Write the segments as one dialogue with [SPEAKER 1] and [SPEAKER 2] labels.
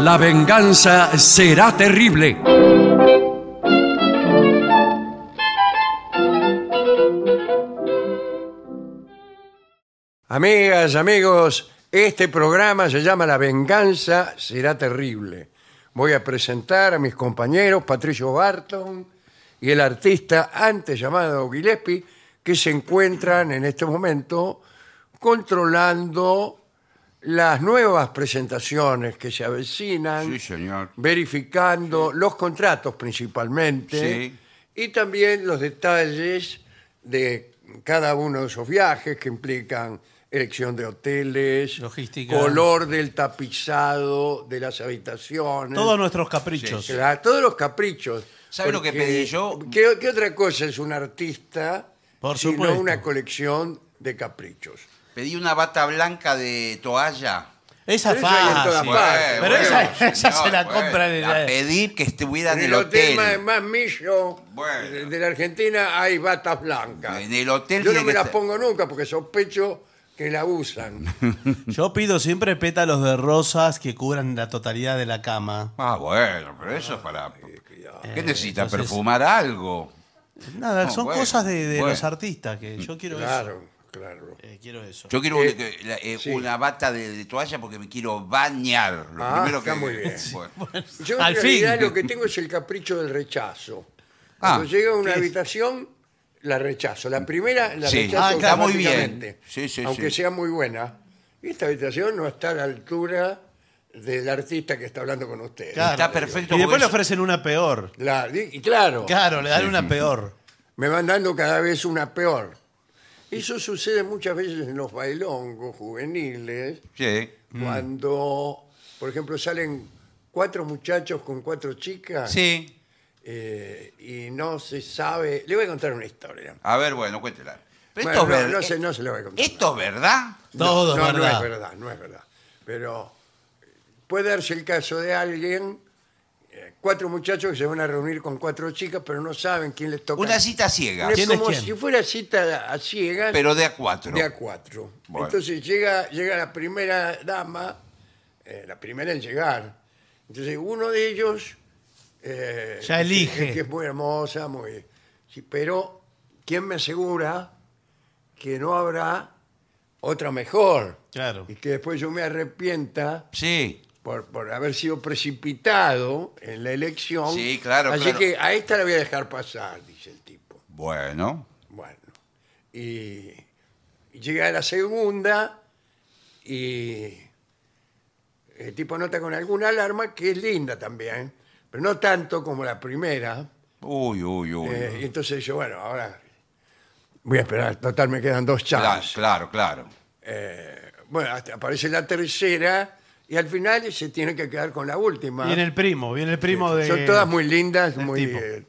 [SPEAKER 1] La venganza será terrible. Amigas, amigos, este programa se llama La venganza será terrible. Voy a presentar a mis compañeros Patricio Barton y el artista antes llamado Gillespie, que se encuentran en este momento controlando las nuevas presentaciones que se avecinan,
[SPEAKER 2] Sí, señor.
[SPEAKER 1] verificando los contratos principalmente
[SPEAKER 2] Sí.
[SPEAKER 1] y también los detalles de cada uno de esos viajes que implican elección de hoteles,
[SPEAKER 3] Logística.
[SPEAKER 1] color del tapizado de las habitaciones,
[SPEAKER 3] Todos nuestros caprichos.
[SPEAKER 1] Claro, todos los caprichos.
[SPEAKER 2] ¿Sabe lo que
[SPEAKER 1] Porque,
[SPEAKER 2] pedí yo?
[SPEAKER 1] ¿qué, qué otra cosa es un artista
[SPEAKER 3] Por
[SPEAKER 1] sino
[SPEAKER 3] supuesto.
[SPEAKER 1] una colección de caprichos?
[SPEAKER 2] Pedí una bata blanca de toalla.
[SPEAKER 3] Esa
[SPEAKER 1] Pero esa hay en todas
[SPEAKER 3] fácil.
[SPEAKER 1] partes.
[SPEAKER 2] Eh,
[SPEAKER 3] Ah, Pero
[SPEAKER 2] bueno,
[SPEAKER 3] esa,
[SPEAKER 2] señor,
[SPEAKER 3] esa se la
[SPEAKER 2] bueno.
[SPEAKER 3] compran en
[SPEAKER 2] pues, La
[SPEAKER 3] la...
[SPEAKER 2] pedí que estuviera
[SPEAKER 1] En
[SPEAKER 2] en el
[SPEAKER 1] el hotel más,
[SPEAKER 2] hotel.
[SPEAKER 1] más millo
[SPEAKER 2] Bueno.
[SPEAKER 1] de- de la Argentina hay batas blancas.
[SPEAKER 2] En el hotel
[SPEAKER 1] Yo no
[SPEAKER 2] tiene
[SPEAKER 1] me
[SPEAKER 2] que
[SPEAKER 1] las
[SPEAKER 2] estar-
[SPEAKER 1] pongo nunca porque sospecho que la usan.
[SPEAKER 3] Yo pido siempre pétalos de rosas que cubran la totalidad de la cama.
[SPEAKER 2] Ah, bueno, pero eso
[SPEAKER 1] Ah,
[SPEAKER 2] es para...
[SPEAKER 1] eh,
[SPEAKER 2] ¿Qué necesita?
[SPEAKER 3] Eh, entonces-
[SPEAKER 2] ¿Perfumar algo?
[SPEAKER 3] Nada,
[SPEAKER 2] No,
[SPEAKER 3] son
[SPEAKER 2] bueno,
[SPEAKER 3] cosas de, de
[SPEAKER 2] bueno.
[SPEAKER 3] los artistas que yo quiero eso.
[SPEAKER 1] claro, claro.
[SPEAKER 3] Eh, quiero eso.
[SPEAKER 2] Yo quiero
[SPEAKER 1] Eh,
[SPEAKER 2] que- la- eh,
[SPEAKER 1] sí.
[SPEAKER 2] una bata de, de toalla porque me quiero bañar. Lo
[SPEAKER 1] Ah,
[SPEAKER 2] primero
[SPEAKER 1] está
[SPEAKER 2] que...
[SPEAKER 1] muy bien.
[SPEAKER 2] Bueno.
[SPEAKER 1] Yo en
[SPEAKER 3] Al
[SPEAKER 1] realidad
[SPEAKER 3] fin.
[SPEAKER 1] lo que tengo es el capricho del rechazo.
[SPEAKER 2] Ah.
[SPEAKER 1] Cuando llego a una habitación, la rechazo. La primera la
[SPEAKER 2] Sí.
[SPEAKER 1] rechazo
[SPEAKER 2] Ah, claro, muy bien.
[SPEAKER 1] automáticamente,
[SPEAKER 2] Sí, sí,
[SPEAKER 1] aunque
[SPEAKER 2] sí.
[SPEAKER 1] sea muy buena. Y esta habitación no está a la altura del artista que está hablando con usted.
[SPEAKER 3] Claro.
[SPEAKER 2] Está perfecto.
[SPEAKER 3] Y después
[SPEAKER 2] porque
[SPEAKER 3] le
[SPEAKER 2] es-
[SPEAKER 3] ofrecen una peor.
[SPEAKER 1] La- y claro,
[SPEAKER 3] Claro, le dan una peor.
[SPEAKER 1] me van dando cada vez una peor. Eso sucede muchas veces en los bailongos juveniles,
[SPEAKER 2] Sí.
[SPEAKER 1] cuando, por ejemplo, salen cuatro muchachos con cuatro chicas.
[SPEAKER 2] Sí.
[SPEAKER 1] eh, y no se sabe. Le voy a contar una historia.
[SPEAKER 2] A ver, bueno, cuéntela.
[SPEAKER 1] Bueno,
[SPEAKER 2] Pero esto, es
[SPEAKER 1] no,
[SPEAKER 2] ver-
[SPEAKER 1] no se, no se lo voy a contar.
[SPEAKER 2] ¿Esto es verdad?
[SPEAKER 3] Todo
[SPEAKER 1] no,
[SPEAKER 3] es
[SPEAKER 1] no,
[SPEAKER 3] verdad.
[SPEAKER 1] No es verdad, no es verdad. Pero puede darse el caso de alguien, eh, cuatro muchachos que se van a reunir con cuatro chicas, pero no saben quién les toca.
[SPEAKER 2] Una cita ciega,
[SPEAKER 1] Es
[SPEAKER 3] ¿Quién es
[SPEAKER 1] como
[SPEAKER 3] quién?
[SPEAKER 1] si fuera cita a ciegas
[SPEAKER 2] pero de a cuatro.
[SPEAKER 1] de a cuatro.
[SPEAKER 2] Bueno.
[SPEAKER 1] Entonces llega, llega la primera dama, eh, la primera en llegar. Entonces uno de ellos... eh,
[SPEAKER 3] Ya elige.
[SPEAKER 1] es que es muy hermosa, muy... sí, pero, ¿quién me asegura que no habrá otra mejor?
[SPEAKER 3] Claro.
[SPEAKER 1] Y que después yo me arrepienta
[SPEAKER 2] Sí.
[SPEAKER 1] por, por haber sido precipitado en la elección.
[SPEAKER 2] Sí, claro,
[SPEAKER 1] Así
[SPEAKER 2] claro.
[SPEAKER 1] que a esta la voy a dejar pasar, dice el tipo.
[SPEAKER 2] Bueno.
[SPEAKER 1] Bueno, y, y llega la segunda y el tipo nota con alguna alarma que es linda también, pero no tanto como la primera.
[SPEAKER 2] Uy, uy, uy.
[SPEAKER 1] Eh, y entonces yo, bueno, ahora voy a esperar, total me quedan dos
[SPEAKER 2] claro,
[SPEAKER 1] chances.
[SPEAKER 2] claro, claro.
[SPEAKER 1] Bueno, hasta aparece la tercera y al final se tiene que quedar con la última. Este,
[SPEAKER 3] Viene el primo, viene el primo de...
[SPEAKER 1] Son todas muy lindas,
[SPEAKER 3] del
[SPEAKER 1] muy...
[SPEAKER 3] tipo.
[SPEAKER 1] eh,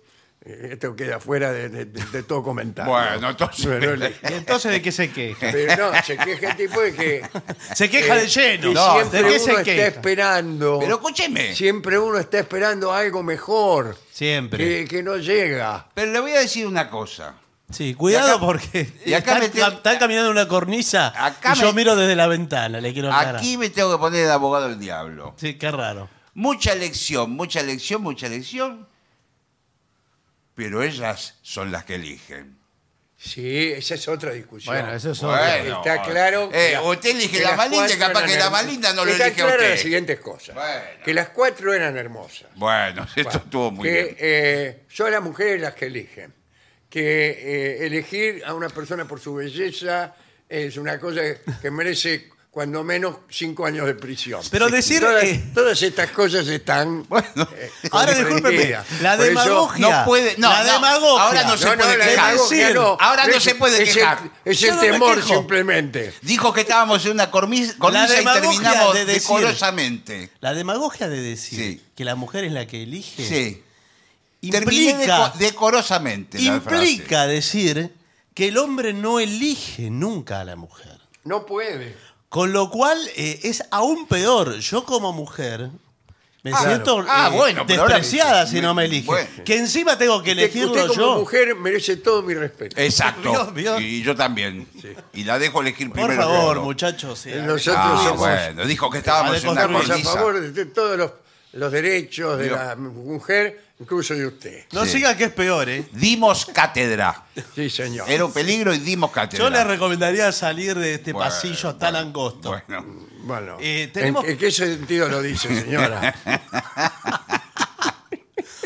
[SPEAKER 1] eh, esto queda fuera de, de- de- de todo comentario.
[SPEAKER 2] Bueno, entonces-
[SPEAKER 1] Pero le-
[SPEAKER 3] ¿Y entonces de qué se queja?
[SPEAKER 1] Pero no, se queja el tipo de que.
[SPEAKER 3] Se queja
[SPEAKER 1] eh,
[SPEAKER 3] de lleno.
[SPEAKER 1] que
[SPEAKER 2] No,
[SPEAKER 1] siempre
[SPEAKER 3] ¿de qué
[SPEAKER 1] uno
[SPEAKER 3] se
[SPEAKER 1] está
[SPEAKER 3] queja?
[SPEAKER 1] esperando.
[SPEAKER 2] Pero escúcheme.
[SPEAKER 1] siempre uno está esperando algo mejor.
[SPEAKER 3] Siempre.
[SPEAKER 1] Que, que no llega.
[SPEAKER 2] Pero le voy a decir una cosa.
[SPEAKER 3] Sí,
[SPEAKER 2] Y
[SPEAKER 3] cuidado
[SPEAKER 2] acá-
[SPEAKER 3] porque
[SPEAKER 2] y acá
[SPEAKER 3] están,
[SPEAKER 2] me te-
[SPEAKER 3] están caminando en una cornisa
[SPEAKER 2] Acá
[SPEAKER 3] y yo
[SPEAKER 2] me-
[SPEAKER 3] miro desde la ventana, le quiero aclarar.
[SPEAKER 2] Aquí me tengo que poner el abogado del diablo.
[SPEAKER 3] Sí, qué raro.
[SPEAKER 2] Mucha lección, mucha lección, mucha lección. Pero ellas son las que eligen.
[SPEAKER 1] Sí, esa es otra discusión.
[SPEAKER 3] Bueno, eso es
[SPEAKER 2] Bueno,
[SPEAKER 3] obvio.
[SPEAKER 1] Está claro.
[SPEAKER 2] Eh,
[SPEAKER 1] las-
[SPEAKER 2] usted elige la
[SPEAKER 1] las
[SPEAKER 2] malinda,
[SPEAKER 1] cuatro
[SPEAKER 2] capaz
[SPEAKER 1] eran
[SPEAKER 2] que la
[SPEAKER 1] hermosas.
[SPEAKER 2] malinda no lo
[SPEAKER 1] Está
[SPEAKER 2] elige a
[SPEAKER 1] claro
[SPEAKER 2] usted.
[SPEAKER 1] las siguientes cosas.
[SPEAKER 2] Bueno.
[SPEAKER 1] Que las cuatro eran hermosas.
[SPEAKER 2] Bueno, esto estuvo muy
[SPEAKER 1] que
[SPEAKER 2] bien.
[SPEAKER 1] eh, son las mujeres las que eligen. Que eh, elegir a una persona por su belleza es una cosa que merece cuando menos cinco años de prisión.
[SPEAKER 3] Pero decir,
[SPEAKER 1] Todas,
[SPEAKER 3] eh,
[SPEAKER 1] todas estas cosas están...
[SPEAKER 2] Bueno.
[SPEAKER 1] eh,
[SPEAKER 3] Ahora discúlpeme, la
[SPEAKER 1] Por eso-
[SPEAKER 3] demagogia.
[SPEAKER 2] No puede- no,
[SPEAKER 3] la
[SPEAKER 2] no,
[SPEAKER 3] demagogia.
[SPEAKER 2] ahora no se
[SPEAKER 3] No, no,
[SPEAKER 2] puede
[SPEAKER 3] la
[SPEAKER 2] quejar.
[SPEAKER 3] demagogia
[SPEAKER 1] demagogia
[SPEAKER 3] no.
[SPEAKER 2] Ahora no
[SPEAKER 1] Es-
[SPEAKER 2] se puede
[SPEAKER 1] es el-
[SPEAKER 2] quejar.
[SPEAKER 1] Es el
[SPEAKER 3] Yo no me
[SPEAKER 1] temor
[SPEAKER 3] quejo.
[SPEAKER 1] simplemente.
[SPEAKER 2] Dijo que estábamos en una cormis- cornisa y
[SPEAKER 3] demagogia
[SPEAKER 2] terminamos
[SPEAKER 3] de decir-
[SPEAKER 2] decorosamente.
[SPEAKER 3] La demagogia de decir
[SPEAKER 2] Sí.
[SPEAKER 3] que la mujer es la que elige
[SPEAKER 2] Sí. Terminé
[SPEAKER 3] implica,
[SPEAKER 2] deco- decorosamente. la frase.
[SPEAKER 3] implica decir que el hombre no elige nunca a la mujer.
[SPEAKER 1] No puede.
[SPEAKER 3] Con lo cual eh, es aún peor. Yo como mujer Me
[SPEAKER 2] Ah,
[SPEAKER 3] siento
[SPEAKER 2] claro. Ah,
[SPEAKER 3] eh,
[SPEAKER 2] bueno, pero ahora me-
[SPEAKER 3] despreciada si no me eligen.
[SPEAKER 2] Bueno.
[SPEAKER 3] Que encima tengo que
[SPEAKER 1] Usted,
[SPEAKER 3] elegirlo
[SPEAKER 1] usted como
[SPEAKER 3] yo.
[SPEAKER 1] mujer merece todo mi
[SPEAKER 2] Eh,
[SPEAKER 1] respeto.
[SPEAKER 2] Exacto.
[SPEAKER 3] Dios, Dios.
[SPEAKER 2] Y yo también. Y la dejo elegir
[SPEAKER 3] Por
[SPEAKER 2] primero. que
[SPEAKER 3] favor,
[SPEAKER 2] uno.
[SPEAKER 3] muchachos. eh,
[SPEAKER 1] Nosotros
[SPEAKER 2] Ah,
[SPEAKER 1] somos-
[SPEAKER 2] bueno, dijo que estábamos en una
[SPEAKER 3] Estamos
[SPEAKER 1] Estamos a
[SPEAKER 2] cornisa.
[SPEAKER 1] favor de todos los, los derechos de
[SPEAKER 2] Dios.
[SPEAKER 1] la mujer, incluso de usted.
[SPEAKER 3] No
[SPEAKER 2] Sí.
[SPEAKER 3] siga que es peor, ¿eh?
[SPEAKER 2] Dimos cátedra.
[SPEAKER 1] Sí, señor.
[SPEAKER 2] Era un peligro y dimos cátedra.
[SPEAKER 3] Yo les recomendaría salir de este
[SPEAKER 2] Bueno,
[SPEAKER 3] pasillo tan
[SPEAKER 2] bueno,
[SPEAKER 3] angosto.
[SPEAKER 2] Bueno.
[SPEAKER 1] Bueno,
[SPEAKER 3] Eh,
[SPEAKER 1] ¿en-
[SPEAKER 3] tenemos-
[SPEAKER 1] ¿en, qué sentido lo dice, señora?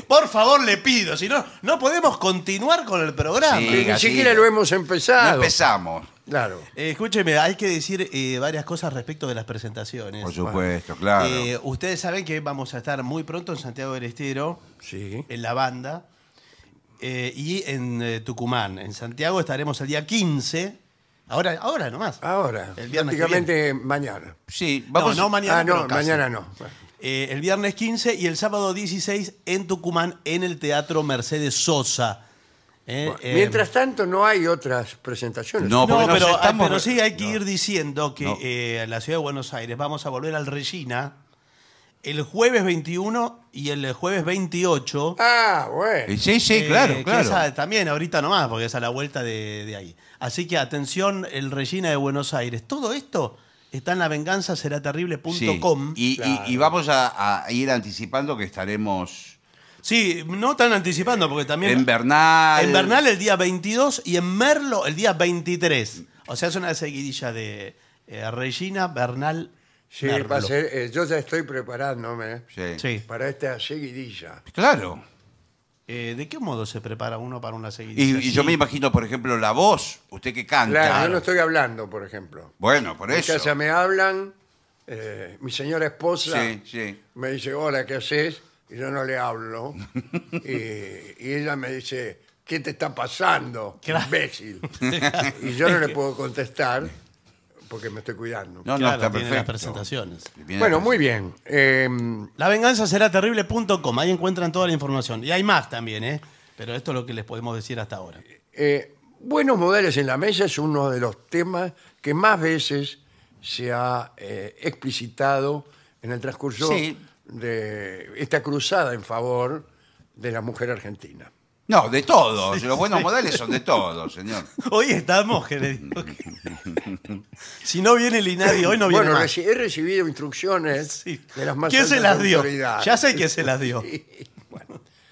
[SPEAKER 3] Por favor, le pido, si no, no podemos continuar con el programa.
[SPEAKER 2] Sí.
[SPEAKER 1] Ni
[SPEAKER 2] Diga,
[SPEAKER 1] siquiera
[SPEAKER 2] diga.
[SPEAKER 1] lo hemos
[SPEAKER 2] No
[SPEAKER 1] empezado.
[SPEAKER 2] empezamos.
[SPEAKER 1] Claro.
[SPEAKER 3] Eh, escúcheme, hay que decir eh, varias cosas respecto de las presentaciones.
[SPEAKER 2] Por supuesto, claro.
[SPEAKER 3] Eh, ustedes saben que vamos a estar muy pronto en Santiago del Estero,
[SPEAKER 1] Sí.
[SPEAKER 3] en La Banda, eh, y en eh, Tucumán. En Santiago estaremos el día 15, ahora, ahora nomás.
[SPEAKER 1] Ahora,
[SPEAKER 3] El viernes que
[SPEAKER 1] prácticamente mañana.
[SPEAKER 2] sí, vamos.
[SPEAKER 3] no, no, mañana.
[SPEAKER 1] ah, no,
[SPEAKER 3] pero casi.
[SPEAKER 1] mañana no.
[SPEAKER 3] Eh, el viernes 15 y el sábado 16 en Tucumán, en el Teatro Mercedes Sosa. Eh,
[SPEAKER 1] Bueno,
[SPEAKER 3] eh,
[SPEAKER 1] Mientras tanto, no hay otras presentaciones.
[SPEAKER 2] No,
[SPEAKER 3] No,
[SPEAKER 2] porque nos
[SPEAKER 3] pero, ah,
[SPEAKER 2] estamos-
[SPEAKER 3] pero sí hay que ir diciendo que
[SPEAKER 2] No.
[SPEAKER 3] eh, en la ciudad de Buenos Aires vamos a volver al Regina el jueves 21 y el jueves 28.
[SPEAKER 1] Ah, bueno.
[SPEAKER 2] Sí, sí,
[SPEAKER 3] eh,
[SPEAKER 2] claro,
[SPEAKER 3] que
[SPEAKER 2] claro.
[SPEAKER 3] esa también ahorita nomás, porque es a la vuelta de, de ahí. Así que atención, el Regina de Buenos Aires. Todo esto está en lavenganzaseraterrible.com.
[SPEAKER 2] Sí. Y, y-
[SPEAKER 1] Claro.
[SPEAKER 2] y vamos a, a ir anticipando que estaremos
[SPEAKER 3] Sí, no tan anticipando, porque también.
[SPEAKER 2] en Bernal.
[SPEAKER 3] En Bernal el día 22 y en Merlo el día 23. O sea, es una seguidilla de eh, Regina, Bernal,
[SPEAKER 1] Sí,
[SPEAKER 3] Merlo.
[SPEAKER 1] va a ser, eh, yo ya estoy preparándome
[SPEAKER 2] Sí.
[SPEAKER 3] Sí.
[SPEAKER 1] para esta seguidilla.
[SPEAKER 2] Claro.
[SPEAKER 3] Eh, ¿De qué modo se prepara uno para una seguidilla?
[SPEAKER 2] Y, y
[SPEAKER 3] así?
[SPEAKER 2] yo me imagino, por ejemplo, la voz. Usted que canta.
[SPEAKER 1] Claro, yo no estoy hablando, por ejemplo.
[SPEAKER 2] Bueno, por eso.
[SPEAKER 1] En casa me hablan, eh, mi señora esposa
[SPEAKER 2] Sí, sí.
[SPEAKER 1] me dice, hola, ¿qué haces? Y yo no le hablo. y, y ella me dice, ¿qué te está pasando,
[SPEAKER 3] Claro.
[SPEAKER 1] imbécil? y yo no le puedo contestar porque me estoy cuidando.
[SPEAKER 2] No, no,
[SPEAKER 3] Claro,
[SPEAKER 2] está
[SPEAKER 3] tiene
[SPEAKER 2] perfecto.
[SPEAKER 3] las presentaciones.
[SPEAKER 2] Bien.
[SPEAKER 1] bueno, muy bien. Eh,
[SPEAKER 3] Lavenganzaseraterrible.com, ahí encuentran toda la información. Y hay más también, ¿eh? Pero esto es lo que les podemos decir hasta ahora.
[SPEAKER 1] eh, buenos modales en la mesa es uno de los temas que más veces se ha eh, explicitado en el transcurso
[SPEAKER 2] Sí.
[SPEAKER 1] de esta cruzada en favor de la mujer argentina.
[SPEAKER 2] No, de todos. Los buenos modales son de todos, señor.
[SPEAKER 3] Hoy estamos, que le digo que- si no viene el INADI, hoy no viene
[SPEAKER 1] bueno,
[SPEAKER 3] más.
[SPEAKER 1] reci- he recibido instrucciones
[SPEAKER 3] Sí.
[SPEAKER 1] de las más
[SPEAKER 3] ¿Quién se
[SPEAKER 1] altas
[SPEAKER 3] las dio?
[SPEAKER 1] autoridades.
[SPEAKER 3] Ya sé quién se las dio.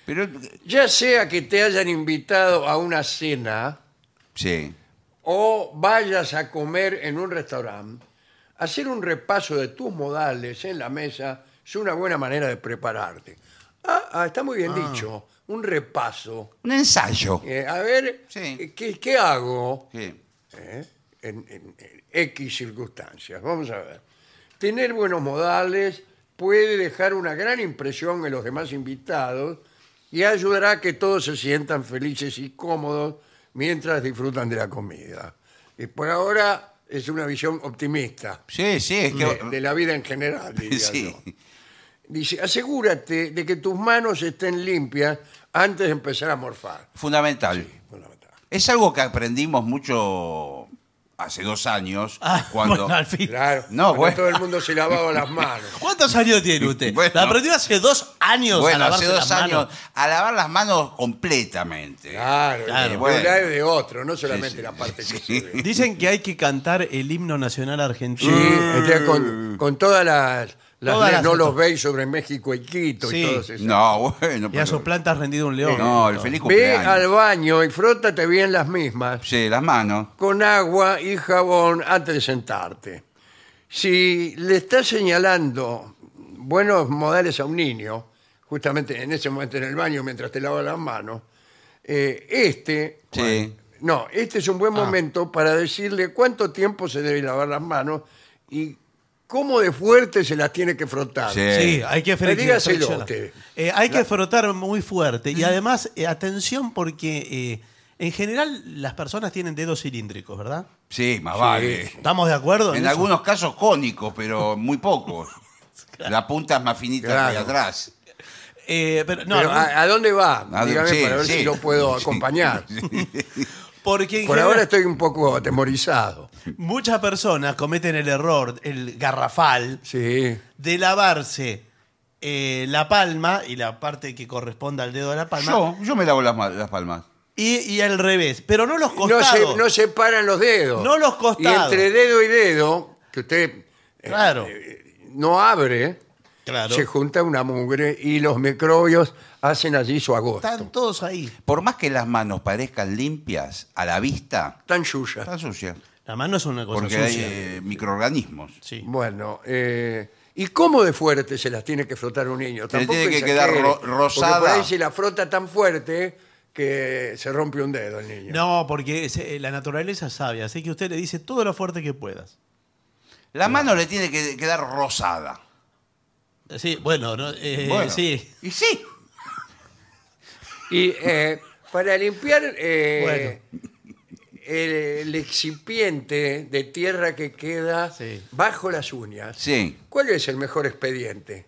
[SPEAKER 2] Pero,
[SPEAKER 1] Ya sea que te hayan invitado a una cena
[SPEAKER 2] sí.
[SPEAKER 1] o vayas a comer en un restaurante, hacer un repaso de tus modales en la mesa es una buena manera de prepararte. Ah, ah, está muy bien dicho, un repaso.
[SPEAKER 2] Un ensayo.
[SPEAKER 1] Eh, a ver,
[SPEAKER 2] Sí.
[SPEAKER 1] eh, ¿qué, qué hago?
[SPEAKER 2] Sí.
[SPEAKER 1] ¿eh? en, en- en X circunstancias. Vamos a ver. Tener buenos modales puede dejar una gran impresión en los demás invitados y ayudará a que todos se sientan felices y cómodos mientras disfrutan de la comida. Y por ahora es una visión optimista
[SPEAKER 2] Sí, sí, es
[SPEAKER 1] de,
[SPEAKER 2] que.
[SPEAKER 1] de la vida en general, diría
[SPEAKER 2] sí.
[SPEAKER 1] yo. Dice, asegúrate de que tus manos estén limpias antes de empezar a morfar.
[SPEAKER 2] Fundamental.
[SPEAKER 1] Fundamental.
[SPEAKER 2] Es algo que aprendimos mucho hace dos años.
[SPEAKER 3] Ah,
[SPEAKER 2] cuando.
[SPEAKER 3] bueno, al fin.
[SPEAKER 1] Claro,
[SPEAKER 2] No,
[SPEAKER 1] porque
[SPEAKER 2] bueno.
[SPEAKER 1] todo el mundo se lavaba las manos.
[SPEAKER 3] ¿Cuántos años tiene usted?
[SPEAKER 2] Bueno.
[SPEAKER 3] la aprendió hace dos años a
[SPEAKER 2] Bueno,
[SPEAKER 3] lavarse
[SPEAKER 2] hace dos
[SPEAKER 3] las
[SPEAKER 2] años.
[SPEAKER 3] manos.
[SPEAKER 2] A lavar las manos completamente.
[SPEAKER 1] Claro,
[SPEAKER 3] Claro,
[SPEAKER 1] el
[SPEAKER 2] bueno.
[SPEAKER 1] vocabulario de otro, no solamente
[SPEAKER 2] sí,
[SPEAKER 1] la parte que
[SPEAKER 2] sí.
[SPEAKER 1] se ve.
[SPEAKER 3] Dicen que hay que cantar el himno nacional
[SPEAKER 1] Sí,
[SPEAKER 3] argentino.
[SPEAKER 1] este, con, con todas las, las
[SPEAKER 3] Todas
[SPEAKER 1] leyes,
[SPEAKER 3] las
[SPEAKER 1] no
[SPEAKER 3] otras.
[SPEAKER 1] los veis sobre México y Quito
[SPEAKER 3] Sí.
[SPEAKER 1] y todos esos.
[SPEAKER 2] No, bueno.
[SPEAKER 3] Y a
[SPEAKER 2] pero-
[SPEAKER 3] sus plantas rendido un león.
[SPEAKER 2] No, el
[SPEAKER 1] Ve
[SPEAKER 2] feliz cumpleaños.
[SPEAKER 1] al baño y frótate bien las mismas
[SPEAKER 2] Sí, las manos.
[SPEAKER 1] con agua y jabón antes de sentarte. Si le estás señalando buenos modales a un niño, justamente en ese momento en el baño mientras te lavas las manos, eh, este,
[SPEAKER 2] Sí. Ah.
[SPEAKER 1] bueno, no, este es un buen momento para decirle cuánto tiempo se debe lavar las manos y cómo de fuerte se las tiene que frotar.
[SPEAKER 2] Sí.
[SPEAKER 3] Sí, hay que
[SPEAKER 1] Pero
[SPEAKER 3] friccionar.
[SPEAKER 1] Eh, dígaselo a usted.
[SPEAKER 3] Eh, hay que frotar muy fuerte. Y además, eh, atención, porque eh, en general las personas tienen dedos cilíndricos, ¿verdad?
[SPEAKER 2] Sí, más vale.
[SPEAKER 3] ¿Estamos de acuerdo?
[SPEAKER 2] En
[SPEAKER 3] eso?
[SPEAKER 2] algunos casos cónicos, pero muy pocos. La punta es más finita que
[SPEAKER 1] Claro.
[SPEAKER 2] atrás.
[SPEAKER 3] Eh, pero no,
[SPEAKER 1] Pero, ah, ¿a, a dónde va?
[SPEAKER 2] ¿A dónde-
[SPEAKER 1] Dígame
[SPEAKER 2] sí,
[SPEAKER 1] para ver
[SPEAKER 2] sí.
[SPEAKER 1] si lo puedo
[SPEAKER 2] Sí.
[SPEAKER 1] acompañar.
[SPEAKER 3] porque en
[SPEAKER 1] Por
[SPEAKER 3] general
[SPEAKER 1] ahora estoy un poco atemorizado.
[SPEAKER 3] muchas personas cometen el error, el garrafal,
[SPEAKER 1] Sí.
[SPEAKER 3] de lavarse eh, la palma y la parte que corresponde al dedo de la palma.
[SPEAKER 2] Yo, yo me lavo las, ma- las palmas.
[SPEAKER 3] Y, y al revés, pero no los
[SPEAKER 1] No
[SPEAKER 3] costados.
[SPEAKER 1] se, no se paran los dedos.
[SPEAKER 3] No los costados.
[SPEAKER 1] Y entre dedo y dedo, que usted eh,
[SPEAKER 3] Claro.
[SPEAKER 1] eh, no abre,
[SPEAKER 3] claro.
[SPEAKER 1] se junta una mugre y los microbios hacen allí su agosto.
[SPEAKER 3] Están todos ahí.
[SPEAKER 2] Por más que las manos parezcan limpias a la vista,
[SPEAKER 1] Tan suya.
[SPEAKER 2] está sucia.
[SPEAKER 3] La mano es una cosa
[SPEAKER 2] Porque hay
[SPEAKER 3] sucia.
[SPEAKER 2] eh, microorganismos.
[SPEAKER 3] Sí.
[SPEAKER 1] Bueno, eh, ¿y cómo de fuerte se las tiene que frotar un niño?
[SPEAKER 2] Se le
[SPEAKER 1] Tampoco
[SPEAKER 2] tiene que
[SPEAKER 1] exagere,
[SPEAKER 2] quedar ro-
[SPEAKER 1] porque Por
[SPEAKER 2] rosada.
[SPEAKER 1] ahí se la frota tan fuerte que se rompe un dedo el niño.
[SPEAKER 3] No, porque es, eh, la naturaleza es sabia, así que usted le dice todo lo fuerte que puedas.
[SPEAKER 2] La mano le tiene que quedar rosada.
[SPEAKER 3] Sí, bueno, no, eh,
[SPEAKER 2] Bueno.
[SPEAKER 3] sí.
[SPEAKER 2] Y sí.
[SPEAKER 1] Y eh, para limpiar eh, el, el excipiente de tierra que queda
[SPEAKER 3] Sí.
[SPEAKER 1] bajo las uñas,
[SPEAKER 2] Sí.
[SPEAKER 1] ¿cuál es el mejor expediente?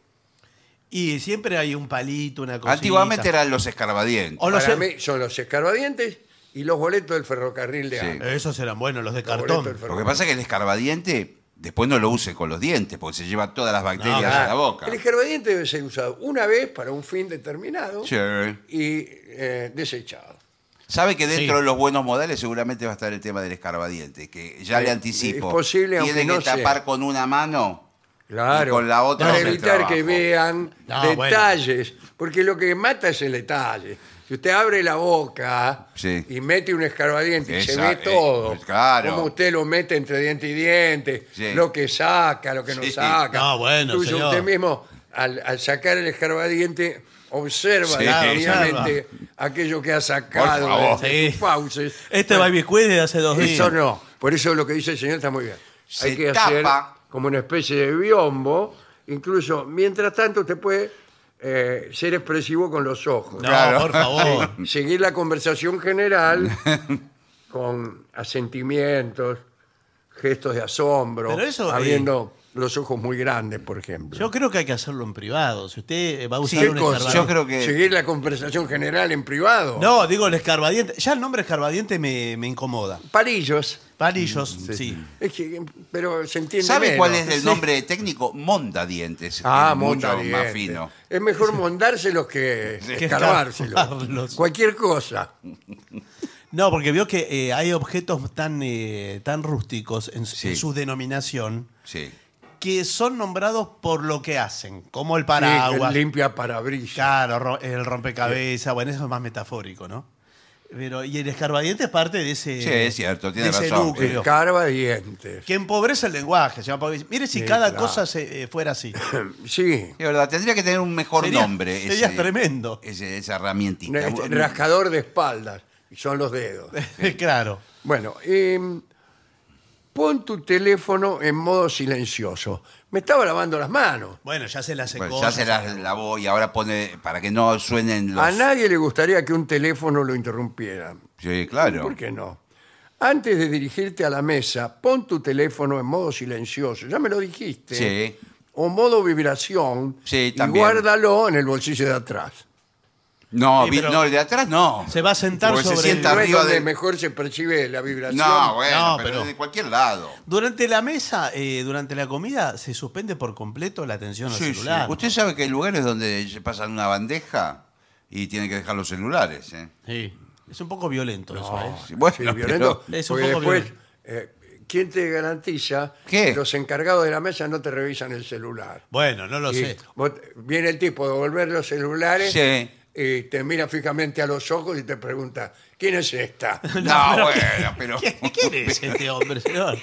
[SPEAKER 3] Y siempre hay un palito, una cosita.
[SPEAKER 2] Antiguamente eran los escarbadientes.
[SPEAKER 3] O los
[SPEAKER 1] para
[SPEAKER 3] er-
[SPEAKER 1] mí son los escarbadientes y los boletos del ferrocarril de
[SPEAKER 2] Sí.
[SPEAKER 1] Ande.
[SPEAKER 3] Esos eran buenos, los de
[SPEAKER 1] Los boletos del
[SPEAKER 3] cartón.
[SPEAKER 2] Lo que
[SPEAKER 1] ferrocarril.
[SPEAKER 2] pasa es que el escarbadiente después no lo use con los dientes porque se lleva todas las bacterias
[SPEAKER 3] No,
[SPEAKER 2] a
[SPEAKER 1] Ah,
[SPEAKER 2] la boca.
[SPEAKER 1] El escarbadiente debe ser usado una vez para un fin determinado
[SPEAKER 2] Sí.
[SPEAKER 1] y eh, desechado.
[SPEAKER 2] Sabe que dentro
[SPEAKER 3] Sí.
[SPEAKER 2] de los buenos modales seguramente va a estar el tema del escarbadiente, que ya
[SPEAKER 1] Eh,
[SPEAKER 2] le anticipo.
[SPEAKER 1] es posible, aunque
[SPEAKER 2] Tiene
[SPEAKER 1] no
[SPEAKER 2] que
[SPEAKER 1] sea.
[SPEAKER 2] tapar con una mano.
[SPEAKER 1] Claro,
[SPEAKER 2] Y con la otra
[SPEAKER 1] para
[SPEAKER 2] hace el
[SPEAKER 1] evitar que
[SPEAKER 2] trabajo.
[SPEAKER 1] vean
[SPEAKER 3] No, bueno.
[SPEAKER 1] detalles, porque lo que mata es el detalle. Si usted abre la boca
[SPEAKER 2] Sí.
[SPEAKER 1] y mete un escarbadiente y se
[SPEAKER 2] Esa-
[SPEAKER 1] ve
[SPEAKER 2] eh,
[SPEAKER 1] todo,
[SPEAKER 2] pues, claro.
[SPEAKER 1] como usted lo mete entre diente y diente,
[SPEAKER 2] Sí.
[SPEAKER 1] lo que saca, lo que no
[SPEAKER 2] Sí.
[SPEAKER 1] saca.
[SPEAKER 3] No, bueno,
[SPEAKER 1] Incluso
[SPEAKER 3] señor.
[SPEAKER 1] usted mismo, al, al sacar el escarbadiente, observa
[SPEAKER 2] Sí,
[SPEAKER 1] detenidamente aquello que ha
[SPEAKER 2] Por
[SPEAKER 1] sacado
[SPEAKER 2] favor.
[SPEAKER 1] de sus
[SPEAKER 3] Sí.
[SPEAKER 1] fauces.
[SPEAKER 3] Este baby Squid de hace dos días.
[SPEAKER 1] Eso no. Por eso lo que dice el señor está muy bien.
[SPEAKER 2] Se
[SPEAKER 1] Hay que
[SPEAKER 2] tapa.
[SPEAKER 1] hacer como una especie de biombo. Incluso, mientras tanto, usted puede eh, ser expresivo con los ojos.
[SPEAKER 3] No,
[SPEAKER 2] Claro.
[SPEAKER 3] por favor.
[SPEAKER 1] Seguir la conversación general con asentimientos, gestos de asombro,
[SPEAKER 3] Pero eso, eh,
[SPEAKER 1] abriendo los ojos muy grandes, por ejemplo.
[SPEAKER 3] Yo creo que hay que hacerlo en privado. Si usted eh, va a usar
[SPEAKER 1] ¿Qué
[SPEAKER 3] un
[SPEAKER 1] cosa?
[SPEAKER 3] escarbadiente.
[SPEAKER 2] Yo creo que-
[SPEAKER 1] Seguir la conversación general en privado.
[SPEAKER 3] No, digo el escarbadiente. Ya el nombre escarbadiente me, me incomoda.
[SPEAKER 1] Palillos.
[SPEAKER 3] Palillos,
[SPEAKER 2] Mm,
[SPEAKER 3] sí.
[SPEAKER 1] Es que- pero se entiende
[SPEAKER 2] ¿Sabe
[SPEAKER 1] menos.
[SPEAKER 2] cuál es el nombre técnico? Monda dientes.
[SPEAKER 1] Ah,
[SPEAKER 2] es mucho
[SPEAKER 1] monda
[SPEAKER 2] más
[SPEAKER 1] dientes.
[SPEAKER 2] fino.
[SPEAKER 1] Es mejor mondárselos que
[SPEAKER 3] Que
[SPEAKER 1] escarbárselos.
[SPEAKER 3] escarbárselos.
[SPEAKER 1] Cualquier cosa.
[SPEAKER 3] No, porque vio que eh, hay objetos tan, eh, tan rústicos en, su-
[SPEAKER 2] Sí.
[SPEAKER 3] en su denominación
[SPEAKER 2] Sí.
[SPEAKER 3] que son nombrados por lo que hacen, como el
[SPEAKER 1] Sí,
[SPEAKER 3] paraguas,
[SPEAKER 1] limpia parabrisas.
[SPEAKER 3] claro, ro- el rompecabezas, bueno, eso es más metafórico, ¿no? Pero, y el escarbadiente es parte de ese,
[SPEAKER 2] Sí, es cierto, tiene
[SPEAKER 3] de ese
[SPEAKER 2] razón.
[SPEAKER 3] núcleo.
[SPEAKER 1] Escarba dientes.
[SPEAKER 3] Que empobrece el lenguaje. señor Pavlovich. Mire si
[SPEAKER 1] Sí,
[SPEAKER 3] cada
[SPEAKER 1] claro.
[SPEAKER 3] cosa se, eh, fuera así.
[SPEAKER 1] Sí.
[SPEAKER 2] Es verdad, tendría que tener un mejor
[SPEAKER 3] Sería-
[SPEAKER 2] nombre.
[SPEAKER 3] sería tremendo.
[SPEAKER 2] ese- esa herramientita.
[SPEAKER 1] Este, Rascador de espaldas. Y son los dedos.
[SPEAKER 3] claro.
[SPEAKER 1] Bueno, eh, pon tu teléfono en modo silencioso. Me estaba lavando las manos.
[SPEAKER 3] Bueno, ya se las secó.
[SPEAKER 2] Bueno, ya se la lavó y ahora pone para que no suenen los.
[SPEAKER 1] A Ah, nadie le gustaría que un teléfono lo interrumpiera.
[SPEAKER 2] Sí, claro.
[SPEAKER 1] ¿Por qué no? Antes de dirigirte a la mesa, pon tu teléfono en modo silencioso. Ya me lo dijiste.
[SPEAKER 2] Sí.
[SPEAKER 1] O modo vibración.
[SPEAKER 2] Sí,
[SPEAKER 1] y
[SPEAKER 2] también.
[SPEAKER 1] guárdalo en el bolsillo de atrás.
[SPEAKER 2] No,
[SPEAKER 3] Sí,
[SPEAKER 2] vi-
[SPEAKER 3] pero-
[SPEAKER 2] no, el de atrás no.
[SPEAKER 3] Se va a sentar
[SPEAKER 2] Porque se
[SPEAKER 3] sobre-
[SPEAKER 2] sienta
[SPEAKER 1] No es
[SPEAKER 2] arriba
[SPEAKER 1] donde
[SPEAKER 2] de.
[SPEAKER 1] mejor se percibe la vibración.
[SPEAKER 2] No, bueno,
[SPEAKER 3] No,
[SPEAKER 2] pero,
[SPEAKER 3] pero-
[SPEAKER 2] de cualquier lado.
[SPEAKER 3] Durante la mesa, eh, durante la comida, se suspende por completo la atención al
[SPEAKER 2] Sí, sí.
[SPEAKER 3] celular.
[SPEAKER 2] Usted sabe que hay lugares donde se pasan una bandeja y tienen que dejar los celulares. ¿eh?
[SPEAKER 3] Sí. Es un poco violento eso, ¿eh?
[SPEAKER 2] Sí, bueno,
[SPEAKER 1] Sí, violento.
[SPEAKER 2] pero-
[SPEAKER 3] Es un
[SPEAKER 1] porque
[SPEAKER 3] poco
[SPEAKER 1] después,
[SPEAKER 3] violento.
[SPEAKER 1] eh, ¿quién te garantiza
[SPEAKER 2] ¿Qué?
[SPEAKER 1] que los encargados de la mesa no te revisan el celular?
[SPEAKER 3] Bueno, no lo
[SPEAKER 1] Y
[SPEAKER 3] sé.
[SPEAKER 1] vos- viene el tipo a devolver los celulares
[SPEAKER 2] Sí.
[SPEAKER 1] y te mira fijamente a los ojos y te pregunta, ¿quién es esta?
[SPEAKER 2] No, bueno, pero.
[SPEAKER 3] ¿Qué, quién es este hombre, señor?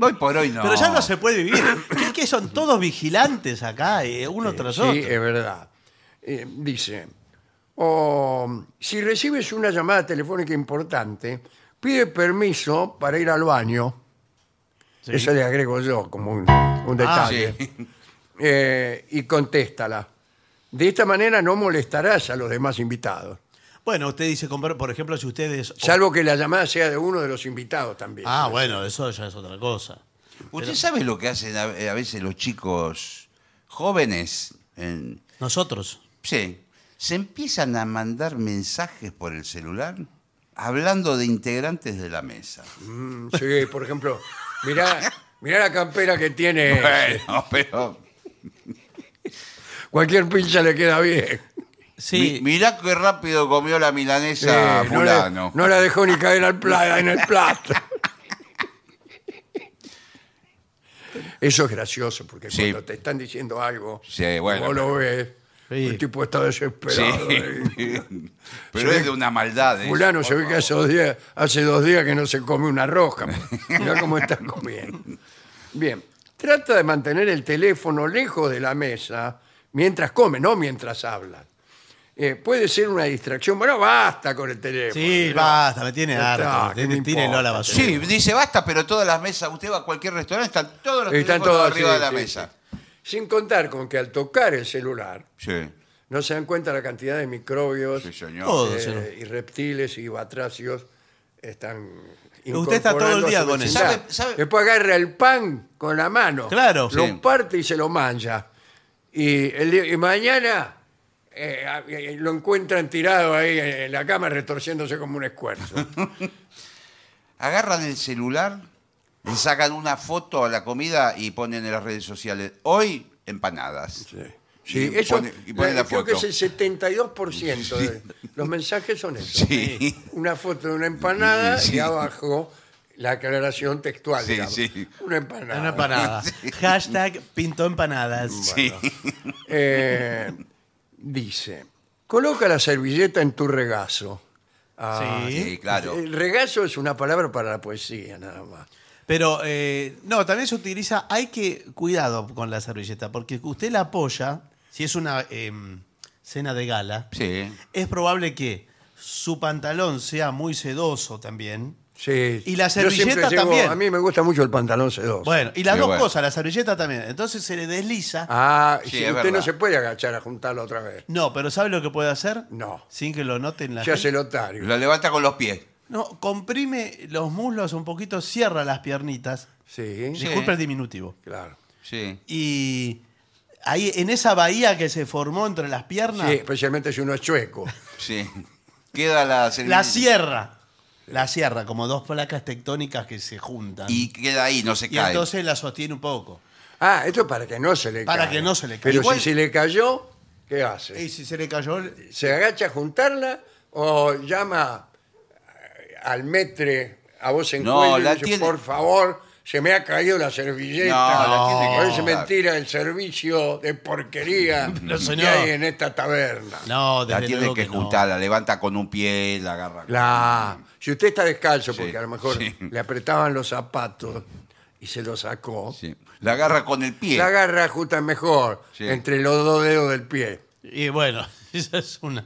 [SPEAKER 2] Hoy por hoy no.
[SPEAKER 3] Pero ya no se puede vivir. Es que son todos vigilantes acá, eh, uno tras
[SPEAKER 1] Sí,
[SPEAKER 3] otro.
[SPEAKER 1] es verdad. Eh, dice, o, si recibes una llamada telefónica importante, pide permiso para ir al baño.
[SPEAKER 3] Sí. Ah,
[SPEAKER 1] Eso le agrego yo como un, un detalle. Eh, y contéstala. De esta manera no molestarás a los demás invitados.
[SPEAKER 3] Bueno, usted dice, comprar- por ejemplo, si ustedes...
[SPEAKER 1] Salvo que la llamada sea de uno de los invitados también.
[SPEAKER 3] Ah, bueno, eso ya es otra cosa.
[SPEAKER 2] ¿Usted sabe lo que hacen a, a veces los chicos jóvenes? En-
[SPEAKER 3] Nosotros.
[SPEAKER 2] sí. Se empiezan a mandar mensajes por el celular hablando de integrantes de la mesa.
[SPEAKER 1] Mm, Sí, por ejemplo, mirá, mirá la campera que tiene.
[SPEAKER 2] Bueno, pero.
[SPEAKER 1] Cualquier pincha le queda bien.
[SPEAKER 2] Mi-
[SPEAKER 3] Sí,
[SPEAKER 2] mirá qué rápido comió la milanesa
[SPEAKER 1] Eh, no, la,
[SPEAKER 2] fulano.
[SPEAKER 1] no la dejó ni caer al pla- en el plato. Eso es gracioso, porque
[SPEAKER 2] Sí.
[SPEAKER 1] cuando te están diciendo algo,
[SPEAKER 2] Sí, bueno,
[SPEAKER 1] no lo ves,
[SPEAKER 3] Sí.
[SPEAKER 1] el tipo está desesperado.
[SPEAKER 2] Sí.
[SPEAKER 1] Se
[SPEAKER 2] Pero
[SPEAKER 1] ve-
[SPEAKER 2] es de una maldad. ¿eh?
[SPEAKER 1] Fulano se ve que hace dos, días, hace dos días que no se come una roja. Mira cómo está comiendo. Bien, trata de mantener el teléfono lejos de la mesa mientras come, no mientras habla. Eh, puede ser una distracción. Bueno, basta con el teléfono.
[SPEAKER 3] sí,
[SPEAKER 1] Ya.
[SPEAKER 3] basta, me tiene
[SPEAKER 1] Ya está,
[SPEAKER 3] harto.
[SPEAKER 1] ¿qué me
[SPEAKER 3] Tiene- Tírenlo a la
[SPEAKER 1] importa?
[SPEAKER 3] basura.
[SPEAKER 2] Sí, dice basta, pero todas las mesas, usted va a cualquier restaurante, están todos los
[SPEAKER 1] Están
[SPEAKER 2] teléfonos
[SPEAKER 1] todos
[SPEAKER 2] arriba
[SPEAKER 1] sí,
[SPEAKER 2] de la
[SPEAKER 1] sí,
[SPEAKER 2] mesa.
[SPEAKER 1] sí. Sin contar con que al tocar el celular
[SPEAKER 2] Sí,
[SPEAKER 1] no se dan cuenta la cantidad de microbios
[SPEAKER 2] sí, señor.
[SPEAKER 3] Todo,
[SPEAKER 1] eh,
[SPEAKER 3] señor.
[SPEAKER 1] y reptiles y batracios están.
[SPEAKER 3] Usted está todo el
[SPEAKER 1] incorporando a
[SPEAKER 3] día
[SPEAKER 1] su
[SPEAKER 3] con eso.
[SPEAKER 1] vecindad.
[SPEAKER 2] ¿Sabe- sabe?
[SPEAKER 1] Después agarra el pan con la mano.
[SPEAKER 3] Claro.
[SPEAKER 1] Lo
[SPEAKER 2] Sí.
[SPEAKER 1] parte y se lo mancha. Y, el día- y mañana eh, a- eh, lo encuentran tirado ahí en la cama retorciéndose como un escuerzo.
[SPEAKER 2] Agarran el celular, le sacan una foto a la comida y ponen en las redes sociales. Hoy, empanadas.
[SPEAKER 1] Sí,
[SPEAKER 2] y,
[SPEAKER 1] eso, eh,
[SPEAKER 2] pone- y ponen la,
[SPEAKER 1] creo
[SPEAKER 2] foto.
[SPEAKER 1] que es el 72% de los mensajes son eso.
[SPEAKER 2] Sí.
[SPEAKER 1] Una foto de una empanada
[SPEAKER 2] Sí.
[SPEAKER 1] y abajo la aclaración textual.
[SPEAKER 2] Sí,
[SPEAKER 1] digamos.
[SPEAKER 2] sí.
[SPEAKER 1] Una empanada.
[SPEAKER 3] Una empanada. Hashtag pintó empanadas.
[SPEAKER 2] Sí.
[SPEAKER 1] Eh, dice, coloca la servilleta en tu regazo. Ah,
[SPEAKER 3] Sí.
[SPEAKER 2] Sí, claro.
[SPEAKER 1] El regazo es una palabra para la poesía, nada más.
[SPEAKER 3] Pero eh, no, también se utiliza, hay que cuidado con la servilleta, porque usted la apoya, si es una eh, cena de gala,
[SPEAKER 2] Sí.
[SPEAKER 3] es probable que su pantalón sea muy sedoso también.
[SPEAKER 1] Sí.
[SPEAKER 3] Y la
[SPEAKER 1] Yo siempre
[SPEAKER 3] servilleta
[SPEAKER 1] llevo-
[SPEAKER 3] también.
[SPEAKER 1] A mí me gusta mucho el pantalón sedoso.
[SPEAKER 3] Bueno, y las
[SPEAKER 2] Sí,
[SPEAKER 3] dos
[SPEAKER 2] bueno.
[SPEAKER 3] cosas, la servilleta también. Entonces se le desliza.
[SPEAKER 1] Ah,
[SPEAKER 2] Sí,
[SPEAKER 1] sí,
[SPEAKER 2] es
[SPEAKER 1] usted
[SPEAKER 2] verdad.
[SPEAKER 1] no se puede agachar a juntarlo otra vez.
[SPEAKER 3] No, pero ¿sabe lo que puede hacer?
[SPEAKER 1] No.
[SPEAKER 3] Sin que lo noten la
[SPEAKER 1] Se hace
[SPEAKER 3] gente.
[SPEAKER 1] el otario.
[SPEAKER 2] Lo levanta con los pies.
[SPEAKER 3] No, comprime los muslos un poquito, cierra las piernitas.
[SPEAKER 1] Sí,
[SPEAKER 2] Sí.
[SPEAKER 3] Disculpe el diminutivo.
[SPEAKER 1] claro.
[SPEAKER 2] Sí.
[SPEAKER 3] Y ahí, en esa bahía que se formó entre las piernas,
[SPEAKER 1] Sí, especialmente si uno es chueco.
[SPEAKER 2] Sí. Queda la
[SPEAKER 3] la
[SPEAKER 2] servilleta.
[SPEAKER 3] cierra. La cierra, como dos placas tectónicas que se juntan.
[SPEAKER 2] Y queda ahí, no se
[SPEAKER 3] Y
[SPEAKER 2] cae.
[SPEAKER 3] entonces la sostiene un poco.
[SPEAKER 1] Ah, esto es para que no se le
[SPEAKER 3] Para
[SPEAKER 1] caiga.
[SPEAKER 3] que no se le caiga.
[SPEAKER 1] Pero
[SPEAKER 2] Igual-
[SPEAKER 1] si se le cayó, ¿qué hace?
[SPEAKER 3] Y si se le cayó. el-
[SPEAKER 1] ¿Se agacha a juntarla o llama eh, al metre a voz en
[SPEAKER 2] No,
[SPEAKER 1] cuello y
[SPEAKER 2] la
[SPEAKER 1] dice,
[SPEAKER 2] tiene-
[SPEAKER 1] por favor, se me ha caído la servilleta?
[SPEAKER 2] No, la tiene que
[SPEAKER 1] Parece
[SPEAKER 2] juntar.
[SPEAKER 1] mentira el servicio de porquería que
[SPEAKER 3] señor.
[SPEAKER 1] hay en esta taberna.
[SPEAKER 3] No,
[SPEAKER 2] La
[SPEAKER 3] desde
[SPEAKER 2] tiene
[SPEAKER 3] luego
[SPEAKER 2] que
[SPEAKER 3] que no.
[SPEAKER 2] juntar, la levanta con un pie, la agarra.
[SPEAKER 1] La- Si usted está descalzo, porque
[SPEAKER 2] Sí,
[SPEAKER 1] a lo mejor
[SPEAKER 2] sí.
[SPEAKER 1] le apretaban los zapatos y se los sacó,
[SPEAKER 2] Sí. La agarra con el pie.
[SPEAKER 1] la agarra justa mejor
[SPEAKER 2] Sí.
[SPEAKER 1] entre los dos dedos del pie.
[SPEAKER 3] Y bueno, esa es una.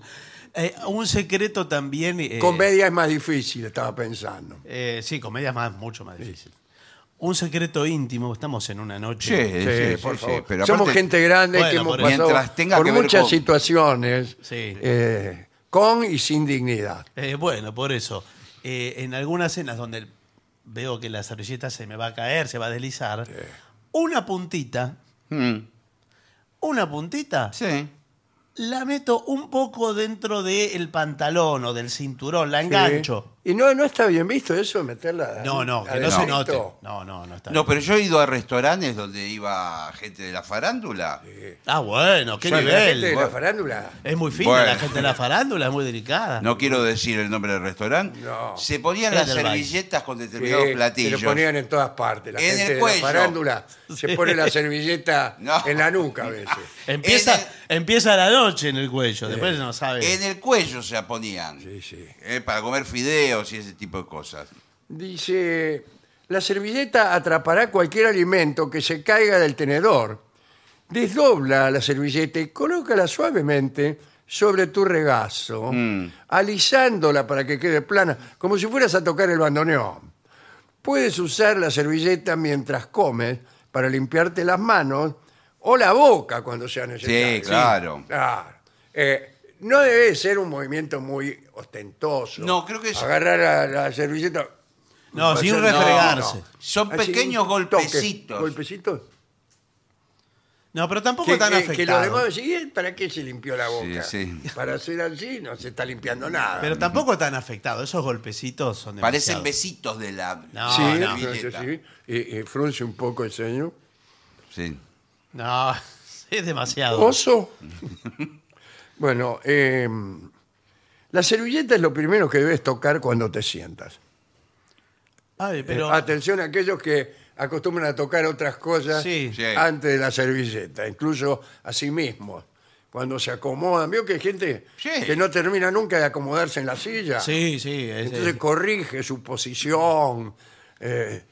[SPEAKER 3] Eh, un secreto también. eh,
[SPEAKER 1] Comedia es más difícil, estaba pensando.
[SPEAKER 3] eh, sí, comedia es más, mucho más difícil. Un secreto íntimo, estamos en una
[SPEAKER 2] Sí,
[SPEAKER 3] noche.
[SPEAKER 2] sí,
[SPEAKER 1] Sí,
[SPEAKER 2] sí,
[SPEAKER 1] por
[SPEAKER 2] sí,
[SPEAKER 1] favor.
[SPEAKER 2] pero
[SPEAKER 1] Somos
[SPEAKER 2] aparte-
[SPEAKER 1] gente grande que
[SPEAKER 3] Bueno,
[SPEAKER 1] hemos
[SPEAKER 3] por-
[SPEAKER 1] pasado
[SPEAKER 2] Mientras tenga
[SPEAKER 1] por
[SPEAKER 2] que ver
[SPEAKER 1] muchas
[SPEAKER 2] con-
[SPEAKER 1] situaciones
[SPEAKER 3] Sí.
[SPEAKER 1] eh, con y sin dignidad.
[SPEAKER 3] Eh, bueno, por eso. eh, en algunas cenas donde veo que la servilleta se me va a caer, se va a deslizar, una puntita,
[SPEAKER 2] Mm,
[SPEAKER 3] una puntita,
[SPEAKER 2] Sí.
[SPEAKER 3] la meto un poco dentro del pantalón o del cinturón, la engancho.
[SPEAKER 1] Sí. Y no, no está bien visto eso, de meterla.
[SPEAKER 3] No, no, que no
[SPEAKER 1] adentro.
[SPEAKER 3] se note. No, no, no está.
[SPEAKER 2] No,
[SPEAKER 3] bien.
[SPEAKER 2] pero yo he ido a restaurantes donde iba gente de la farándula.
[SPEAKER 3] Ah, bueno, qué
[SPEAKER 1] Bueno, la
[SPEAKER 3] nivel.
[SPEAKER 1] gente de la
[SPEAKER 2] bueno.
[SPEAKER 1] farándula.
[SPEAKER 3] Es muy fina
[SPEAKER 2] Bueno.
[SPEAKER 3] la gente de la farándula, es muy delicada.
[SPEAKER 2] No quiero decir el nombre del restaurante.
[SPEAKER 1] No.
[SPEAKER 2] Se ponían
[SPEAKER 3] Es
[SPEAKER 2] las
[SPEAKER 3] del Valle.
[SPEAKER 2] servilletas con determinados
[SPEAKER 1] que eh, se
[SPEAKER 2] platillos.
[SPEAKER 1] lo ponían en todas partes. La
[SPEAKER 2] En
[SPEAKER 1] gente
[SPEAKER 2] el
[SPEAKER 1] de
[SPEAKER 2] cuello.
[SPEAKER 1] la farándula se pone la servilleta
[SPEAKER 2] No.
[SPEAKER 1] en la nuca a veces.
[SPEAKER 3] Empieza,
[SPEAKER 2] En
[SPEAKER 3] empieza la noche en el cuello, después no sabe.
[SPEAKER 2] En el cuello se la ponían.
[SPEAKER 1] Sí, sí.
[SPEAKER 2] Eh, para comer fideos y ese tipo de cosas.
[SPEAKER 1] Dice, la servilleta atrapará cualquier alimento que se caiga del tenedor. Desdobla la servilleta y colócala suavemente sobre tu regazo,
[SPEAKER 2] Mm.
[SPEAKER 1] alisándola para que quede plana, como si fueras a tocar el bandoneón. Puedes usar la servilleta mientras comes para limpiarte las manos o la boca cuando sea necesario.
[SPEAKER 2] Sí, claro.
[SPEAKER 1] Claro. Eh, no debe ser un movimiento muy ostentoso.
[SPEAKER 2] No, creo que es-
[SPEAKER 1] Agarrar la, la servilleta.
[SPEAKER 3] No, sin refregarse.
[SPEAKER 1] no.
[SPEAKER 2] Pues Son
[SPEAKER 1] Así,
[SPEAKER 2] pequeños
[SPEAKER 1] Ah, un toque,
[SPEAKER 2] golpecitos.
[SPEAKER 1] golpecitos.
[SPEAKER 3] No, pero tampoco
[SPEAKER 1] Que, eh,
[SPEAKER 3] tan
[SPEAKER 1] que- que
[SPEAKER 3] afectado.
[SPEAKER 1] los demás decían, "¿Y él ¿para qué se limpió la boca?
[SPEAKER 2] Sí, sí.
[SPEAKER 1] Para hacer así no se está limpiando nada.
[SPEAKER 3] Pero tampoco tan afectado. Esos golpecitos son
[SPEAKER 2] Parecen
[SPEAKER 3] demasiado.
[SPEAKER 2] besitos de la
[SPEAKER 3] No,
[SPEAKER 1] sí, Eh,
[SPEAKER 3] no.
[SPEAKER 2] servilleta.
[SPEAKER 1] entonces sí, y- y frunce un poco el ceño.
[SPEAKER 2] Sí.
[SPEAKER 3] No. Es demasiado.
[SPEAKER 1] ¿Oso? bueno, eh, la servilleta es lo primero que debes tocar cuando te sientas.
[SPEAKER 3] Ay, pero.
[SPEAKER 1] Eh, Atención a aquellos que acostumbran a tocar otras cosas
[SPEAKER 3] Sí.
[SPEAKER 2] Sí.
[SPEAKER 1] antes de la servilleta, incluso a sí mismos. Cuando se acomodan, veo que hay gente
[SPEAKER 2] Sí.
[SPEAKER 1] que no termina nunca de acomodarse en la silla.
[SPEAKER 3] Sí, sí. es-
[SPEAKER 1] Entonces corrige su posición, eh,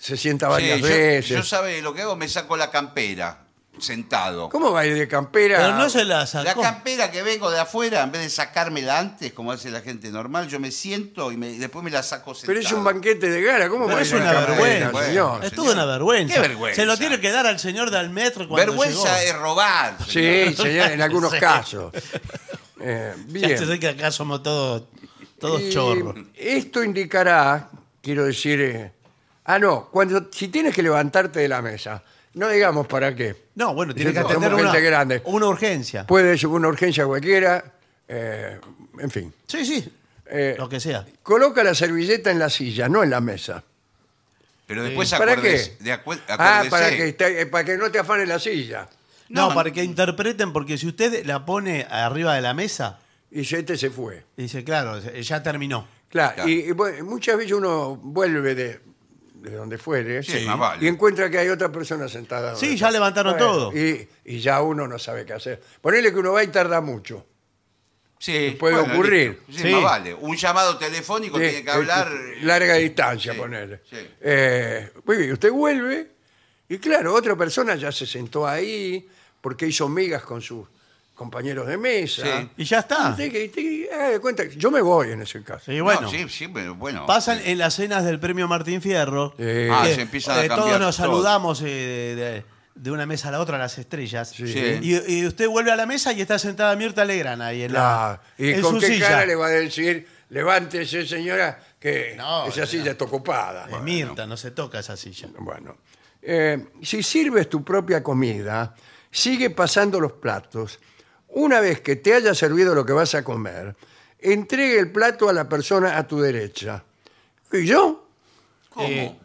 [SPEAKER 1] se sienta
[SPEAKER 2] Sí,
[SPEAKER 1] varias
[SPEAKER 2] yo,
[SPEAKER 1] veces.
[SPEAKER 2] yo sabe lo que hago, me saco la campera, sentado.
[SPEAKER 1] ¿Cómo va a ir de campera?
[SPEAKER 3] Pero no se la
[SPEAKER 2] La
[SPEAKER 3] sacó.
[SPEAKER 2] campera que vengo de afuera, en vez de sacármela antes, como hace la gente normal, yo me siento y, me- y después me la saco sentado.
[SPEAKER 1] Pero es un banquete de gala, ¿cómo
[SPEAKER 3] Pero
[SPEAKER 1] va a
[SPEAKER 3] es
[SPEAKER 1] ir de
[SPEAKER 3] una
[SPEAKER 1] campera, señor?
[SPEAKER 3] vergüenza.
[SPEAKER 2] Ah. Bueno,
[SPEAKER 3] es toda
[SPEAKER 2] señor.
[SPEAKER 3] una vergüenza.
[SPEAKER 2] Qué vergüenza.
[SPEAKER 3] Se lo tiene que dar al señor del metro cuando
[SPEAKER 2] Vergüenza
[SPEAKER 3] llegó.
[SPEAKER 2] es robar. señor.
[SPEAKER 1] Sí, señor, en algunos casos. Eh,
[SPEAKER 3] Ya
[SPEAKER 1] bien.
[SPEAKER 3] se ve que acá somos todos, todos
[SPEAKER 1] Y
[SPEAKER 3] chorros.
[SPEAKER 1] Esto indicará, quiero decir, eh, ah, no, cuando si tienes que levantarte de la mesa, no digamos para qué.
[SPEAKER 3] No, bueno, tiene que
[SPEAKER 1] Nosotros
[SPEAKER 3] atender
[SPEAKER 1] somos
[SPEAKER 3] una,
[SPEAKER 1] gente grande.
[SPEAKER 3] una urgencia.
[SPEAKER 1] Puede ser una urgencia cualquiera, eh, en fin.
[SPEAKER 3] Sí, sí.
[SPEAKER 1] Eh,
[SPEAKER 3] Lo que sea.
[SPEAKER 1] Coloca la servilleta en la silla, no en la mesa.
[SPEAKER 2] Pero después
[SPEAKER 1] ¿Para
[SPEAKER 2] acuérdese-
[SPEAKER 1] qué?
[SPEAKER 2] de acu-
[SPEAKER 1] Ah, para
[SPEAKER 2] acuérdese.
[SPEAKER 1] que, te- eh, para que no te afane la silla.
[SPEAKER 3] No,
[SPEAKER 2] No,
[SPEAKER 3] para que interpreten, porque si usted la pone arriba de la mesa,
[SPEAKER 1] Y si este se fue.
[SPEAKER 3] dice, claro, ya terminó.
[SPEAKER 1] Claro,
[SPEAKER 2] Claro.
[SPEAKER 1] Y, y bueno, muchas veces uno vuelve de, de donde fuere
[SPEAKER 2] Sí, más vale.
[SPEAKER 1] y encuentra que hay otra persona sentada. donde
[SPEAKER 3] Sí,
[SPEAKER 1] está.
[SPEAKER 3] ya levantaron todo.
[SPEAKER 1] Y, y ya uno no sabe qué hacer. Ponele que uno va y tarda mucho.
[SPEAKER 2] Sí,
[SPEAKER 1] puede ocurrir.
[SPEAKER 2] listo. Sí,
[SPEAKER 3] Sí.
[SPEAKER 2] más vale. Un llamado telefónico
[SPEAKER 1] Eh,
[SPEAKER 2] tiene que hablar.
[SPEAKER 1] eh, larga distancia,
[SPEAKER 2] sí,
[SPEAKER 1] ponele.
[SPEAKER 2] sí.
[SPEAKER 1] Eh, muy bien, usted vuelve y claro, otra persona ya se sentó ahí porque hizo migas con sus compañeros de mesa.
[SPEAKER 2] Sí.
[SPEAKER 3] Y ya está.
[SPEAKER 1] Y te- y te- haga de cuenta, que yo me voy en ese caso.
[SPEAKER 3] Y
[SPEAKER 2] No,
[SPEAKER 3] bueno,
[SPEAKER 2] sí, sí, pero bueno.
[SPEAKER 3] pasan en las cenas del premio Martín Fierro.
[SPEAKER 1] Sí.
[SPEAKER 2] Ah,
[SPEAKER 1] Eh,
[SPEAKER 2] se empiezan a
[SPEAKER 3] eh,
[SPEAKER 2] cambiar
[SPEAKER 3] Todos nos
[SPEAKER 2] todo.
[SPEAKER 3] saludamos eh, de, de- de una mesa a la otra, las estrellas.
[SPEAKER 2] Sí.
[SPEAKER 3] Y, y usted vuelve a la mesa y está sentada Mirta Legrana ahí en, la,
[SPEAKER 1] Ah, ¿Y
[SPEAKER 3] en
[SPEAKER 1] con
[SPEAKER 3] su
[SPEAKER 1] qué
[SPEAKER 3] silla.
[SPEAKER 1] cara le va a decir, levántese señora, que
[SPEAKER 3] No,
[SPEAKER 1] esa
[SPEAKER 3] no.
[SPEAKER 1] silla está ocupada?
[SPEAKER 3] Eh, Mirta, no se toca esa silla.
[SPEAKER 1] Bueno, eh, si sirves tu propia comida, sigue pasando los platos. Una vez que te haya servido lo que vas a comer, entregue el plato a la persona a tu derecha. ¿Y yo?
[SPEAKER 2] ¿Cómo?
[SPEAKER 3] Eh,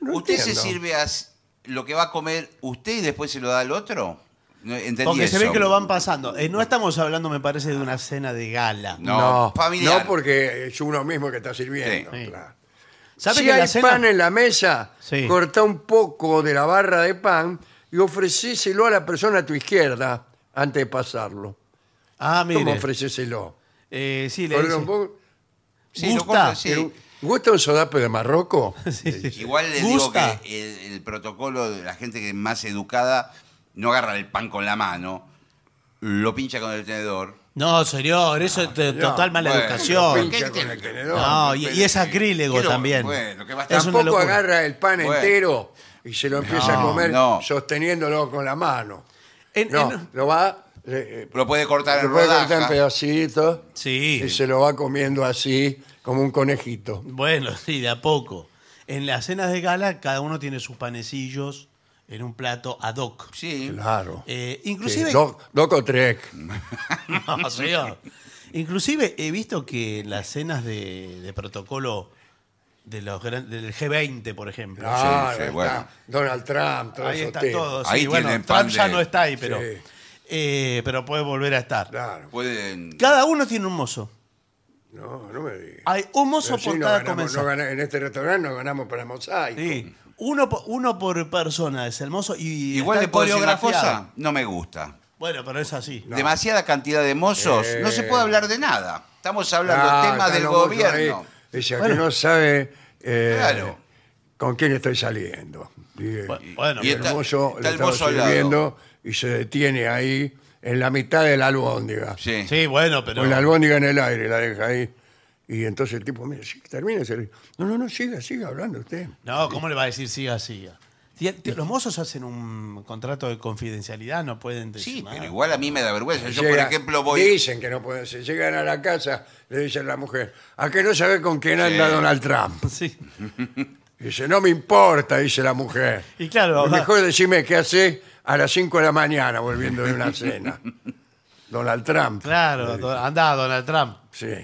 [SPEAKER 1] No
[SPEAKER 2] ¿Usted se
[SPEAKER 1] entiendo.
[SPEAKER 2] sirve a s- lo que va a comer usted y después se lo da al otro? No, entendí
[SPEAKER 3] Porque se ve
[SPEAKER 2] eso.
[SPEAKER 3] que lo van pasando. Eh, no estamos hablando, me parece, de una cena de gala.
[SPEAKER 2] No, familiar.
[SPEAKER 1] no, porque es uno mismo que está sirviendo.
[SPEAKER 3] Sí.
[SPEAKER 1] claro.
[SPEAKER 3] ¿Sabe
[SPEAKER 1] si
[SPEAKER 3] que la
[SPEAKER 1] hay
[SPEAKER 3] cena-
[SPEAKER 1] pan en la mesa,
[SPEAKER 3] Sí.
[SPEAKER 1] corta un poco de la barra de pan y ofrecéselo a la persona a tu izquierda antes de pasarlo.
[SPEAKER 3] Ah,
[SPEAKER 1] ¿Cómo
[SPEAKER 3] mire.
[SPEAKER 1] ofrecéselo?
[SPEAKER 3] Eh, sí, le
[SPEAKER 1] Corta un
[SPEAKER 3] dice-
[SPEAKER 1] poco-
[SPEAKER 2] Sí, lo
[SPEAKER 3] Gusta,
[SPEAKER 2] corta, sí.
[SPEAKER 1] Pero, ¿Gusta un sodape de Marroco?
[SPEAKER 2] Igual le
[SPEAKER 3] Gusta.
[SPEAKER 2] digo que el, el protocolo de la gente que es más educada no agarra el pan con la mano, lo pincha con el tenedor.
[SPEAKER 3] No, señor, eso es to-
[SPEAKER 1] no,
[SPEAKER 3] total mala
[SPEAKER 2] bueno,
[SPEAKER 3] educación.
[SPEAKER 1] pinche
[SPEAKER 2] ¿Qué
[SPEAKER 1] con
[SPEAKER 2] tiene
[SPEAKER 1] el
[SPEAKER 2] que-
[SPEAKER 1] tenedor.
[SPEAKER 3] No, y,
[SPEAKER 2] pero-
[SPEAKER 3] y es acrílego
[SPEAKER 2] Quiero-
[SPEAKER 3] también.
[SPEAKER 2] bueno, que va a estar-
[SPEAKER 3] Es una
[SPEAKER 1] Tampoco
[SPEAKER 3] locura.
[SPEAKER 1] agarra el pan
[SPEAKER 2] Bueno.
[SPEAKER 1] entero y se lo empieza a
[SPEAKER 3] No,
[SPEAKER 1] comer
[SPEAKER 2] no.
[SPEAKER 1] sosteniéndolo con la mano.
[SPEAKER 3] En-
[SPEAKER 1] No,
[SPEAKER 3] en-
[SPEAKER 1] lo va... eh, eh,
[SPEAKER 2] Lo puede cortar en
[SPEAKER 1] lo va a cortar en
[SPEAKER 2] rodajas.
[SPEAKER 1] pedacitos
[SPEAKER 3] Sí.
[SPEAKER 1] y se lo va comiendo así, como un conejito.
[SPEAKER 3] Bueno, sí, de a poco. En las cenas de gala, cada uno tiene sus panecillos en un plato ad hoc.
[SPEAKER 2] Sí.
[SPEAKER 1] Claro.
[SPEAKER 3] Eh,
[SPEAKER 1] Sí,
[SPEAKER 3] inclusive,
[SPEAKER 1] Doc- Doco Trek.
[SPEAKER 3] No, señor. Inclusive he visto que en las cenas de, de protocolo de los gran- del G20, por ejemplo.
[SPEAKER 1] Claro,
[SPEAKER 2] sí,
[SPEAKER 1] está
[SPEAKER 2] bueno.
[SPEAKER 1] Donald Trump, todo
[SPEAKER 3] Ahí
[SPEAKER 1] eso
[SPEAKER 3] está
[SPEAKER 1] te-
[SPEAKER 3] todo.
[SPEAKER 2] Ahí
[SPEAKER 3] sí, bueno,
[SPEAKER 2] tienen pan
[SPEAKER 3] Trump ya
[SPEAKER 2] de-
[SPEAKER 3] no está ahí, pero,
[SPEAKER 1] Sí.
[SPEAKER 3] eh, pero puede volver a estar.
[SPEAKER 1] Claro.
[SPEAKER 2] Pueden.
[SPEAKER 3] Cada uno tiene un mozo.
[SPEAKER 1] No, no me digas.
[SPEAKER 3] Hay un mozo
[SPEAKER 1] Pero sí,
[SPEAKER 3] por
[SPEAKER 1] no
[SPEAKER 3] cada
[SPEAKER 1] ganamos-
[SPEAKER 3] comensal.
[SPEAKER 1] no gana- en este restaurante no ganamos para mosaico.
[SPEAKER 3] Sí. Uno, po- uno por persona es el mozo. Y
[SPEAKER 2] Igual
[SPEAKER 3] está
[SPEAKER 2] le puedo decir una
[SPEAKER 3] coreografiado.
[SPEAKER 2] cosa, no me gusta.
[SPEAKER 3] Bueno, pero es así.
[SPEAKER 1] No. Eh.
[SPEAKER 2] Demasiada cantidad de mozos, no se puede hablar de nada. Estamos hablando
[SPEAKER 1] Ah,
[SPEAKER 2] de temas
[SPEAKER 1] están
[SPEAKER 2] del
[SPEAKER 1] los mozos
[SPEAKER 2] gobierno.
[SPEAKER 1] ahí. Dice, aquí
[SPEAKER 3] Bueno.
[SPEAKER 1] no sabe eh,
[SPEAKER 2] Claro.
[SPEAKER 1] con quién estoy saliendo. Y, eh,
[SPEAKER 3] Bu- Bueno,
[SPEAKER 2] Y
[SPEAKER 1] el
[SPEAKER 2] está-
[SPEAKER 1] mozo
[SPEAKER 2] está
[SPEAKER 1] le
[SPEAKER 2] el
[SPEAKER 1] estaba
[SPEAKER 2] mozo al lado.
[SPEAKER 1] sirviendo y se detiene ahí en la mitad de la albóndiga.
[SPEAKER 2] Sí.
[SPEAKER 3] sí, bueno, pero.
[SPEAKER 1] Con la albóndiga en el aire la deja ahí. Y entonces el tipo, mire, sí, termina de servir. No, no, no, siga, siga hablando usted.
[SPEAKER 3] No, ¿cómo le va a decir siga, siga? Tien- tien- Los mozos hacen un contrato de confidencialidad, no pueden decir
[SPEAKER 2] Sí,
[SPEAKER 3] nada.
[SPEAKER 2] pero igual a mí me da vergüenza. Yo, por
[SPEAKER 1] Llega-
[SPEAKER 2] ejemplo, voy.
[SPEAKER 1] Dicen que no pueden ser. Llegan a la casa, le dicen a la mujer, ¿a que no sabe con quién anda Donald Trump?
[SPEAKER 3] Sí.
[SPEAKER 1] Dice, no me importa, dice la mujer.
[SPEAKER 3] Y claro, va-
[SPEAKER 1] Mejor decime qué hace a las 5 de la mañana volviendo de una cena. Donald Trump.
[SPEAKER 3] claro, do- andá, Donald Trump.
[SPEAKER 1] Sí.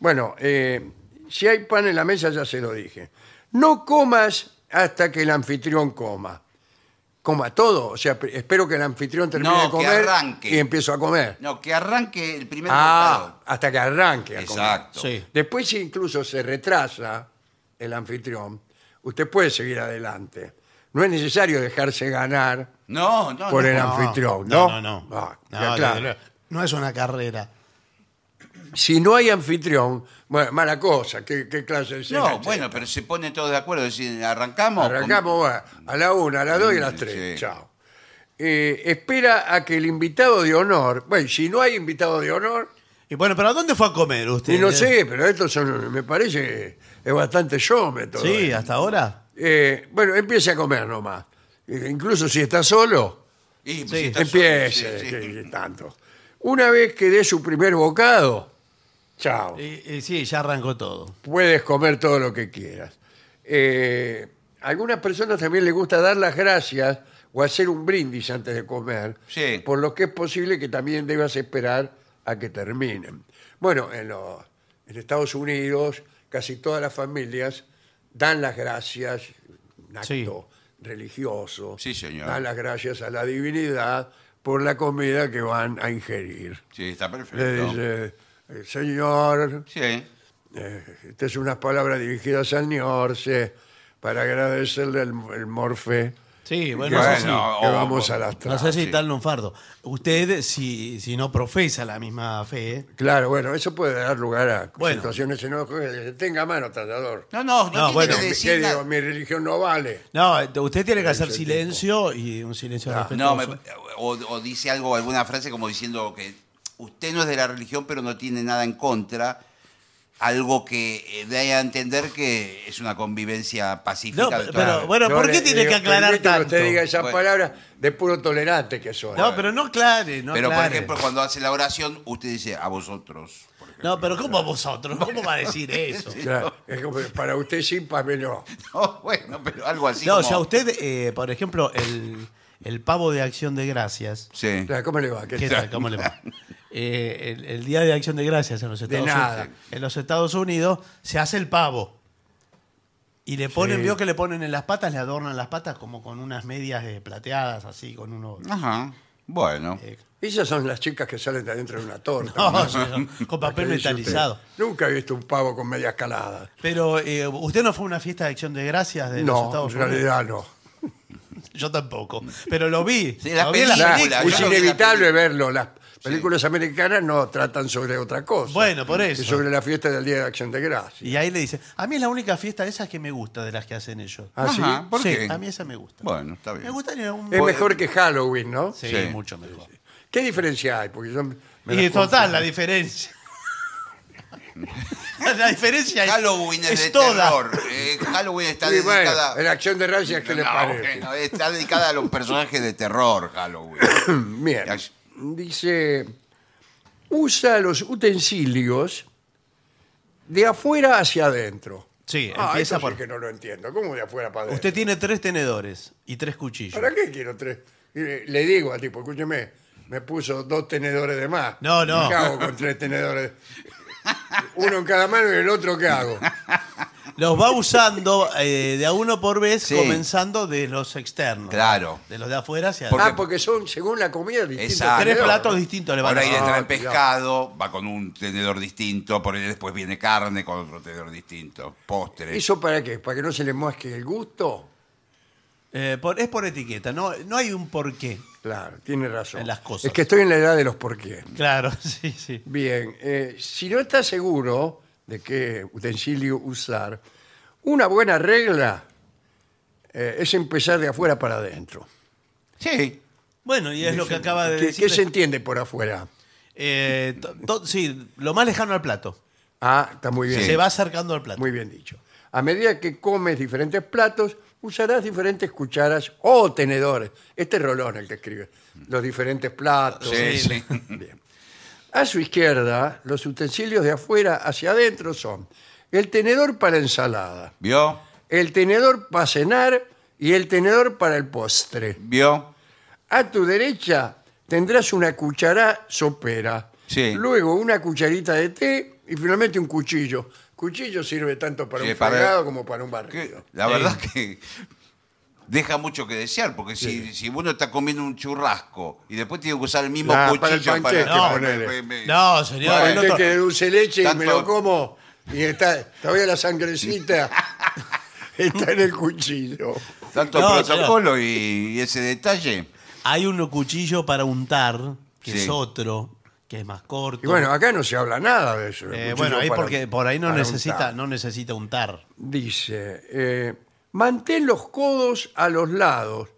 [SPEAKER 1] Bueno, eh, si hay pan en la mesa, ya se lo dije. No comas hasta que el anfitrión coma. coma todo. O sea, pe- espero que el anfitrión termine
[SPEAKER 2] No,
[SPEAKER 1] de
[SPEAKER 2] que
[SPEAKER 1] comer
[SPEAKER 2] arranque.
[SPEAKER 1] y empiezo a comer.
[SPEAKER 2] No, que arranque el primer
[SPEAKER 1] ah,
[SPEAKER 2] bocado.
[SPEAKER 1] hasta que arranque a comer.
[SPEAKER 2] Exacto.
[SPEAKER 3] Sí.
[SPEAKER 1] Después, si incluso se retrasa el anfitrión, usted puede seguir adelante. No es necesario dejarse ganar
[SPEAKER 2] No, no,
[SPEAKER 1] por
[SPEAKER 2] no.
[SPEAKER 1] el anfitrión, ¿no?
[SPEAKER 3] No, no. No,
[SPEAKER 1] Ah, ya,
[SPEAKER 3] No, desde
[SPEAKER 1] claro.
[SPEAKER 3] luego. No es una carrera.
[SPEAKER 1] Si no hay anfitrión, bueno, mala cosa, ¿qué, qué clase de cena
[SPEAKER 2] No,
[SPEAKER 1] es
[SPEAKER 2] bueno,
[SPEAKER 1] esta?
[SPEAKER 2] pero se pone todos de acuerdo. Es decir, arrancamos. con- Mm,
[SPEAKER 1] Arrancamos va, a la una, a las dos y a las tres.
[SPEAKER 2] Sí.
[SPEAKER 1] Chao. Eh, espera a que el invitado de honor, bueno, si no hay invitado de honor,
[SPEAKER 3] Y bueno, pero ¿a dónde fue a comer usted?
[SPEAKER 1] y no sé, pero esto son, me parece es bastante showme todo.
[SPEAKER 3] Sí,
[SPEAKER 1] esto.
[SPEAKER 3] hasta ahora.
[SPEAKER 1] Eh, bueno, empiece a comer nomás. Eh, incluso si está solo,
[SPEAKER 2] Y, pues,
[SPEAKER 3] Sí.
[SPEAKER 2] está solo,
[SPEAKER 1] empiece.
[SPEAKER 2] sí, sí.
[SPEAKER 1] que- que tanto. Una vez que dé su primer bocado, chao.
[SPEAKER 3] Y- y sí, ya arrancó todo.
[SPEAKER 1] puedes comer todo lo que quieras. Eh, a algunas personas también les gusta dar las gracias o hacer un brindis antes de comer,
[SPEAKER 2] Sí.
[SPEAKER 1] por lo que es posible que también debas esperar a que terminen. Bueno, en, los- en Estados Unidos casi todas las familias dan las gracias, un acto
[SPEAKER 3] Sí.
[SPEAKER 1] religioso,
[SPEAKER 2] Sí, señor.
[SPEAKER 1] dan las gracias a la divinidad por la comida que van a ingerir.
[SPEAKER 2] Sí, está
[SPEAKER 1] Le
[SPEAKER 2] perfecto.
[SPEAKER 1] dice, eh, Señor,
[SPEAKER 2] Sí.
[SPEAKER 1] eh, estas son unas palabras dirigidas al Niorce para agradecerle el, el morfe
[SPEAKER 3] Sí,
[SPEAKER 1] que,
[SPEAKER 3] bueno,
[SPEAKER 2] Bueno,
[SPEAKER 3] eso sí.
[SPEAKER 2] no,
[SPEAKER 1] que
[SPEAKER 2] o-
[SPEAKER 1] vamos a las
[SPEAKER 3] No
[SPEAKER 1] tras.
[SPEAKER 3] sé si
[SPEAKER 2] sí.
[SPEAKER 3] tal un fardo. Usted, si, si no profesa la misma fe, ¿eh?
[SPEAKER 1] Claro, bueno, eso puede dar lugar a
[SPEAKER 3] Bueno.
[SPEAKER 1] situaciones enojadas. Tenga mano, tratador.
[SPEAKER 2] No, no, no,
[SPEAKER 3] No,
[SPEAKER 2] tiene
[SPEAKER 3] bueno.
[SPEAKER 2] que
[SPEAKER 1] ¿Qué
[SPEAKER 2] decir
[SPEAKER 1] digo?
[SPEAKER 2] nada.
[SPEAKER 1] Mi religión no vale.
[SPEAKER 3] No, este, usted tiene que hacer
[SPEAKER 1] Ese
[SPEAKER 3] silencio y un silencio
[SPEAKER 2] No,
[SPEAKER 3] respetuoso.
[SPEAKER 2] me- o, o dice algo, alguna frase como diciendo que usted no es de la religión, pero no tiene nada en contra. Algo que eh, dé a entender que es una convivencia pacífica.
[SPEAKER 3] No,
[SPEAKER 2] de
[SPEAKER 3] pero-
[SPEAKER 2] toda la-
[SPEAKER 3] pero bueno,
[SPEAKER 1] Yo
[SPEAKER 3] ¿por
[SPEAKER 1] le
[SPEAKER 3] qué tiene
[SPEAKER 1] digo,
[SPEAKER 3] que aclarar
[SPEAKER 1] permítame que
[SPEAKER 3] tanto?
[SPEAKER 1] usted diga esas
[SPEAKER 2] Bueno.
[SPEAKER 1] palabras de puro tolerante que soy.
[SPEAKER 3] No, pero no aclare, no
[SPEAKER 2] Pero, por
[SPEAKER 3] aclare.
[SPEAKER 2] ejemplo, cuando hace la oración, usted dice a vosotros. por ejemplo.
[SPEAKER 3] No, pero ¿cómo vosotros? ¿Cómo va a decir eso?
[SPEAKER 1] Claro, es como, para usted sí, para mí no.
[SPEAKER 2] No, bueno, pero algo así.
[SPEAKER 3] No, o
[SPEAKER 2] como-
[SPEAKER 3] sea, usted, eh, por ejemplo, el, el pavo de Acción de Gracias.
[SPEAKER 2] Sí.
[SPEAKER 1] Claro, ¿Cómo le va? ¿Qué
[SPEAKER 3] ¿Qué
[SPEAKER 1] tal?
[SPEAKER 3] tal? ¿Cómo le va? Eh, el, el Día de Acción de Gracias en los Estados,
[SPEAKER 1] nada.
[SPEAKER 3] Unidos, en los Estados Unidos se hace el pavo. Y le ponen,
[SPEAKER 1] Sí.
[SPEAKER 3] vio que le ponen en las patas, le adornan las patas como con unas medias eh, plateadas, así, con uno...
[SPEAKER 2] Ajá. Bueno.
[SPEAKER 3] eh,
[SPEAKER 1] Esas son las chicas que salen de adentro de una torta.
[SPEAKER 3] no, señor, con
[SPEAKER 1] ¿Qué
[SPEAKER 3] papel
[SPEAKER 1] dice usted?
[SPEAKER 3] metalizado.
[SPEAKER 1] Nunca he visto un pavo con medias caladas.
[SPEAKER 3] Pero eh, usted no fue a una fiesta de acción de gracias de los
[SPEAKER 1] No,
[SPEAKER 3] Estados
[SPEAKER 1] en
[SPEAKER 3] Unidos.
[SPEAKER 1] realidad no.
[SPEAKER 3] Yo tampoco. Pero lo vi.
[SPEAKER 2] Sí, la
[SPEAKER 3] lo vi en las
[SPEAKER 2] película,
[SPEAKER 3] películas.
[SPEAKER 2] yo
[SPEAKER 1] es
[SPEAKER 2] lo vi en la
[SPEAKER 1] inevitable verlo. Las películas americanas no tratan sobre otra cosa.
[SPEAKER 3] Bueno, por
[SPEAKER 1] Es
[SPEAKER 3] eso.
[SPEAKER 1] sobre la fiesta del Día de Acción de Gracias.
[SPEAKER 3] Y ahí le dice, a mí es la única fiesta de esas que me gusta de las que hacen ellos.
[SPEAKER 1] Ah, sí.
[SPEAKER 2] Ajá, ¿Por
[SPEAKER 3] sí,
[SPEAKER 2] qué?
[SPEAKER 3] a mí esa me gusta.
[SPEAKER 2] Bueno, está bien.
[SPEAKER 3] Me gusta ir a un...
[SPEAKER 1] Es mejor que Halloween, ¿no?
[SPEAKER 3] Sí,
[SPEAKER 2] Sí.
[SPEAKER 3] mucho mejor.
[SPEAKER 1] ¿Qué diferencia hay? Porque yo me las
[SPEAKER 3] Y total,
[SPEAKER 1] confundo.
[SPEAKER 3] la diferencia. la diferencia es,
[SPEAKER 2] Halloween es, de
[SPEAKER 3] es toda.
[SPEAKER 2] terror. Eh, Halloween está
[SPEAKER 1] Sí, bueno,
[SPEAKER 2] dedicada.
[SPEAKER 1] en Acción de Gracias, ¿qué le
[SPEAKER 2] No,
[SPEAKER 1] parece?
[SPEAKER 2] bueno, está dedicada a los personajes de terror, Halloween.
[SPEAKER 1] Bien.
[SPEAKER 2] Ay.
[SPEAKER 1] Dice, usa los utensilios de afuera hacia adentro.
[SPEAKER 3] Sí,
[SPEAKER 1] Ah, esto
[SPEAKER 3] empieza
[SPEAKER 1] sí
[SPEAKER 3] por...
[SPEAKER 1] que no lo entiendo. ¿Cómo de afuera para adentro?
[SPEAKER 3] Usted tiene tres tenedores y tres cuchillos.
[SPEAKER 1] ¿Para qué quiero tres? Y Le le digo al tipo, escúcheme, me puso dos tenedores de más.
[SPEAKER 3] No, no.
[SPEAKER 1] ¿Qué hago con tres tenedores? Uno en cada mano y el otro qué hago.
[SPEAKER 3] Los va usando eh, de a uno por vez,
[SPEAKER 2] Sí.
[SPEAKER 3] comenzando de los externos.
[SPEAKER 2] Claro.
[SPEAKER 3] De los de afuera hacia
[SPEAKER 2] Porque-
[SPEAKER 1] ah, porque son según la comida distintos.
[SPEAKER 2] Exacto.
[SPEAKER 3] Tres
[SPEAKER 1] tenedores.
[SPEAKER 3] platos distintos le van
[SPEAKER 2] Por
[SPEAKER 3] a
[SPEAKER 2] ahí le
[SPEAKER 1] Ah,
[SPEAKER 2] traen
[SPEAKER 1] cuidado.
[SPEAKER 2] pescado, va con un tenedor distinto, por ahí después viene carne con otro tenedor distinto, postre.
[SPEAKER 1] ¿Eso para qué? ¿Para que no se le muesque el gusto?
[SPEAKER 3] Eh, por- es por etiqueta, no, no hay un porqué.
[SPEAKER 1] Claro, tiene razón.
[SPEAKER 3] En las cosas.
[SPEAKER 1] Es que estoy en la edad de los por qué.
[SPEAKER 3] Claro, sí, sí.
[SPEAKER 1] Bien, eh, si no estás seguro de qué utensilio usar, una buena regla eh, es empezar de afuera para adentro.
[SPEAKER 2] Sí.
[SPEAKER 3] Bueno, y es lo que acaba de
[SPEAKER 1] ¿Qué-
[SPEAKER 3] decir.
[SPEAKER 1] ¿Qué se entiende por afuera?
[SPEAKER 3] Eh, to- to- sí, lo más lejano al plato.
[SPEAKER 1] Ah, está muy bien.
[SPEAKER 2] Sí.
[SPEAKER 3] Se va acercando al plato.
[SPEAKER 1] Muy bien dicho. A medida que comes diferentes platos, usarás diferentes cucharas o tenedores. Este es Rolón el que escribe. Los diferentes platos.
[SPEAKER 2] Sí, sí.
[SPEAKER 1] Bien. A su izquierda, los utensilios de afuera hacia adentro son el tenedor para ensalada,
[SPEAKER 2] ¿Vio?
[SPEAKER 1] el tenedor para cenar y el tenedor para el postre.
[SPEAKER 2] ¿Vio?
[SPEAKER 1] A tu derecha tendrás una cuchara sopera.
[SPEAKER 2] Sí.
[SPEAKER 1] Luego una cucharita de té y finalmente un cuchillo. Cuchillo sirve tanto para
[SPEAKER 2] Sí,
[SPEAKER 1] un
[SPEAKER 2] para-
[SPEAKER 1] fregado como para un barrido.
[SPEAKER 2] Que la
[SPEAKER 3] Sí.
[SPEAKER 2] verdad que deja mucho que desear, porque si, si uno está comiendo un churrasco y después tiene que usar el mismo
[SPEAKER 1] Ah, para el
[SPEAKER 2] cuchillo
[SPEAKER 1] panqueque,
[SPEAKER 2] para-
[SPEAKER 1] ponele.
[SPEAKER 2] me- me-
[SPEAKER 3] No, señor.
[SPEAKER 2] Bueno,
[SPEAKER 3] el otro-
[SPEAKER 1] Antes que de este dulce leche y me lo
[SPEAKER 2] Tanto-
[SPEAKER 1] como y está todavía la sangrecita está en el cuchillo.
[SPEAKER 2] Tanto
[SPEAKER 3] No,
[SPEAKER 2] protocolo y, y ese detalle.
[SPEAKER 3] Hay un cuchillo para untar, que
[SPEAKER 2] Sí.
[SPEAKER 3] es otro, que es más corto.
[SPEAKER 1] Y bueno, acá no se habla nada de eso. el
[SPEAKER 3] Eh,
[SPEAKER 1] cuchillo
[SPEAKER 3] bueno, ahí
[SPEAKER 1] para-
[SPEAKER 3] porque por ahí no
[SPEAKER 1] para
[SPEAKER 3] necesita,
[SPEAKER 1] untar.
[SPEAKER 3] no necesita untar.
[SPEAKER 1] Dice, eh, mantén los codos a los lados.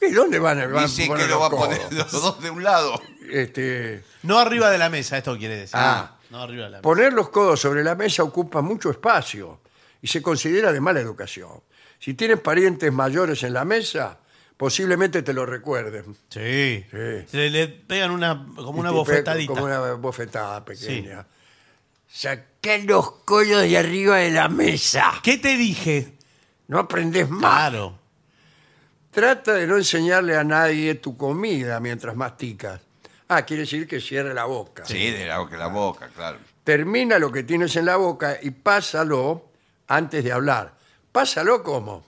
[SPEAKER 1] ¿Y dónde van a, van a
[SPEAKER 2] Dice que
[SPEAKER 1] poner
[SPEAKER 2] lo va
[SPEAKER 1] los
[SPEAKER 2] a poner
[SPEAKER 1] codos?
[SPEAKER 2] los dos de un lado.
[SPEAKER 1] Este,
[SPEAKER 3] No arriba de la mesa, esto quiere decir.
[SPEAKER 1] Ah.
[SPEAKER 3] no arriba de la mesa.
[SPEAKER 1] Poner los codos sobre la mesa ocupa mucho espacio y se considera de mala educación. Si tienes parientes mayores en la mesa, posiblemente te lo recuerden.
[SPEAKER 3] Sí.
[SPEAKER 1] Sí.
[SPEAKER 3] Se le pegan una, como una
[SPEAKER 1] Y te pe-
[SPEAKER 3] bofetadita.
[SPEAKER 1] Como una bofetada pequeña. Sacá los codos de arriba de la mesa.
[SPEAKER 3] ¿Qué te dije?
[SPEAKER 1] No aprendes más.
[SPEAKER 3] Claro.
[SPEAKER 1] Trata de no enseñarle a nadie tu comida mientras masticas. Ah, quiere decir que cierre la boca.
[SPEAKER 2] Sí, de la, que la boca, claro.
[SPEAKER 1] Termina lo que tienes en la boca y pásalo antes de hablar. Pásalo como.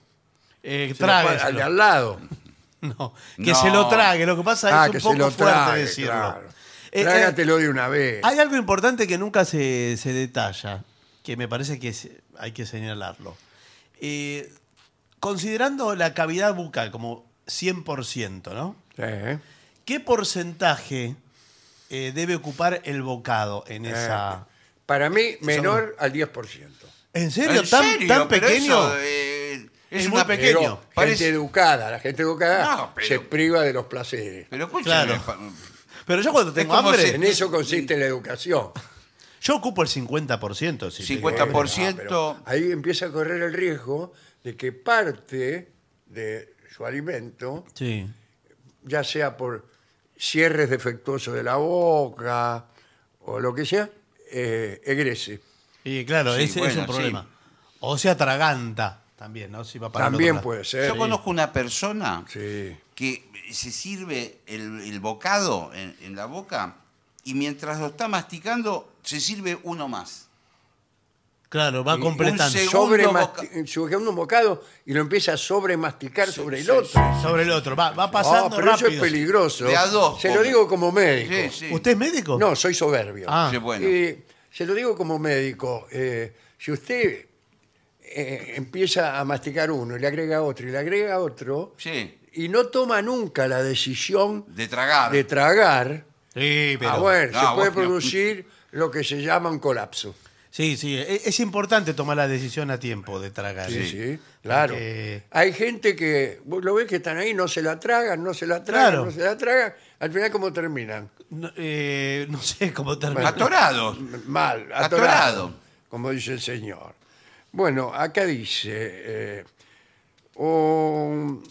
[SPEAKER 3] Eh,
[SPEAKER 1] Se lo pa- al de
[SPEAKER 3] trágueselo.
[SPEAKER 1] al lado.
[SPEAKER 3] No, que
[SPEAKER 2] No.
[SPEAKER 3] se lo trague. Lo que pasa es
[SPEAKER 1] Ah,
[SPEAKER 3] un
[SPEAKER 1] que
[SPEAKER 3] poco
[SPEAKER 1] se lo
[SPEAKER 3] fuerte
[SPEAKER 1] trague,
[SPEAKER 3] decirlo.
[SPEAKER 1] claro.
[SPEAKER 3] Eh, eh,
[SPEAKER 1] Trágatelo de una vez.
[SPEAKER 3] hay algo importante que nunca se, se detalla, que me parece que es- hay que señalarlo. Eh, considerando la cavidad bucal como 100%, ¿no?
[SPEAKER 1] Sí.
[SPEAKER 3] ¿Qué porcentaje eh, debe ocupar el bocado en esa...
[SPEAKER 1] Eh, Para mí, menor al 10%.
[SPEAKER 3] ¿En serio?
[SPEAKER 2] ¿En
[SPEAKER 3] ¿Tan,
[SPEAKER 2] serio?
[SPEAKER 3] tan
[SPEAKER 2] Pero
[SPEAKER 3] pequeño?
[SPEAKER 2] eso, eh, es
[SPEAKER 3] Es
[SPEAKER 2] una
[SPEAKER 3] muy pequeño.
[SPEAKER 1] Pero gente
[SPEAKER 2] Parece-
[SPEAKER 1] educada, la gente educada
[SPEAKER 2] No, pero-
[SPEAKER 1] se priva de los placeres.
[SPEAKER 2] Pero escúchame,
[SPEAKER 3] Claro.
[SPEAKER 2] pa-
[SPEAKER 3] Pero yo cuando tengo
[SPEAKER 2] como
[SPEAKER 3] hambre,
[SPEAKER 2] si-
[SPEAKER 1] En eso consiste la educación.
[SPEAKER 3] yo ocupo el 50%. Si te-
[SPEAKER 2] 50%. Por ciento-
[SPEAKER 1] pero ah, ahí empieza a correr el riesgo de que parte de su alimento,
[SPEAKER 3] Sí.
[SPEAKER 1] ya sea por cierres defectuosos de la boca o lo que sea, eh, egrese.
[SPEAKER 3] Y claro,
[SPEAKER 2] Sí,
[SPEAKER 3] ese es
[SPEAKER 2] bueno,
[SPEAKER 3] un
[SPEAKER 2] sí.
[SPEAKER 3] problema. O sea, atraganta también, ¿no? Si va para el otro
[SPEAKER 1] También
[SPEAKER 3] lado.
[SPEAKER 1] puede ser.
[SPEAKER 2] Yo conozco una persona
[SPEAKER 1] ah, Sí.
[SPEAKER 2] que se sirve el, el bocado en, en la boca y mientras lo está masticando se sirve uno más.
[SPEAKER 3] Claro, va
[SPEAKER 2] Y
[SPEAKER 3] completando.
[SPEAKER 2] un seg-
[SPEAKER 1] Sobre
[SPEAKER 2] Segundo
[SPEAKER 1] un bocado y lo empieza a sobremasticar sobre el
[SPEAKER 2] sí,
[SPEAKER 1] otro.
[SPEAKER 3] Sobre el otro, va, va
[SPEAKER 1] No,
[SPEAKER 3] pasando
[SPEAKER 1] Ah, pero
[SPEAKER 3] rápido.
[SPEAKER 1] eso es peligroso.
[SPEAKER 2] De a dos,
[SPEAKER 1] Se lo
[SPEAKER 2] come.
[SPEAKER 1] digo como médico.
[SPEAKER 2] Sí, sí.
[SPEAKER 3] ¿Usted es médico?
[SPEAKER 1] No, soy soberbio.
[SPEAKER 3] Ah.
[SPEAKER 2] Sí, bueno.
[SPEAKER 1] Y se lo digo como médico. eh, si usted eh, empieza a masticar uno y le agrega otro y le agrega otro
[SPEAKER 2] Sí,
[SPEAKER 1] y no toma nunca la decisión
[SPEAKER 2] de tragar.
[SPEAKER 1] de tragar,
[SPEAKER 3] Sí, pero.
[SPEAKER 1] ah, bueno,
[SPEAKER 2] No,
[SPEAKER 1] se puede
[SPEAKER 2] bueno.
[SPEAKER 1] producir lo que se llama un colapso.
[SPEAKER 3] Sí, sí, e- es, importante tomar la decisión a tiempo de tragar.
[SPEAKER 1] Sí,
[SPEAKER 2] Sí.
[SPEAKER 1] sí, claro.
[SPEAKER 3] Porque-
[SPEAKER 1] Hay gente que, vos lo ves que están ahí, no se la tragan, no se la tragan,
[SPEAKER 3] Claro.
[SPEAKER 1] no se la tragan. Al final, ¿cómo terminan?
[SPEAKER 3] No, eh, no sé cómo termina.
[SPEAKER 2] Atorados.
[SPEAKER 1] mal, atorado,
[SPEAKER 2] Atorado.
[SPEAKER 1] como dice el señor. Bueno, acá dice, eh, o-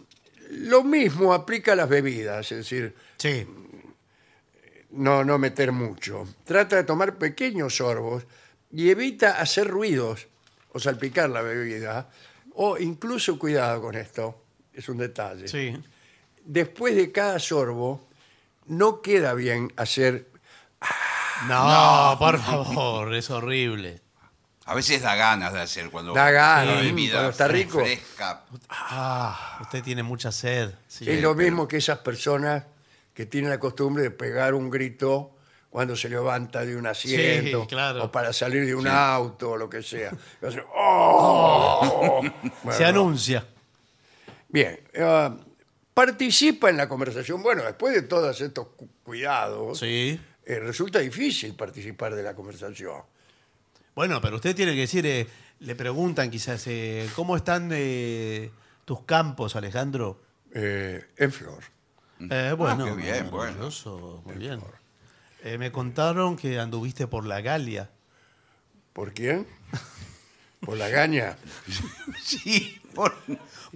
[SPEAKER 1] lo mismo aplica a las bebidas, es decir,
[SPEAKER 3] Sí,
[SPEAKER 1] no, no meter mucho. Trata de tomar pequeños sorbos y evita hacer ruidos o salpicar la bebida, o incluso cuidado con esto, es un detalle.
[SPEAKER 3] sí.
[SPEAKER 1] Después de cada sorbo, no queda bien hacer
[SPEAKER 3] No, por favor, es horrible.
[SPEAKER 2] A veces da ganas de hacer cuando
[SPEAKER 1] Da ganas,
[SPEAKER 2] la bebida
[SPEAKER 1] cuando está rico.
[SPEAKER 2] fresca.
[SPEAKER 3] Ah, usted tiene mucha sed. Sí.
[SPEAKER 1] es lo mismo que esas personas que tienen la costumbre de pegar un grito cuando se levanta de un asiento
[SPEAKER 3] Sí, claro.
[SPEAKER 1] o para salir de un auto o lo que sea. Y hacen, "Oh". Bueno,
[SPEAKER 3] Se anuncia.
[SPEAKER 1] Bien, eh, participa en la conversación. Bueno, después de todos estos cu- cuidados,
[SPEAKER 3] Sí.
[SPEAKER 1] eh, resulta difícil participar de la conversación.
[SPEAKER 3] Bueno, pero usted tiene que decir, eh, le preguntan quizás, eh, ¿cómo están eh, tus campos, Alejandro?
[SPEAKER 1] Eh, en flor.
[SPEAKER 3] Eh, bueno,
[SPEAKER 2] Ah, qué bien, bueno.
[SPEAKER 3] maravilloso, muy bien. Eh, me contaron que anduviste por la Galia.
[SPEAKER 1] ¿Por quién? Por la gaña.
[SPEAKER 2] Sí, por-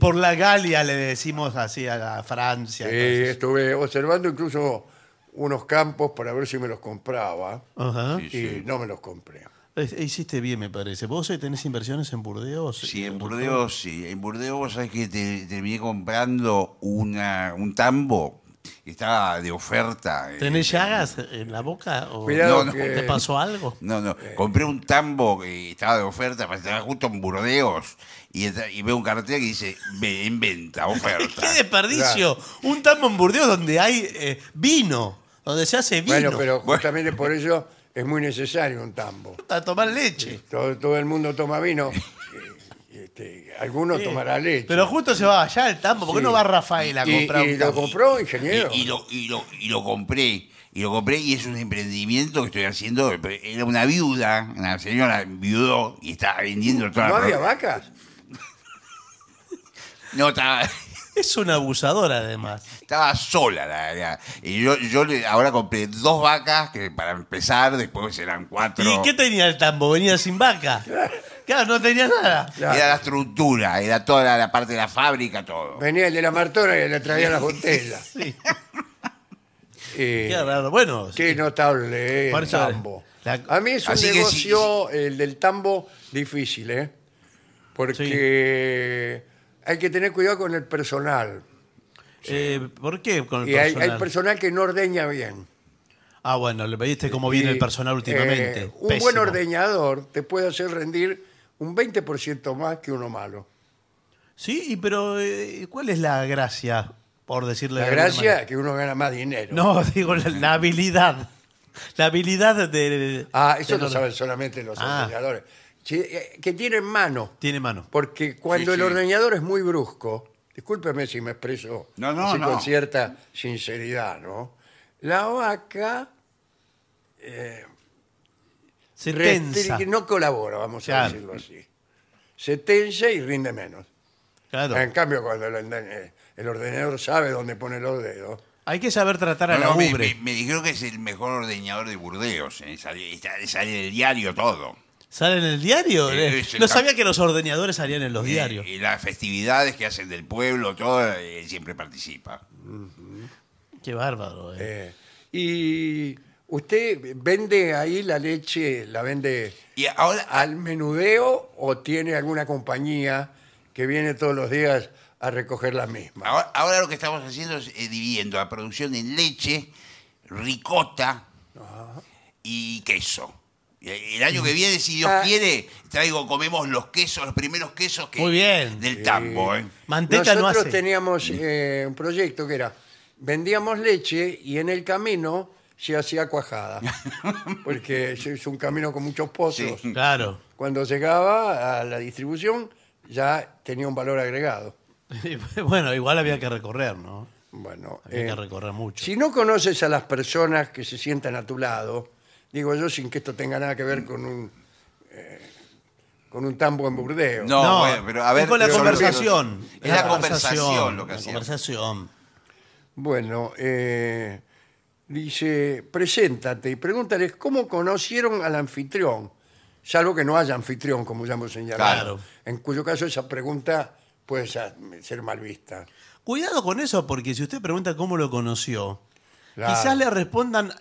[SPEAKER 3] Por la Galia le decimos así a la Francia.
[SPEAKER 1] Eh,
[SPEAKER 3] entonces.
[SPEAKER 1] estuve observando incluso unos campos para ver si me los compraba.
[SPEAKER 3] Ajá.
[SPEAKER 1] y
[SPEAKER 2] Sí,
[SPEAKER 1] no me los compré.
[SPEAKER 3] Eh, Hiciste bien, me parece. ¿Vos eh, tenés inversiones en Burdeos?
[SPEAKER 2] sí, en
[SPEAKER 3] Eh,
[SPEAKER 2] Burdeos, sí. En Burdeos, ¿sabes que te, terminé comprando una, un tambo? que está de oferta. eh,
[SPEAKER 3] ¿Tenés llagas en la boca? ¿O
[SPEAKER 1] Cuidado
[SPEAKER 2] No, no.
[SPEAKER 1] que-
[SPEAKER 3] ¿Te pasó algo?
[SPEAKER 2] No, no.
[SPEAKER 1] Eh.
[SPEAKER 2] Compré un tambo que estaba de oferta, estaba justo en Burdeos, y, entra- y veo un cartel que dice, "Ve- en venta, oferta.
[SPEAKER 3] ¡Qué desperdicio! Un tambo en Burdeos donde hay eh, vino, donde se hace vino.
[SPEAKER 1] Bueno, pero justamente por ello es muy necesario un tambo.
[SPEAKER 3] Para tomar leche.
[SPEAKER 1] Todo, todo el mundo toma vino. y- y, este, alguno tomará leche.
[SPEAKER 3] Pero justo se va allá el tambo. ¿Por qué
[SPEAKER 1] Sí.
[SPEAKER 3] no va Rafael a
[SPEAKER 1] y,
[SPEAKER 3] comprar
[SPEAKER 1] y
[SPEAKER 3] un
[SPEAKER 1] lo
[SPEAKER 3] tambo?
[SPEAKER 1] compró,
[SPEAKER 2] Y,
[SPEAKER 1] ingeniero.
[SPEAKER 2] y lo, y lo- y lo compré. Y lo compré y es un emprendimiento que estoy haciendo. Era una viuda, una señora viudó y estaba vendiendo toda
[SPEAKER 1] Uh, ¿No
[SPEAKER 2] la
[SPEAKER 1] había
[SPEAKER 2] ropa.
[SPEAKER 1] vacas?
[SPEAKER 2] No, estaba,
[SPEAKER 3] Es un abusador, además.
[SPEAKER 2] estaba sola. La, la- y yo, yo le- ahora compré dos vacas, que para empezar, después eran cuatro.
[SPEAKER 3] ¿Y qué tenía el tambo? Venía sin vaca. Claro, no tenía nada.
[SPEAKER 1] Claro.
[SPEAKER 2] Era la estructura, era toda la, la parte de la fábrica, todo.
[SPEAKER 1] Venía el de la Martona y le traía las botellas.
[SPEAKER 3] Sí,
[SPEAKER 1] Eh,
[SPEAKER 3] qué raro. Bueno,
[SPEAKER 1] Qué notable eh,
[SPEAKER 3] Por
[SPEAKER 1] el
[SPEAKER 3] eso-
[SPEAKER 1] tambo.
[SPEAKER 3] la-
[SPEAKER 1] A mí es un
[SPEAKER 2] Así que
[SPEAKER 1] negocio, el del tambo, difícil, ¿eh? Porque hay que tener cuidado con el personal.
[SPEAKER 3] eh, ¿por qué con el
[SPEAKER 1] Y hay, hay
[SPEAKER 3] personal?
[SPEAKER 1] personal que no ordeña bien.
[SPEAKER 3] ah, bueno, le pediste cómo viene
[SPEAKER 1] Y,
[SPEAKER 3] el personal últimamente.
[SPEAKER 1] eh, un
[SPEAKER 3] Pésimo.
[SPEAKER 1] buen ordeñador te puede hacer rendir un 20% más que uno malo.
[SPEAKER 3] Sí, y pero eh, ¿cuál es la gracia, por decirle
[SPEAKER 1] La
[SPEAKER 3] de alguna
[SPEAKER 1] gracia
[SPEAKER 3] manera?
[SPEAKER 1] es que uno gana más dinero.
[SPEAKER 3] No, digo, la, la habilidad. La habilidad de...
[SPEAKER 1] Ah, eso
[SPEAKER 3] de-
[SPEAKER 1] lo saben solamente los
[SPEAKER 3] Ah.
[SPEAKER 1] ordeñadores. Sí, eh, Que tienen mano.
[SPEAKER 3] Tiene mano.
[SPEAKER 1] Porque cuando
[SPEAKER 2] Sí,
[SPEAKER 1] el
[SPEAKER 2] sí.
[SPEAKER 1] ordeñador es muy brusco, discúlpeme si me expreso
[SPEAKER 2] No, no,
[SPEAKER 1] así
[SPEAKER 2] no.
[SPEAKER 1] con cierta sinceridad, ¿no? La vaca
[SPEAKER 3] Se
[SPEAKER 1] restri-
[SPEAKER 3] tensa.
[SPEAKER 1] no colabora, vamos a
[SPEAKER 3] Claro.
[SPEAKER 1] decirlo así. Se tensa y rinde menos.
[SPEAKER 3] Claro.
[SPEAKER 1] En cambio, cuando el, orden- eh, el ordeñador sabe dónde pone los dedos,
[SPEAKER 3] Hay que saber tratar a
[SPEAKER 2] No,
[SPEAKER 3] la
[SPEAKER 2] no, me,
[SPEAKER 3] ubre.
[SPEAKER 2] me- me dijeron que es el mejor ordeñador de Burdeos. eh, Sale, está- sale del diario todo.
[SPEAKER 3] ¿Sale en el diario?
[SPEAKER 2] Eh,
[SPEAKER 3] Eh,
[SPEAKER 2] sí,
[SPEAKER 3] no
[SPEAKER 2] ca-
[SPEAKER 3] sabía que los ordeñadores salían en los
[SPEAKER 2] Eh,
[SPEAKER 3] diarios.
[SPEAKER 2] Y las festividades que hacen del pueblo, todo, eh, siempre participa.
[SPEAKER 3] Qué bárbaro. eh.
[SPEAKER 1] eh, y usted vende ahí la leche, la vende
[SPEAKER 2] Y ahora,
[SPEAKER 1] al menudeo o tiene alguna compañía que viene todos los días a recoger la misma.
[SPEAKER 2] ahora, ahora lo que estamos haciendo es eh, dividiendo la producción en leche, ricota y queso. Y eh, El año
[SPEAKER 3] Mm.
[SPEAKER 2] que viene, si Dios
[SPEAKER 1] Ah.
[SPEAKER 2] quiere, traigo, comemos los quesos, los primeros quesos que
[SPEAKER 3] Muy bien.
[SPEAKER 2] del tambo. eh.
[SPEAKER 3] Manteca no
[SPEAKER 1] Nosotros
[SPEAKER 3] hace.
[SPEAKER 1] teníamos eh, un proyecto que era, vendíamos leche y en el camino se hacía cuajada, porque es- es un camino con muchos pozos.
[SPEAKER 2] Sí.
[SPEAKER 3] Claro.
[SPEAKER 1] Cuando llegaba a la distribución ya tenía un valor agregado.
[SPEAKER 3] bueno, igual había que recorrer, ¿no?
[SPEAKER 1] Bueno,
[SPEAKER 3] Había
[SPEAKER 1] eh,
[SPEAKER 3] que recorrer mucho.
[SPEAKER 1] si no conoces a las personas que se sientan a tu lado, digo yo sin que esto tenga nada que ver con un eh, con un tambo en Burdeos.
[SPEAKER 2] No, bueno, pero a ver,
[SPEAKER 3] es con la
[SPEAKER 2] pero-
[SPEAKER 3] conversación.
[SPEAKER 2] Es la conversación lo que
[SPEAKER 3] La
[SPEAKER 2] hacía.
[SPEAKER 3] conversación.
[SPEAKER 1] Bueno, eh, dice, preséntate y pregúntales cómo conocieron al anfitrión, salvo que no haya anfitrión, como ya hemos señalado,
[SPEAKER 3] Claro.
[SPEAKER 1] en cuyo caso esa pregunta puede sa- ser mal vista.
[SPEAKER 3] Cuidado con eso, porque si usted pregunta cómo lo conoció,
[SPEAKER 1] Claro.
[SPEAKER 3] quizás le respondan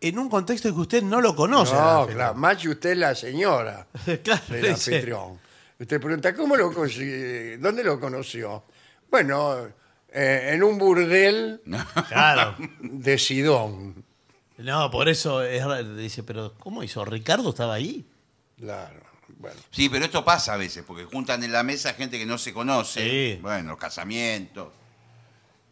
[SPEAKER 3] en un contexto en que usted no lo conoce.
[SPEAKER 1] No,
[SPEAKER 3] Rafael.
[SPEAKER 1] claro, más si usted es la señora
[SPEAKER 3] Claro,
[SPEAKER 1] del
[SPEAKER 3] dice,
[SPEAKER 1] anfitrión. Usted pregunta, ¿cómo lo consi- ¿Dónde lo conoció? Bueno, eh, en un burdel
[SPEAKER 3] Claro.
[SPEAKER 1] de Sidón.
[SPEAKER 3] No, por eso es ra- dice, pero ¿cómo hizo? ¿Ricardo estaba ahí?
[SPEAKER 1] Claro, bueno.
[SPEAKER 2] Sí, pero esto pasa a veces, porque juntan en la mesa gente que no se conoce.
[SPEAKER 3] Sí.
[SPEAKER 2] Bueno, casamientos.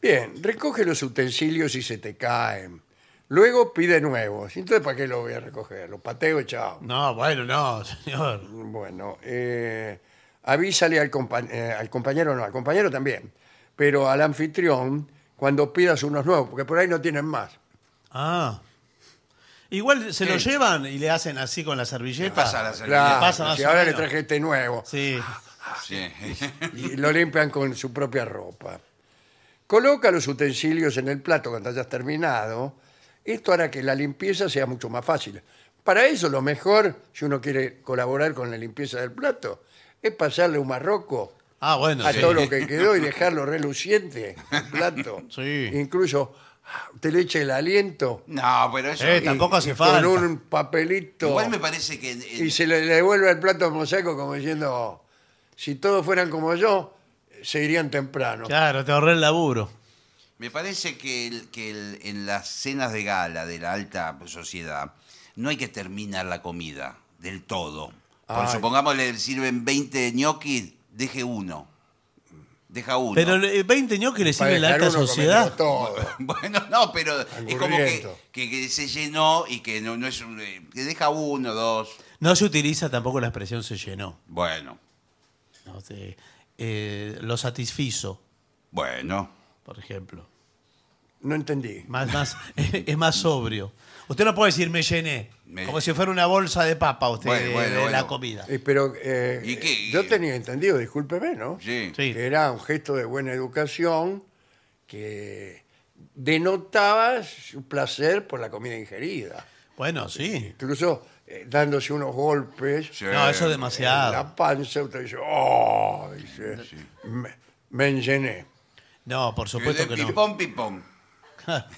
[SPEAKER 1] Bien, recoge los utensilios y se te caen. Luego pide nuevos. Entonces, ¿para qué lo voy a recoger? Los pateo y chao.
[SPEAKER 3] No, bueno, no, señor.
[SPEAKER 1] Bueno, eh, avísale al, compa- eh, al compañero, no, al compañero también, pero al anfitrión cuando pidas unos nuevos, porque por ahí no tienen más.
[SPEAKER 3] Ah. Igual se lo
[SPEAKER 2] Sí.
[SPEAKER 3] llevan y le hacen así con la servilleta.
[SPEAKER 2] Le pasa la servilleta.
[SPEAKER 1] Claro,
[SPEAKER 3] pasa más
[SPEAKER 1] si
[SPEAKER 3] o
[SPEAKER 1] ahora le
[SPEAKER 3] menos.
[SPEAKER 1] traje este nuevo.
[SPEAKER 3] Sí.
[SPEAKER 1] Ah,
[SPEAKER 2] Sí.
[SPEAKER 1] Y lo limpian con su propia ropa. Coloca los utensilios en el plato cuando hayas terminado. Esto hará que la limpieza sea mucho más fácil. Para eso lo mejor, si uno quiere colaborar con la limpieza del plato, es pasarle un marroco
[SPEAKER 3] Ah, bueno.
[SPEAKER 1] a
[SPEAKER 3] sí.
[SPEAKER 1] todo lo que quedó y dejarlo reluciente el plato.
[SPEAKER 3] Sí.
[SPEAKER 1] Incluso ah, te le echa el aliento
[SPEAKER 2] No, pero eso.
[SPEAKER 3] Eh,
[SPEAKER 2] y-
[SPEAKER 3] tampoco hace
[SPEAKER 1] con
[SPEAKER 3] falta.
[SPEAKER 1] un papelito
[SPEAKER 2] Igual me parece que. eh,
[SPEAKER 1] y se le le devuelve el plato mosaico como diciendo, si todos fueran como yo, se irían temprano.
[SPEAKER 3] Claro, te ahorré el laburo.
[SPEAKER 2] Me parece que, el- que el- en las cenas de gala de la alta sociedad no hay que terminar la comida del todo. Por
[SPEAKER 1] Ay.
[SPEAKER 2] supongamos le sirven 20 ñoquis, deje uno. Deja uno.
[SPEAKER 3] Pero eh, 20 ñoquis le sirve la alta sociedad.
[SPEAKER 2] Bueno, no, pero es como que,
[SPEAKER 1] Angurriento.
[SPEAKER 2] que- que se llenó y que no, no es un... eh, que deja uno, dos.
[SPEAKER 3] No se utiliza tampoco la expresión se llenó.
[SPEAKER 2] Bueno,
[SPEAKER 3] No sé, eh, lo satisfizo,
[SPEAKER 2] bueno.
[SPEAKER 3] por ejemplo.
[SPEAKER 1] No entendí.
[SPEAKER 3] Más, más, es más sobrio. Usted no puede decir me llené,
[SPEAKER 2] Me-
[SPEAKER 3] como si fuera una bolsa de papa usted
[SPEAKER 2] Bueno, bueno,
[SPEAKER 3] de la
[SPEAKER 2] bueno.
[SPEAKER 3] comida.
[SPEAKER 1] Eh, pero eh,
[SPEAKER 2] ¿Y qué?
[SPEAKER 1] yo tenía entendido, discúlpeme, ¿no?
[SPEAKER 2] Sí.
[SPEAKER 3] Sí.
[SPEAKER 1] Que era un gesto de buena educación que denotaba su placer por la comida ingerida.
[SPEAKER 3] Bueno, sí.
[SPEAKER 1] Incluso eh, dándose unos golpes
[SPEAKER 2] Sí.
[SPEAKER 3] No, eso es
[SPEAKER 1] en
[SPEAKER 3] demasiado.
[SPEAKER 1] la panza, usted dice, ¡oh! Dice, me, me enllené.
[SPEAKER 3] No, por supuesto que no.
[SPEAKER 2] Pipón, pipón.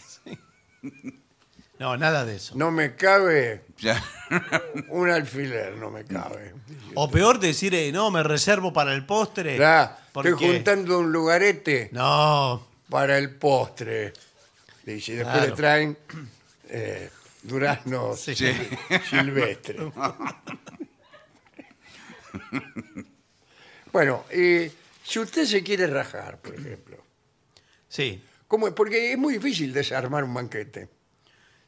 [SPEAKER 3] No, nada de eso.
[SPEAKER 1] No me cabe
[SPEAKER 2] Ya.
[SPEAKER 1] un alfiler, no me cabe.
[SPEAKER 3] O peor decir, eh, no, me reservo para el postre.
[SPEAKER 1] Ya,
[SPEAKER 3] porque-
[SPEAKER 1] estoy juntando un lugarete
[SPEAKER 3] Eh, No,
[SPEAKER 1] para el postre. Dice, y después
[SPEAKER 3] Claro.
[SPEAKER 1] le traen eh, duraznos
[SPEAKER 2] Sí.
[SPEAKER 1] silvestres. bueno, eh, si usted se quiere rajar, por ejemplo,
[SPEAKER 3] sí.
[SPEAKER 1] ¿cómo es? porque es muy difícil desarmar un banquete.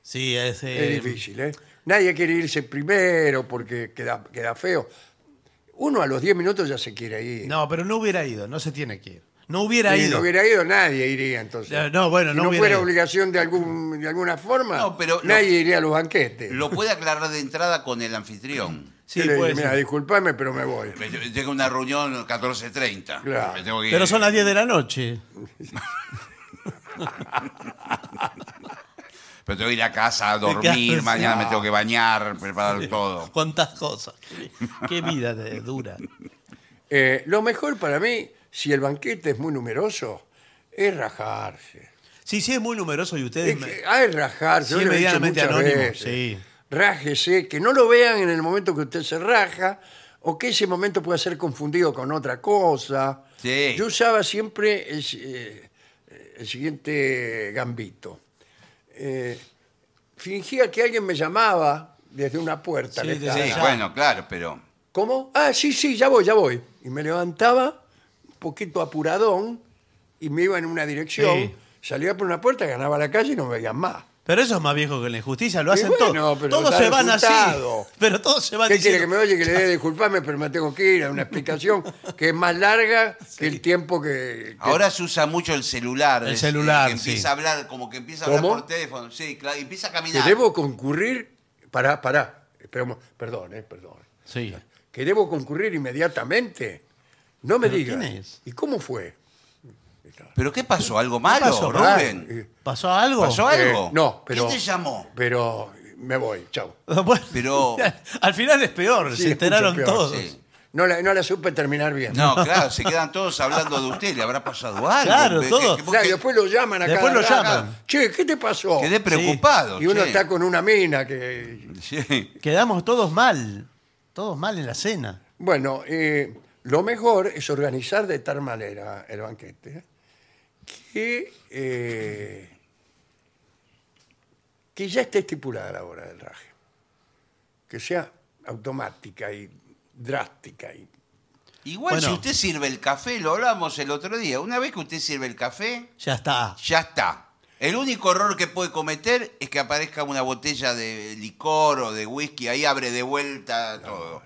[SPEAKER 3] Sí, es, eh,
[SPEAKER 1] Es difícil, ¿eh? Nadie quiere irse primero porque queda, queda feo. Uno a los 10 minutos ya se quiere ir.
[SPEAKER 3] No, pero no hubiera ido, no se tiene que ir. No
[SPEAKER 1] Si
[SPEAKER 3] hubiera
[SPEAKER 1] no
[SPEAKER 3] ido.
[SPEAKER 1] hubiera ido, nadie iría entonces.
[SPEAKER 3] Eh, no, bueno,
[SPEAKER 1] si
[SPEAKER 3] no
[SPEAKER 1] no
[SPEAKER 3] hubiera
[SPEAKER 1] fuera
[SPEAKER 3] ido.
[SPEAKER 1] obligación de, algún, de alguna forma,
[SPEAKER 2] No, pero lo-
[SPEAKER 1] nadie iría a los banquetes.
[SPEAKER 2] Lo puede aclarar de entrada con el anfitrión.
[SPEAKER 3] Sí,
[SPEAKER 1] Yo le digo,
[SPEAKER 3] puede
[SPEAKER 1] "Mira,
[SPEAKER 3] ser.
[SPEAKER 1] disculpame, pero me voy.
[SPEAKER 2] Me- Tengo una reunión 14.30.
[SPEAKER 1] Claro.
[SPEAKER 2] Me tengo que ir.
[SPEAKER 3] Pero son las 10 de la noche.
[SPEAKER 2] Pero tengo que ir a casa a dormir,
[SPEAKER 3] Claro,
[SPEAKER 2] mañana
[SPEAKER 3] sí.
[SPEAKER 2] me tengo que bañar, preparar todo.
[SPEAKER 3] Cuántas cosas. Qué vida de- dura.
[SPEAKER 1] Eh, lo mejor para mí, si el banquete es muy numeroso, es rajarse.
[SPEAKER 3] Sí, sí, es muy numeroso y ustedes...
[SPEAKER 1] Es
[SPEAKER 3] me-
[SPEAKER 1] que, ah, es rajarse.
[SPEAKER 3] Sí,
[SPEAKER 1] yo lo he dicho
[SPEAKER 3] medianamente
[SPEAKER 1] muchas
[SPEAKER 3] anónimo,
[SPEAKER 1] veces.
[SPEAKER 3] sí.
[SPEAKER 1] Rájese, que no lo vean en el momento que usted se raja o que ese momento pueda ser confundido con otra cosa.
[SPEAKER 2] Sí.
[SPEAKER 1] Yo usaba siempre el, si- eh, eh, el siguiente gambito. Eh, fingía que alguien me llamaba desde una puerta.
[SPEAKER 3] Sí,
[SPEAKER 1] lejana.
[SPEAKER 2] Sí,
[SPEAKER 3] desde allá.
[SPEAKER 2] bueno, claro, pero.
[SPEAKER 1] ¿Cómo? Ah, sí, sí, ya voy, ya voy. Y me levantaba un poquito apuradón y me iba en una dirección,
[SPEAKER 3] Sí.
[SPEAKER 1] salía por una puerta, ganaba la calle y no me veían más.
[SPEAKER 3] Pero eso es más viejo que la injusticia, lo
[SPEAKER 1] Y
[SPEAKER 3] hacen
[SPEAKER 1] bueno,
[SPEAKER 3] todos.
[SPEAKER 1] pero
[SPEAKER 3] Todos
[SPEAKER 1] está
[SPEAKER 3] se van
[SPEAKER 1] resultado.
[SPEAKER 3] así. Pero todos se van
[SPEAKER 1] ¿Qué quiere que
[SPEAKER 3] diciendo-
[SPEAKER 1] me oye? Que le dé disculpame, pero me tengo que ir a una explicación que es más larga que el tiempo que... que-
[SPEAKER 2] Ahora se usa mucho el celular.
[SPEAKER 3] El
[SPEAKER 2] es- eh,
[SPEAKER 3] celular,
[SPEAKER 2] que empieza
[SPEAKER 3] sí.
[SPEAKER 2] a hablar, como que empieza a hablar
[SPEAKER 1] ¿Cómo?
[SPEAKER 2] por teléfono. Sí, claro, y empieza a
[SPEAKER 1] que
[SPEAKER 2] caminar.
[SPEAKER 1] debo concurrir... Pará, pará. Esperemos, perdón, eh, perdón.
[SPEAKER 3] Sí.
[SPEAKER 1] Que debo concurrir inmediatamente. No me
[SPEAKER 3] ¿Pero
[SPEAKER 1] digas.
[SPEAKER 3] quién es?
[SPEAKER 1] ¿Y cómo fue?
[SPEAKER 2] ¿Pero qué pasó? ¿Algo malo,
[SPEAKER 3] pasó?
[SPEAKER 2] Rubén?
[SPEAKER 1] Ah, eh,
[SPEAKER 3] ¿Pasó algo?
[SPEAKER 2] ¿Pasó algo?
[SPEAKER 1] eh, no, pero...
[SPEAKER 2] ¿Quién te llamó?
[SPEAKER 1] Pero me voy, chao.
[SPEAKER 3] Bueno,
[SPEAKER 2] Pero-
[SPEAKER 3] al final es peor,
[SPEAKER 1] Sí,
[SPEAKER 3] se
[SPEAKER 1] es
[SPEAKER 3] enteraron
[SPEAKER 1] mucho peor,
[SPEAKER 3] todos.
[SPEAKER 2] sí.
[SPEAKER 1] No la, no la supe terminar bien.
[SPEAKER 2] No, claro, se quedan todos hablando de usted, le habrá pasado algo.
[SPEAKER 3] Claro,
[SPEAKER 2] ¿Qué-
[SPEAKER 3] todos.
[SPEAKER 2] qué-
[SPEAKER 1] Claro, y
[SPEAKER 2] qué-
[SPEAKER 1] después lo llaman a
[SPEAKER 3] Después
[SPEAKER 1] cada
[SPEAKER 3] lo
[SPEAKER 1] rato.
[SPEAKER 3] llaman.
[SPEAKER 1] Che, ¿qué te pasó?
[SPEAKER 2] Quedé preocupado.
[SPEAKER 1] Oh, Y uno
[SPEAKER 2] che.
[SPEAKER 1] está con una mina que
[SPEAKER 2] Sí.
[SPEAKER 3] Quedamos todos mal. Todos mal en la cena.
[SPEAKER 1] Bueno, eh, lo mejor es organizar de tal manera el banquete que, eh, que ya esté estipulada la hora del raje. Que sea automática y drástica. Y,
[SPEAKER 2] Igual
[SPEAKER 3] Bueno.
[SPEAKER 2] si usted sirve el café, lo hablamos el otro día, una vez que usted sirve el café,
[SPEAKER 3] Ya está.
[SPEAKER 2] ya está. El único error que puede cometer es que aparezca una botella de licor o de whisky, ahí abre de vuelta todo.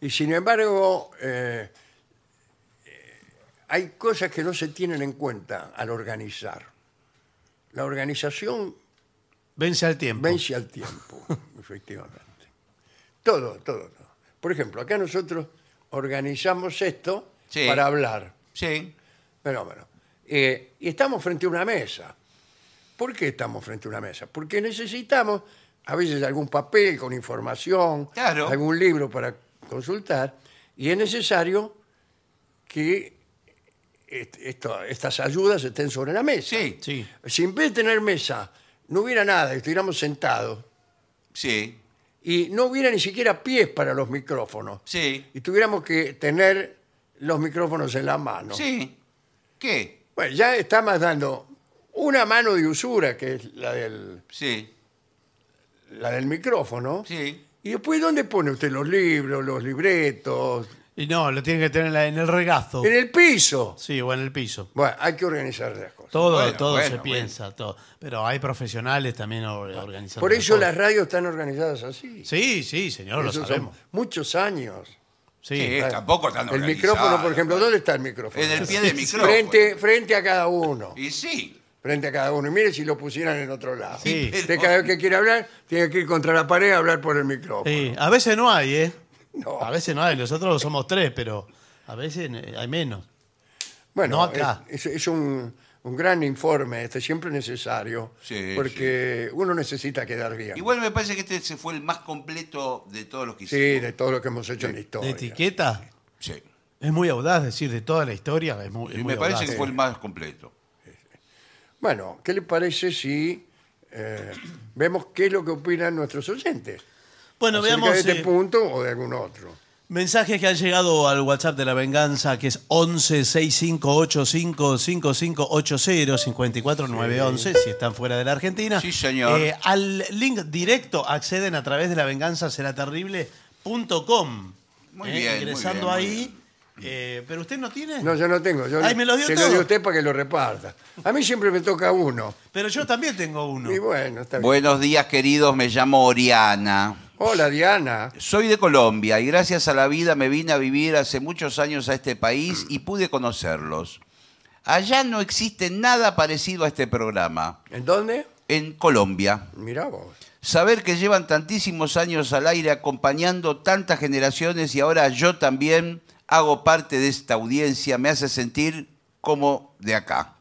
[SPEAKER 1] y sin embargo, eh, eh, hay cosas que no se tienen en cuenta al organizar. La organización
[SPEAKER 3] Vence al tiempo.
[SPEAKER 1] Vence al tiempo, efectivamente. Todo, todo, todo. Por ejemplo, acá nosotros organizamos esto
[SPEAKER 2] Sí.
[SPEAKER 1] para hablar.
[SPEAKER 2] Sí.
[SPEAKER 1] Bueno, bueno. Eh, y estamos frente a una mesa. ¿Por qué estamos frente a una mesa? Porque necesitamos a veces algún papel con información,
[SPEAKER 2] Claro.
[SPEAKER 1] algún libro para consultar, y es necesario que est- esto- estas ayudas estén sobre la mesa.
[SPEAKER 2] Sí.
[SPEAKER 3] Sí.
[SPEAKER 1] Si en vez de tener mesa no hubiera nada y estuviéramos sentados
[SPEAKER 2] Sí.
[SPEAKER 1] y no hubiera ni siquiera pies para los micrófonos
[SPEAKER 2] Sí.
[SPEAKER 1] y tuviéramos que tener los micrófonos en la mano,
[SPEAKER 2] Sí. ¿Qué?
[SPEAKER 1] bueno, ya estamos dando una mano de usura, que es la del,
[SPEAKER 2] Sí,
[SPEAKER 1] la del micrófono.
[SPEAKER 2] sí.
[SPEAKER 1] Y después, ¿dónde pone usted los libros, los libretos?
[SPEAKER 3] Y no, lo tienen que tener en la- en el regazo.
[SPEAKER 1] En el piso.
[SPEAKER 3] Sí, o en el piso.
[SPEAKER 1] Bueno, hay que organizar las cosas.
[SPEAKER 3] Todo,
[SPEAKER 2] Bueno,
[SPEAKER 3] todo
[SPEAKER 2] bueno,
[SPEAKER 3] se
[SPEAKER 2] bueno.
[SPEAKER 3] piensa, todo. Pero hay profesionales también or- organizando.
[SPEAKER 1] Por eso
[SPEAKER 3] las
[SPEAKER 1] las radios están organizadas así.
[SPEAKER 3] Sí, sí, señor, lo
[SPEAKER 1] Eso son
[SPEAKER 3] sabemos.
[SPEAKER 1] muchos años.
[SPEAKER 3] Sí.
[SPEAKER 2] Sí.
[SPEAKER 1] Claro.
[SPEAKER 2] tampoco están
[SPEAKER 1] El
[SPEAKER 2] organizadas.
[SPEAKER 1] micrófono, por ejemplo, ¿dónde está el micrófono?
[SPEAKER 2] En el pie del micrófono.
[SPEAKER 1] frente, frente a cada uno.
[SPEAKER 2] Y sí.
[SPEAKER 1] Frente a cada uno. Y mire si lo pusieran en otro lado.
[SPEAKER 3] Sí.
[SPEAKER 1] Usted cada vez que quiere hablar, tiene que ir contra la pared a hablar por el micrófono.
[SPEAKER 3] Sí, a veces no hay, ¿eh?
[SPEAKER 1] No.
[SPEAKER 3] A veces no hay, nosotros somos tres, pero a veces eh, hay menos.
[SPEAKER 1] Bueno,
[SPEAKER 3] No acá.
[SPEAKER 1] es, es- es un, un gran informe, este siempre necesario,
[SPEAKER 2] Sí,
[SPEAKER 1] porque uno necesita quedar bien.
[SPEAKER 2] Igual me parece que este se fue el más completo de todos los que
[SPEAKER 1] sí,
[SPEAKER 2] hicimos.
[SPEAKER 1] de todo lo que hemos hecho en la
[SPEAKER 3] De
[SPEAKER 1] historia.
[SPEAKER 3] etiqueta,
[SPEAKER 2] Sí.
[SPEAKER 3] es muy audaz decir de toda la historia, es muy, es
[SPEAKER 2] Y
[SPEAKER 3] muy
[SPEAKER 2] me parece
[SPEAKER 3] audaz.
[SPEAKER 2] que fue el más completo.
[SPEAKER 1] Bueno, ¿qué le parece si eh, vemos qué es lo que opinan nuestros oyentes?
[SPEAKER 3] Bueno,
[SPEAKER 1] acerca
[SPEAKER 3] veamos
[SPEAKER 1] de este
[SPEAKER 3] eh,
[SPEAKER 1] punto o de algún otro.
[SPEAKER 3] mensajes que han llegado al WhatsApp de la venganza, que es 11 5580 54911, si están fuera de la Argentina.
[SPEAKER 2] Sí, señor.
[SPEAKER 3] Eh, al link directo acceden a través de la lavenganzaseraterrible.com.
[SPEAKER 2] Muy bien, muy
[SPEAKER 3] Eh, Ingresando
[SPEAKER 2] bien, muy
[SPEAKER 3] ahí.
[SPEAKER 2] bien.
[SPEAKER 3] eh, pero usted no tiene.
[SPEAKER 1] No, yo no tengo. Yo
[SPEAKER 3] Ay, me lo dio
[SPEAKER 1] se
[SPEAKER 3] todo.
[SPEAKER 1] lo dio a usted para que lo reparta. A mí siempre me toca uno.
[SPEAKER 3] Pero yo también tengo uno.
[SPEAKER 1] Y bueno, está bien.
[SPEAKER 2] Buenos días, queridos. Me llamo Oriana.
[SPEAKER 1] Hola, Diana.
[SPEAKER 2] Soy de Colombia y gracias a la vida me vine a vivir hace muchos años a este país y pude conocerlos. Allá no existe nada parecido a este programa.
[SPEAKER 1] ¿En dónde?
[SPEAKER 2] En Colombia.
[SPEAKER 1] Mirá vos.
[SPEAKER 2] Saber que llevan tantísimos años al aire acompañando tantas generaciones y ahora yo también hago parte de esta audiencia me hace sentir como de acá.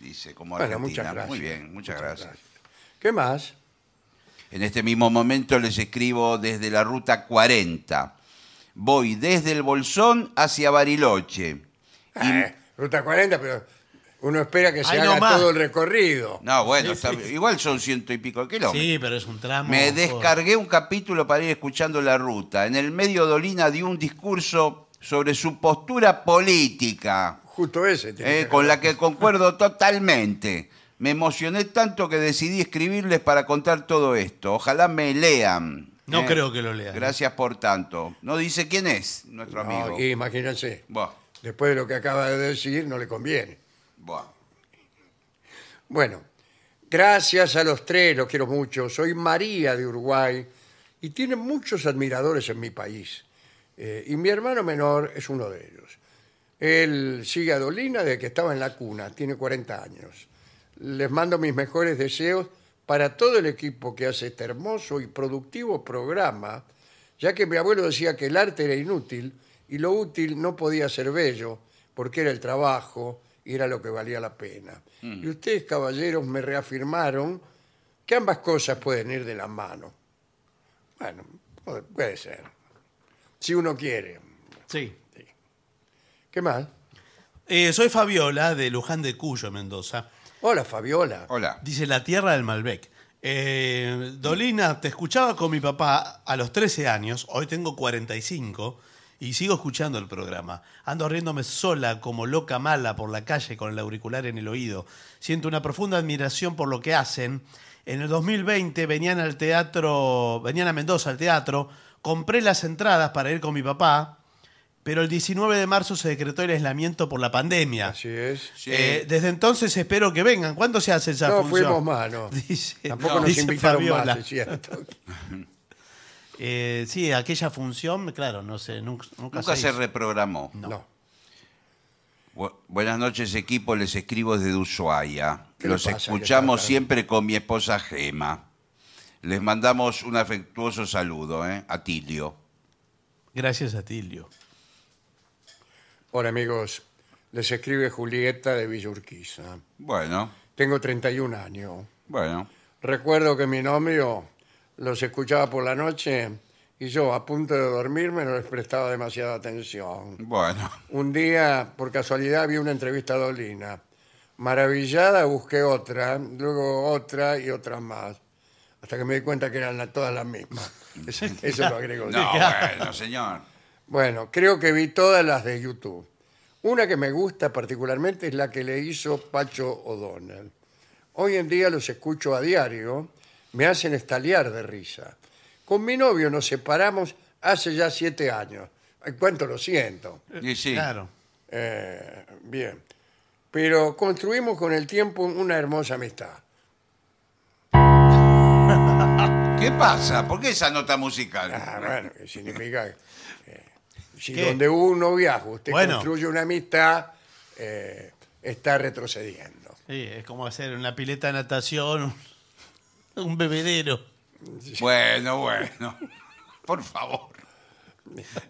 [SPEAKER 2] Dice, como
[SPEAKER 1] Bueno,
[SPEAKER 2] Argentina.
[SPEAKER 1] muchas gracias.
[SPEAKER 2] Muy bien, muchas, gracias.
[SPEAKER 1] ¿Qué más?
[SPEAKER 2] En este mismo momento les escribo desde la ruta 40. Voy desde el Bolsón hacia Bariloche. Y-
[SPEAKER 1] Eh, ruta 40, pero uno espera que se
[SPEAKER 3] Ay,
[SPEAKER 1] haga
[SPEAKER 3] no más.
[SPEAKER 1] todo el recorrido.
[SPEAKER 2] No, bueno, está- igual son ciento y pico de kilómetros.
[SPEAKER 3] Sí, pero es un tramo.
[SPEAKER 2] Me
[SPEAKER 3] joder.
[SPEAKER 2] descargué un capítulo para ir escuchando la ruta. En el medio Dolina dio un discurso sobre su postura política,
[SPEAKER 1] Justo ese. tiene
[SPEAKER 2] eh,
[SPEAKER 1] que
[SPEAKER 2] con
[SPEAKER 1] ver.
[SPEAKER 2] la que concuerdo totalmente. Me emocioné tanto que decidí escribirles para contar todo esto. Ojalá me lean.
[SPEAKER 3] No
[SPEAKER 2] eh.
[SPEAKER 3] creo que lo lean.
[SPEAKER 2] Gracias por tanto. No dice quién es nuestro
[SPEAKER 1] No,
[SPEAKER 2] amigo.
[SPEAKER 1] y imagínense,
[SPEAKER 2] Buah,
[SPEAKER 1] después de lo que acaba de decir, no le conviene.
[SPEAKER 2] buah.
[SPEAKER 1] Bueno, gracias a los tres, los quiero mucho. Soy María de Uruguay y tiene muchos admiradores en mi país. Eh, y mi hermano menor es uno de ellos. Él sigue a Dolina desde que estaba en la cuna, tiene 40 años. Les mando mis mejores deseos para todo el equipo que hace este hermoso y productivo programa, ya que mi abuelo decía que el arte era inútil y lo útil no podía ser bello, porque era el trabajo y era lo que valía la pena.
[SPEAKER 2] Mm.
[SPEAKER 1] Y ustedes, caballeros, me reafirmaron que ambas cosas pueden ir de la mano. Bueno, puede- puede ser, si uno quiere.
[SPEAKER 3] Sí.
[SPEAKER 1] ¿Qué más?
[SPEAKER 3] Eh, soy Fabiola, de Luján de Cuyo, Mendoza.
[SPEAKER 1] Hola, Fabiola.
[SPEAKER 2] Hola.
[SPEAKER 3] Dice La Tierra del Malbec. Eh, Dolina, te escuchaba con mi papá a los 13 años, hoy tengo 45 y sigo escuchando el programa. Ando riéndome sola como loca mala por la calle con el auricular en el oído. Siento una profunda admiración por lo que hacen. En el 2020 venían al teatro, venían a Mendoza al teatro, compré las entradas para ir con mi papá, pero el 19 de marzo se decretó el aislamiento por la pandemia.
[SPEAKER 1] Así es.
[SPEAKER 2] Sí.
[SPEAKER 3] Eh, desde entonces espero que vengan. ¿Cuándo se hace esa
[SPEAKER 1] No
[SPEAKER 3] función?
[SPEAKER 1] fuimos más, no.
[SPEAKER 3] Dice-
[SPEAKER 1] Tampoco
[SPEAKER 2] no,
[SPEAKER 1] nos
[SPEAKER 3] dice
[SPEAKER 1] invitaron
[SPEAKER 3] Fabiola.
[SPEAKER 1] más, es cierto.
[SPEAKER 3] Eh, sí, aquella función, claro, no sé, nunca, nunca
[SPEAKER 2] Nunca se
[SPEAKER 3] hizo.
[SPEAKER 2] reprogramó.
[SPEAKER 1] No.
[SPEAKER 2] Bu- Buenas noches, equipo. Les escribo desde Ushuaia.
[SPEAKER 1] ¿Qué le
[SPEAKER 2] Los
[SPEAKER 1] pasa que
[SPEAKER 2] escuchamos
[SPEAKER 1] está tan-
[SPEAKER 2] siempre con mi esposa Gema. Les mandamos un afectuoso saludo ¿eh? a Tilio.
[SPEAKER 3] Gracias a Tilio.
[SPEAKER 1] Hola, amigos. Les escribe Julieta de Villurquiza.
[SPEAKER 2] Bueno,
[SPEAKER 1] Tengo 31 años.
[SPEAKER 2] bueno.
[SPEAKER 1] Recuerdo que mi novio los escuchaba por la noche y yo, a punto de dormirme, no les prestaba demasiada atención.
[SPEAKER 2] Bueno,
[SPEAKER 1] Un día, por casualidad, vi una entrevista a Dolina. Maravillada, busqué otra, luego otra y otra más. Hasta que me di cuenta que eran la- todas las mismas. Eso, eso lo agrego. yo.
[SPEAKER 2] no, bueno, señor.
[SPEAKER 1] Bueno, creo que vi todas las de YouTube. Una que me gusta particularmente es la que le hizo Pacho O'Donnell. Hoy en día los escucho a diario, me hacen estalear de risa. Con mi novio nos separamos hace ya siete años. Ay, cuánto lo siento.
[SPEAKER 2] Y sí.
[SPEAKER 3] Claro.
[SPEAKER 1] Eh, bien. Pero construimos con el tiempo una hermosa amistad.
[SPEAKER 2] ¿Qué pasa? ¿Por qué esa nota musical?
[SPEAKER 1] Ah, bueno, que significa eh, si
[SPEAKER 3] ¿Qué?
[SPEAKER 1] donde hubo un noviazgo usted
[SPEAKER 3] Bueno.
[SPEAKER 1] construye una amistad, eh, está retrocediendo.
[SPEAKER 3] Sí, es como hacer una pileta de natación, un- un bebedero.
[SPEAKER 2] Bueno, bueno. Por favor.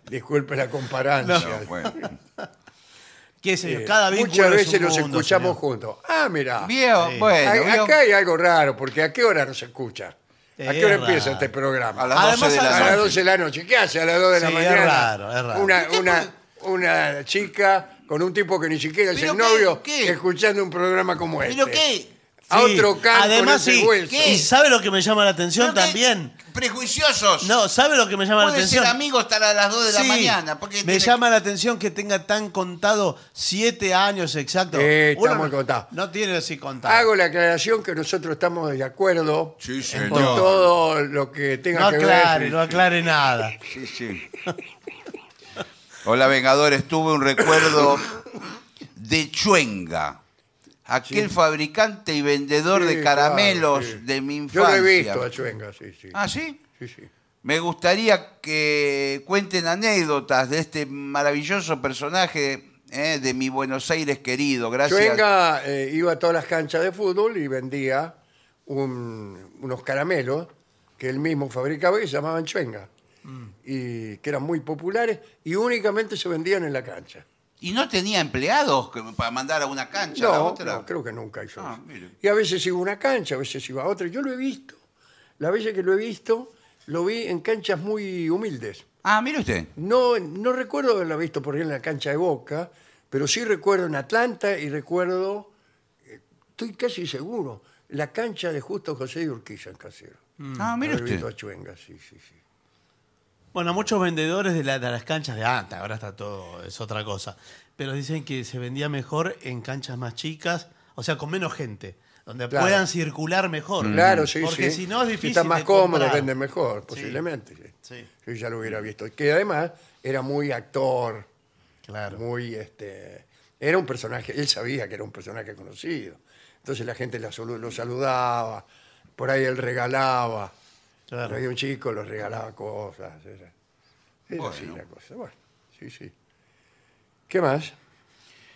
[SPEAKER 1] Disculpe la comparancia.
[SPEAKER 2] No, bueno.
[SPEAKER 3] ¿Qué sé yo?
[SPEAKER 1] Eh,
[SPEAKER 3] Cada vínculo
[SPEAKER 1] muchas
[SPEAKER 3] es
[SPEAKER 1] veces
[SPEAKER 3] un
[SPEAKER 1] los
[SPEAKER 3] mundo,
[SPEAKER 1] escuchamos
[SPEAKER 3] señor.
[SPEAKER 1] juntos. Ah, mira.
[SPEAKER 2] Vio,
[SPEAKER 3] Sí.
[SPEAKER 2] bueno, vio.
[SPEAKER 1] acá hay algo raro, porque ¿a qué hora nos escucha? ¿A qué
[SPEAKER 3] Es
[SPEAKER 1] hora empieza
[SPEAKER 3] raro.
[SPEAKER 1] este programa?
[SPEAKER 2] A las
[SPEAKER 3] Además,
[SPEAKER 2] 12 de
[SPEAKER 3] a
[SPEAKER 1] A
[SPEAKER 2] la
[SPEAKER 1] las
[SPEAKER 2] noche.
[SPEAKER 1] 12 de la noche. ¿Qué hace a las 2 de la
[SPEAKER 3] Sí, es
[SPEAKER 1] mañana?
[SPEAKER 3] raro, es raro.
[SPEAKER 1] Una, una, una chica con un tipo que ni siquiera es
[SPEAKER 2] ¿Pero
[SPEAKER 1] el
[SPEAKER 2] qué?
[SPEAKER 1] novio
[SPEAKER 2] ¿Qué?
[SPEAKER 1] escuchando un programa como
[SPEAKER 2] ¿Pero
[SPEAKER 1] este.
[SPEAKER 2] qué?
[SPEAKER 1] A
[SPEAKER 3] Sí.
[SPEAKER 1] otro canto
[SPEAKER 3] Además,
[SPEAKER 1] en ese
[SPEAKER 3] sí.
[SPEAKER 1] hueso.
[SPEAKER 2] ¿Qué?
[SPEAKER 3] ¿Y sabe lo que me llama la
[SPEAKER 2] ¿Pero
[SPEAKER 3] atención
[SPEAKER 2] qué?
[SPEAKER 3] también?
[SPEAKER 2] Prejuiciosos.
[SPEAKER 3] No, ¿sabe lo que me llama la
[SPEAKER 2] Pueden
[SPEAKER 3] atención?
[SPEAKER 2] ser amigos hasta las 2 de la
[SPEAKER 3] Sí.
[SPEAKER 2] mañana. porque
[SPEAKER 3] me
[SPEAKER 2] tiene-
[SPEAKER 3] llama la atención que tenga tan contado siete años exactos.
[SPEAKER 1] Sí, Eh, está
[SPEAKER 3] Uno
[SPEAKER 1] muy
[SPEAKER 3] no-
[SPEAKER 1] contado.
[SPEAKER 3] No tiene así contado.
[SPEAKER 1] Hago la aclaración que nosotros estamos de acuerdo
[SPEAKER 2] Sí,
[SPEAKER 1] con
[SPEAKER 2] señor.
[SPEAKER 1] todo lo que tenga
[SPEAKER 3] no
[SPEAKER 1] que
[SPEAKER 3] aclare,
[SPEAKER 1] ver.
[SPEAKER 3] no aclare nada.
[SPEAKER 2] Sí, sí. Hola, Vengadores. Tuve un recuerdo de Chuenga. Aquel fabricante y vendedor
[SPEAKER 1] Sí,
[SPEAKER 2] de caramelos
[SPEAKER 1] claro, sí.
[SPEAKER 2] de mi
[SPEAKER 1] Yo lo
[SPEAKER 2] infancia.
[SPEAKER 1] he visto a Chuenga, sí, sí.
[SPEAKER 2] ¿Ah, sí?
[SPEAKER 1] Sí, sí.
[SPEAKER 2] Me gustaría que cuenten anécdotas de este maravilloso personaje eh, de mi Buenos Aires querido. Gracias.
[SPEAKER 1] Chuenga eh, iba a todas las canchas de fútbol y vendía un- unos caramelos que él mismo fabricaba y se llamaban Chuenga.
[SPEAKER 2] Mm.
[SPEAKER 1] Y que eran muy populares y únicamente se vendían en la cancha.
[SPEAKER 2] ¿Y no tenía empleados que- para mandar a una cancha a la
[SPEAKER 1] No,
[SPEAKER 2] otra?
[SPEAKER 1] no, creo que nunca hizo
[SPEAKER 2] Ah,
[SPEAKER 1] eso.
[SPEAKER 2] mire.
[SPEAKER 1] Y a veces iba a una cancha, a veces iba a otra. Yo lo he visto. Las veces que lo he visto, lo vi en canchas muy humildes.
[SPEAKER 2] Ah, mire usted.
[SPEAKER 1] No, no recuerdo haberla visto por ahí en la cancha de Boca, pero sí recuerdo en Atlanta y recuerdo, eh, estoy casi seguro, la cancha de Justo José de Urquiza en Casero.
[SPEAKER 2] Ah, mire
[SPEAKER 1] Haber
[SPEAKER 2] usted.
[SPEAKER 1] visto a Chuenga, sí, sí, sí.
[SPEAKER 3] Bueno, muchos vendedores de, la- de las canchas de antes, ahora está todo, es otra cosa. Pero dicen que se vendía mejor en canchas más chicas, o sea, con menos gente, donde
[SPEAKER 1] Claro.
[SPEAKER 3] puedan circular mejor.
[SPEAKER 1] Claro, sí,
[SPEAKER 3] Mm. Porque
[SPEAKER 1] sí.
[SPEAKER 3] si no es difícil.
[SPEAKER 1] están más
[SPEAKER 3] de
[SPEAKER 1] cómodos,
[SPEAKER 3] comprar.
[SPEAKER 1] venden mejor, posiblemente. Sí. Yo
[SPEAKER 3] Sí,
[SPEAKER 1] ya lo hubiera visto. Que además era muy actor,
[SPEAKER 3] claro.
[SPEAKER 1] muy este. Era un personaje, él sabía que era un personaje conocido. Entonces la gente la salu- lo saludaba, por ahí él regalaba.
[SPEAKER 3] claro.
[SPEAKER 1] Había un chico, los regalaba cosas. Era, era
[SPEAKER 2] Bueno.
[SPEAKER 1] así la cosa. Bueno, sí, sí. ¿Qué más?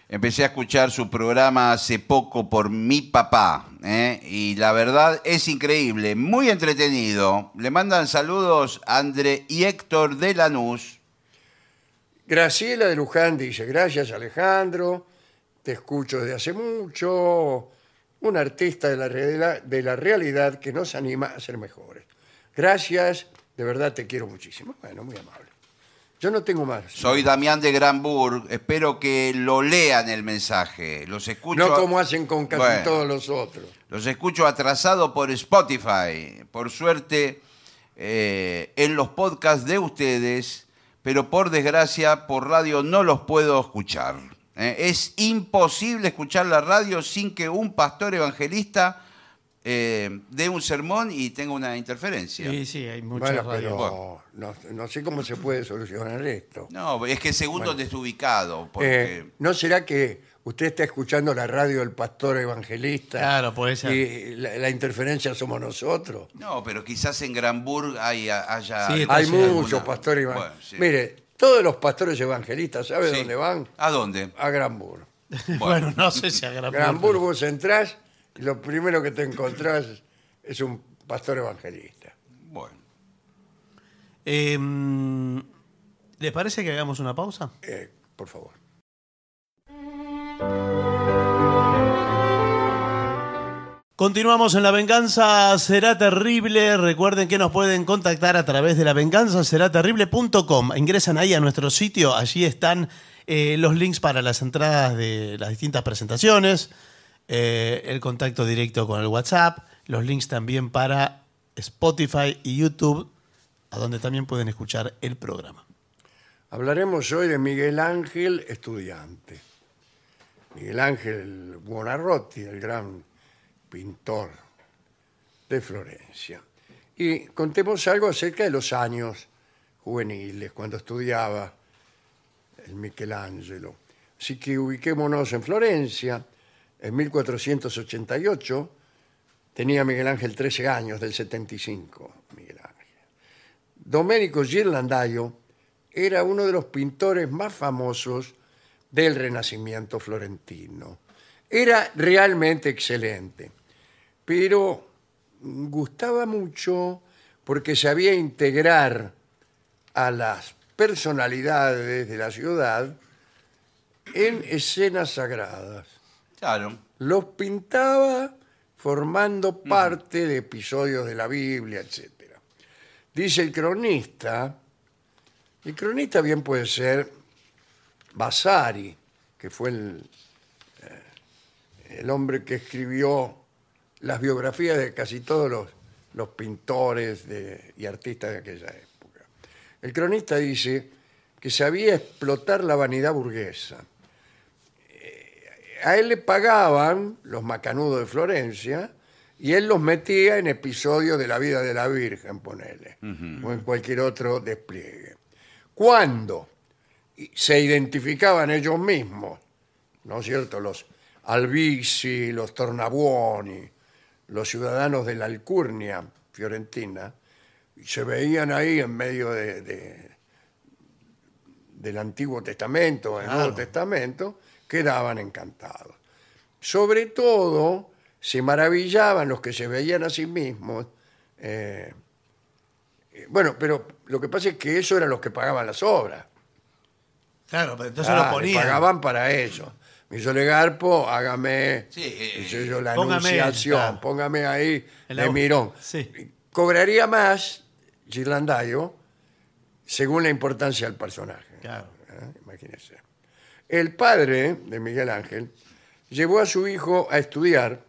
[SPEAKER 2] Empecé a escuchar su programa hace poco por mi papá. ¿eh? Y la verdad es increíble, muy entretenido. Le mandan saludos a André y Héctor de Lanús.
[SPEAKER 1] Graciela de Luján dice, gracias Alejandro, te escucho desde hace mucho, un artista de la, reala- de la realidad que nos anima a ser mejores. Gracias, de verdad te quiero muchísimo. Bueno, muy amable. Yo no tengo más.
[SPEAKER 2] Soy Damián de Granburg. Espero que lo lean el mensaje. Los escucho.
[SPEAKER 1] no como hacen con casi
[SPEAKER 2] Bueno.
[SPEAKER 1] todos los otros.
[SPEAKER 2] Los escucho atrasado por Spotify. Por suerte, eh, en los podcasts de ustedes, pero por desgracia, por radio no los puedo escuchar. Eh, es imposible escuchar la radio sin que un pastor evangelista eh, dé un sermón y tenga una interferencia.
[SPEAKER 3] Sí, sí, hay muchas
[SPEAKER 1] Bueno,
[SPEAKER 3] radios.
[SPEAKER 1] pero no, no sé cómo se puede solucionar esto.
[SPEAKER 2] No, es que según donde esté ubicado. Porque...
[SPEAKER 1] Eh, ¿No será que usted está escuchando la radio del pastor evangelista?
[SPEAKER 3] Claro, puede ser.
[SPEAKER 1] Y la, la interferencia somos nosotros.
[SPEAKER 2] No, pero quizás en Granburg hay, haya...
[SPEAKER 3] Sí, está
[SPEAKER 1] Hay
[SPEAKER 3] lleno.
[SPEAKER 1] muchos pastores
[SPEAKER 2] Bueno,
[SPEAKER 1] evangelistas.
[SPEAKER 2] sí.
[SPEAKER 1] Mire, todos los pastores evangelistas, ¿sabe
[SPEAKER 2] Sí.
[SPEAKER 1] dónde van?
[SPEAKER 2] ¿A dónde?
[SPEAKER 1] A Granburgo.
[SPEAKER 3] Bueno, no sé si a Granburgo.
[SPEAKER 1] Granburgo vos entrás, y lo primero que te encontrás es un pastor evangelista.
[SPEAKER 2] Bueno.
[SPEAKER 3] Eh, mm, ¿Les parece que hagamos una pausa?
[SPEAKER 1] Eh, por favor.
[SPEAKER 3] Continuamos en La Venganza Será Terrible. Recuerden que nos pueden contactar a través de lavenganzaseraterrible.com. Ingresan ahí a nuestro sitio. Allí están eh, los links para las entradas de las distintas presentaciones, eh, el contacto directo con el WhatsApp, los links también para Spotify y YouTube, a donde también pueden escuchar el programa.
[SPEAKER 1] Hablaremos hoy de Miguel Ángel Estudiante. Miguel Ángel Buonarroti, el gran pintor de Florencia. Y contemos algo acerca de los años juveniles, cuando estudiaba el Michelangelo. Así que ubiquémonos en Florencia, en 1488, tenía Miguel Ángel 13 años, del 75, Miguel Ángel. Domenico Ghirlandaio era uno de los pintores más famosos del Renacimiento florentino. Era realmente excelente, pero gustaba mucho porque sabía integrar a las personalidades de la ciudad en escenas sagradas.
[SPEAKER 2] Claro.
[SPEAKER 1] Los pintaba formando parte de episodios de la Biblia, etc. Dice el cronista, el cronista bien puede ser Vasari, que fue el, eh, el hombre que escribió las biografías de casi todos los, los pintores de- y artistas de aquella época. El cronista dice que sabía explotar la vanidad burguesa a él le pagaban los macanudos de Florencia y él los metía en episodios de la vida de la Virgen, ponele, o en cualquier otro despliegue. Cuando y- se identificaban ellos mismos, ¿no es cierto? Los Albizzi, los Tornabuoni, los ciudadanos de la Alcurnia fiorentina, y se veían ahí en medio de- de- del Antiguo Testamento, del Nuevo
[SPEAKER 3] Claro.
[SPEAKER 1] Testamento, quedaban encantados. Sobre todo, se maravillaban los que se veían a sí mismos. eh, eh, bueno, pero lo que pasa es que eso eran los que pagaban las obras.
[SPEAKER 3] Claro, pero entonces
[SPEAKER 1] Ah,
[SPEAKER 3] lo
[SPEAKER 1] le
[SPEAKER 3] ponían.
[SPEAKER 1] pagaban para eso. Mi Solegarpo, hágame
[SPEAKER 2] Sí, eh,
[SPEAKER 1] qué sé yo, la
[SPEAKER 3] póngame,
[SPEAKER 1] anunciación,
[SPEAKER 3] claro.
[SPEAKER 1] póngame ahí
[SPEAKER 3] El
[SPEAKER 1] de
[SPEAKER 3] au-
[SPEAKER 1] mirón.
[SPEAKER 3] Sí.
[SPEAKER 1] Cobraría más Girlandayo según la importancia del personaje.
[SPEAKER 3] Claro.
[SPEAKER 1] ¿eh? Imagínense. El padre de Miguel Ángel llevó a su hijo a estudiar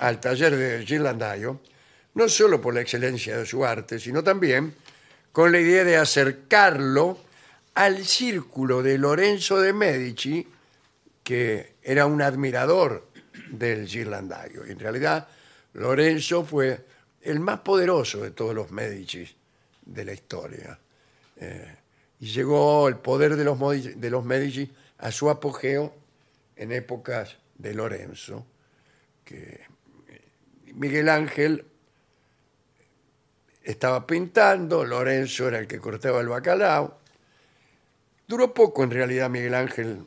[SPEAKER 1] al taller de Girlandayo, no solo por la excelencia de su arte, sino también con la idea de acercarlo al círculo de Lorenzo de Medici, que era un admirador del Girlandaio. Y en realidad, Lorenzo fue el más poderoso de todos los Medici de la historia. Eh, y llegó el poder de los, Modi- de los Medici a su apogeo en épocas de Lorenzo, que Miguel Ángel estaba pintando, Lorenzo era el que cortaba el bacalao. Duró poco en realidad Miguel Ángel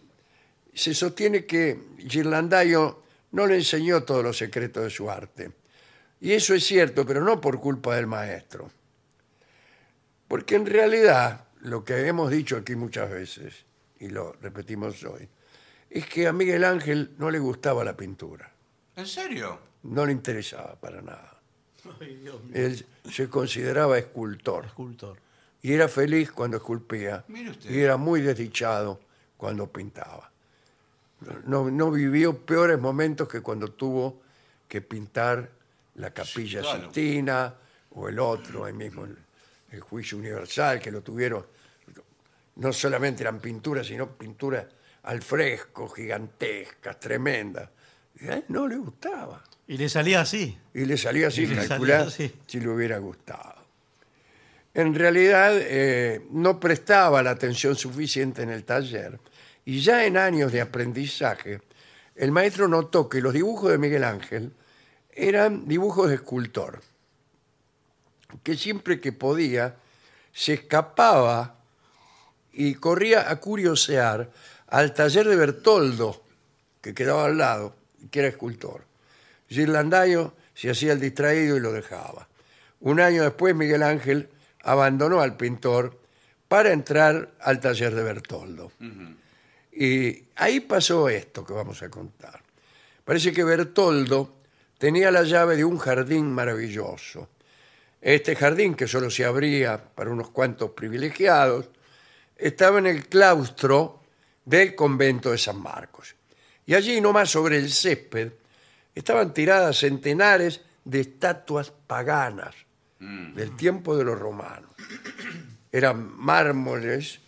[SPEAKER 1] se sostiene que Girlandaio no le enseñó todos los secretos de su arte. Y eso es cierto, pero no por culpa del maestro. Porque en realidad, lo que hemos dicho aquí muchas veces, y lo repetimos hoy, es que a Miguel Ángel no le gustaba la pintura,
[SPEAKER 2] ¿En serio?
[SPEAKER 1] no le interesaba para nada.
[SPEAKER 3] Ay, Dios mío.
[SPEAKER 1] Él se consideraba escultor
[SPEAKER 3] Escultor.
[SPEAKER 1] y era feliz cuando esculpía
[SPEAKER 2] Mire usted.
[SPEAKER 1] y era muy desdichado cuando pintaba. No, no vivió peores momentos que cuando tuvo que pintar la capilla
[SPEAKER 2] claro.
[SPEAKER 1] Sistina o el otro, ahí mismo el, el juicio universal que lo tuvieron. No solamente eran pinturas, sino pinturas al fresco, gigantescas, tremendas. Y a él no le gustaba.
[SPEAKER 3] Y le salía así.
[SPEAKER 1] Y le salió así,
[SPEAKER 3] Y le
[SPEAKER 1] calculá
[SPEAKER 3] salió así.
[SPEAKER 1] si le hubiera gustado. En realidad eh, no prestaba la atención suficiente en el taller y ya en años de aprendizaje el maestro notó que los dibujos de Miguel Ángel eran dibujos de escultor, que siempre que podía se escapaba y corría a curiosear al taller de Bertoldo, que quedaba al lado, que era escultor. Girlandayo se hacía el distraído y lo dejaba. Un año después Miguel Ángel abandonó al pintor para entrar al taller de Bertoldo. Y ahí pasó esto que vamos a contar. Parece que Bertoldo tenía la llave de un jardín maravilloso. Este jardín, que solo se abría para unos cuantos privilegiados, estaba en el claustro del convento de San Marcos. Y allí, nomás sobre el césped, estaban tiradas centenares de estatuas paganas del tiempo de los romanos. Eran mármoles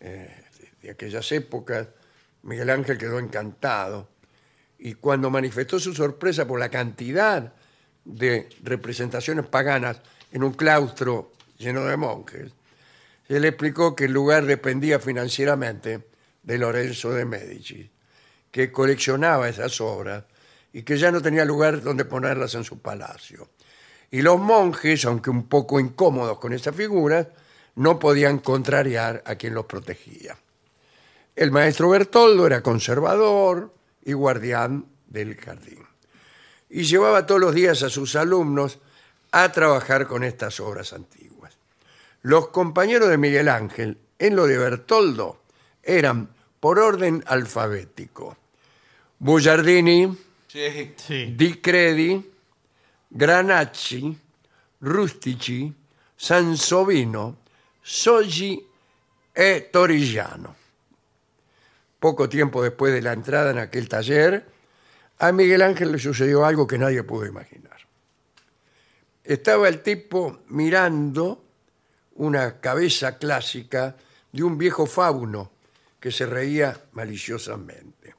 [SPEAKER 1] eh, de aquellas épocas. Miguel Ángel quedó encantado y cuando manifestó su sorpresa por la cantidad de representaciones paganas en un claustro lleno de monjes, se le explicó que el lugar dependía financieramente de Lorenzo de Medici, que coleccionaba esas obras y que ya no tenía lugar donde ponerlas en su palacio. Y los monjes, aunque un poco incómodos con esas figuras, no podían contrariar a quien los protegía. El maestro Bertoldo era conservador y guardián del jardín. Y llevaba todos los días a sus alumnos a trabajar con estas obras antiguas. Los compañeros de Miguel Ángel en lo de Bertoldo eran por orden alfabético. Bugiardini,
[SPEAKER 2] Sí.
[SPEAKER 3] Sí.
[SPEAKER 1] Di Credi, Granacci, Rustici, Sansovino, Soggi e Torrigiano. Poco tiempo después de la entrada en aquel taller, a Miguel Ángel le sucedió algo que nadie pudo imaginar. Estaba el tipo mirando una cabeza clásica de un viejo fauno que se reía maliciosamente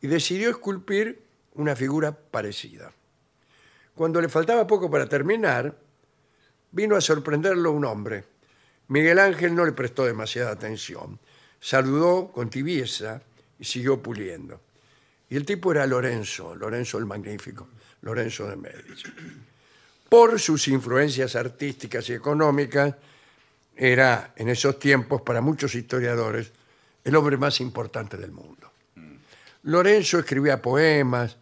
[SPEAKER 1] y decidió esculpir una figura parecida. Cuando le faltaba poco para terminar, vino a sorprenderlo un hombre. Miguel Ángel no le prestó demasiada atención. Saludó con tibieza y siguió puliendo. Y el tipo era Lorenzo, Lorenzo el Magnífico, Lorenzo de Medici. Por sus influencias artísticas y económicas, era en esos tiempos, para muchos historiadores, el hombre más importante del mundo. Lorenzo escribía poemas,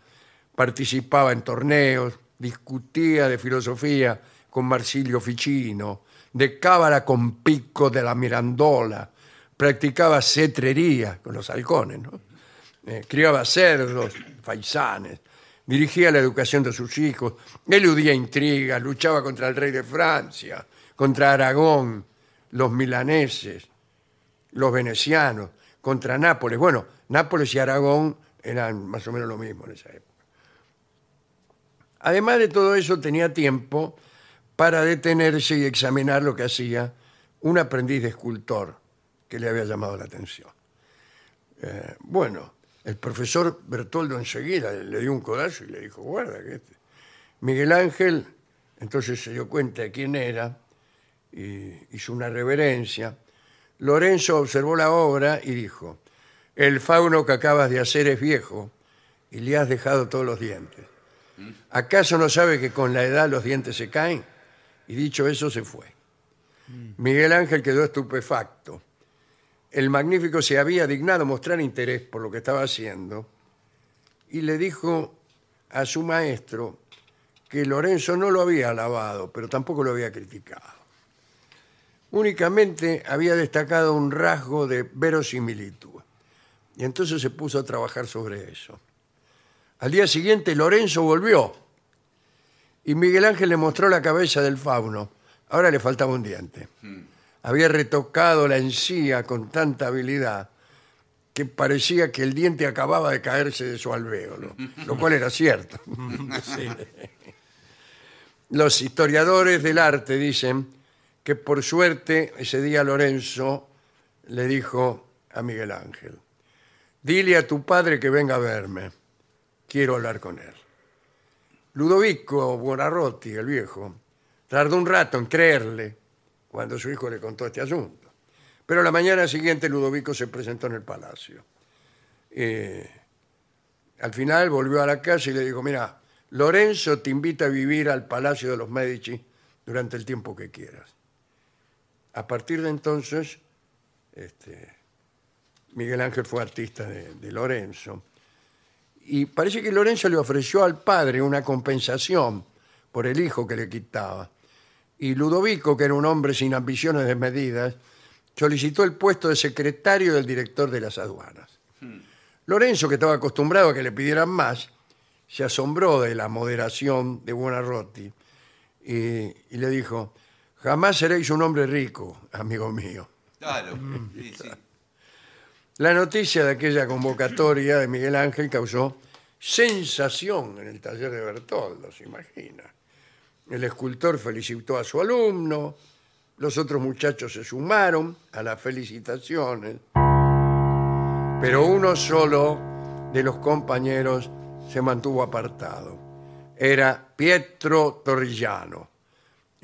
[SPEAKER 1] participaba en torneos, discutía de filosofía con Marsilio Ficino, de cábala con Pico de la Mirandola, practicaba cetrería con los halcones, ¿no? Eh, criaba cerdos, faisanes, dirigía la educación de sus hijos, eludía intrigas, luchaba contra el rey de Francia, contra Aragón, los milaneses los venecianos contra Nápoles. Bueno, Nápoles y Aragón eran más o menos lo mismo en esa época. Además de todo eso, tenía tiempo para detenerse y examinar lo que hacía un aprendiz de escultor que le había llamado la atención. Eh, bueno, el profesor Bertoldo enseguida le dio un codazo y le dijo, guarda que este. Miguel Ángel entonces se dio cuenta de quién era y hizo una reverencia. Lorenzo observó la obra y dijo, el fauno que acabas de hacer es viejo y le has dejado todos los dientes. ¿Acaso no sabe que con la edad los dientes se caen? Y dicho eso se fue. Miguel Ángel quedó estupefacto. El magnífico se había dignado mostrar interés por lo que estaba haciendo y le dijo a su maestro que Lorenzo no lo había alabado, pero tampoco lo había criticado únicamente había destacado un rasgo de verosimilitud. Y entonces se puso a trabajar sobre eso. Al día siguiente Lorenzo volvió y Miguel Ángel le mostró la cabeza del fauno. Ahora le faltaba un diente. Había retocado la encía con tanta habilidad que parecía que el diente acababa de caerse de su alvéolo, lo cual era cierto.
[SPEAKER 3] Sí.
[SPEAKER 1] Los historiadores del arte dicen que por suerte ese día Lorenzo le dijo a Miguel Ángel, dile a tu padre que venga a verme, quiero hablar con él. Ludovico Buonarroti, el viejo, tardó un rato en creerle cuando su hijo le contó este asunto. Pero la mañana siguiente Ludovico se presentó en el palacio. Eh, al final volvió a la casa y le dijo, mira, Lorenzo te invita a vivir al Palacio de los Medici durante el tiempo que quieras. A partir de entonces, este, Miguel Ángel fue artista de, de Lorenzo. Y parece que Lorenzo le ofreció al padre una compensación por el hijo que le quitaba. Y Ludovico, que era un hombre sin ambiciones desmedidas, solicitó el puesto de secretario del director de las aduanas. Lorenzo, que estaba acostumbrado a que le pidieran más, se asombró de la moderación de Buonarroti y, y le dijo, jamás seréis un hombre rico, amigo mío.
[SPEAKER 2] Claro.
[SPEAKER 1] Mm,
[SPEAKER 2] Sí, sí.
[SPEAKER 1] La noticia de aquella convocatoria de Miguel Ángel causó sensación en el taller de Bertoldo, se imagina. El escultor felicitó a su alumno, los otros muchachos se sumaron a las felicitaciones, pero uno solo de los compañeros se mantuvo apartado. Era Pietro Torrigiano,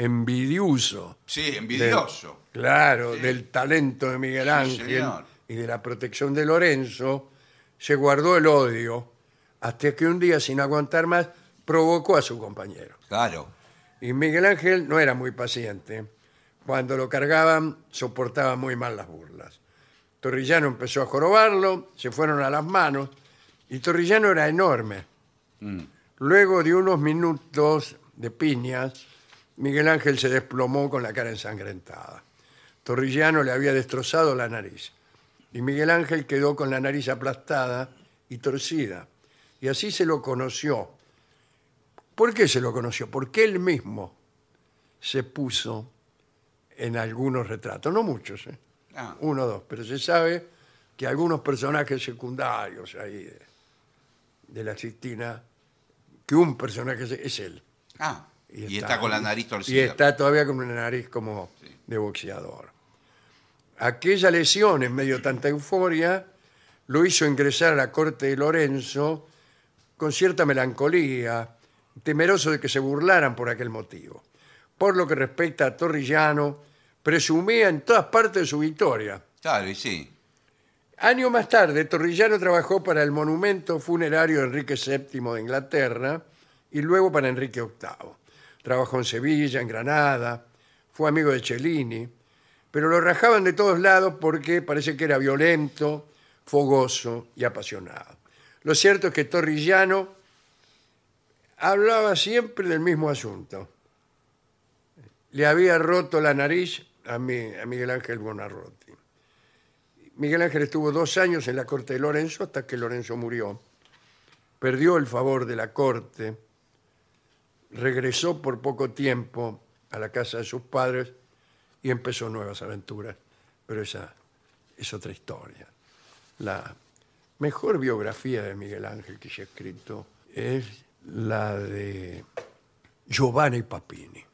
[SPEAKER 1] envidioso.
[SPEAKER 2] Sí,
[SPEAKER 1] del-
[SPEAKER 2] envidioso.
[SPEAKER 1] claro, del talento de Miguel Ángel
[SPEAKER 2] señor.
[SPEAKER 1] y de la protección de Lorenzo, se guardó el odio hasta que un día, sin aguantar más, provocó a su compañero.
[SPEAKER 2] Claro.
[SPEAKER 1] Y Miguel Ángel no era muy paciente. Cuando lo cargaban, soportaba muy mal las burlas. Torrillano empezó a jorobarlo, se fueron a las manos, y Torrillano era enorme. Luego de unos minutos de piñas, Miguel Ángel se desplomó con la cara ensangrentada. Torrillano le había destrozado la nariz, y Miguel Ángel quedó con la nariz aplastada y torcida. Y así se lo conoció. ¿Por qué se lo conoció? Porque él mismo se puso en algunos retratos, no muchos, ¿eh?
[SPEAKER 2] Ah.
[SPEAKER 1] uno o dos, pero se sabe que algunos personajes secundarios ahí de, de la Sistina, que un personaje se- es él.
[SPEAKER 2] Ah, y, está, con la nariz torcida.
[SPEAKER 1] Y está todavía con una nariz como de boxeador. Aquella lesión, en medio de tanta euforia, lo hizo ingresar a la corte de Lorenzo con cierta melancolía, temeroso de que se burlaran por aquel motivo. Por lo que respecta a Torrillano, presumía en todas partes de su victoria.
[SPEAKER 2] Claro, y sí.
[SPEAKER 1] Años más tarde, Torrillano trabajó para el monumento funerario de Enrique VII de Inglaterra y luego para Enrique VIII. Trabajó en Sevilla, en Granada, fue amigo de Cellini, pero lo rajaban de todos lados porque parece que era violento, fogoso y apasionado. Lo cierto es que Torrillano hablaba siempre del mismo asunto. Le había roto la nariz a, mi- a Miguel Ángel Bonarroti. Miguel Ángel estuvo dos años en la corte de Lorenzo hasta que Lorenzo murió. Perdió el favor de la corte, regresó por poco tiempo a la casa de sus padres y empezó nuevas aventuras. Pero esa es otra historia. La mejor biografía de Miguel Ángel que se ha escrito es la de Giovanni Papini,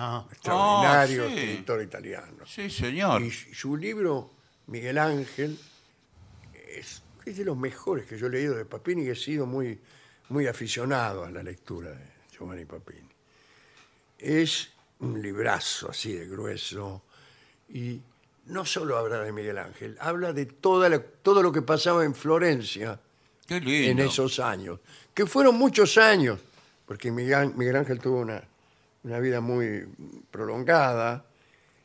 [SPEAKER 3] Ah,
[SPEAKER 1] extraordinario
[SPEAKER 2] sí.
[SPEAKER 1] escritor italiano.
[SPEAKER 2] Sí, señor.
[SPEAKER 1] Y su libro, Miguel Ángel, es, es de los mejores que yo he leído de Papini y he sido muy, muy aficionado a la lectura de Giovanni Papini. Es un librazo así de grueso y no solo habla de Miguel Ángel, habla de toda la- todo lo que pasaba en Florencia
[SPEAKER 2] Qué lindo.
[SPEAKER 1] en esos años, que fueron muchos años, porque Miguel, Án- Miguel Ángel tuvo una, una vida muy prolongada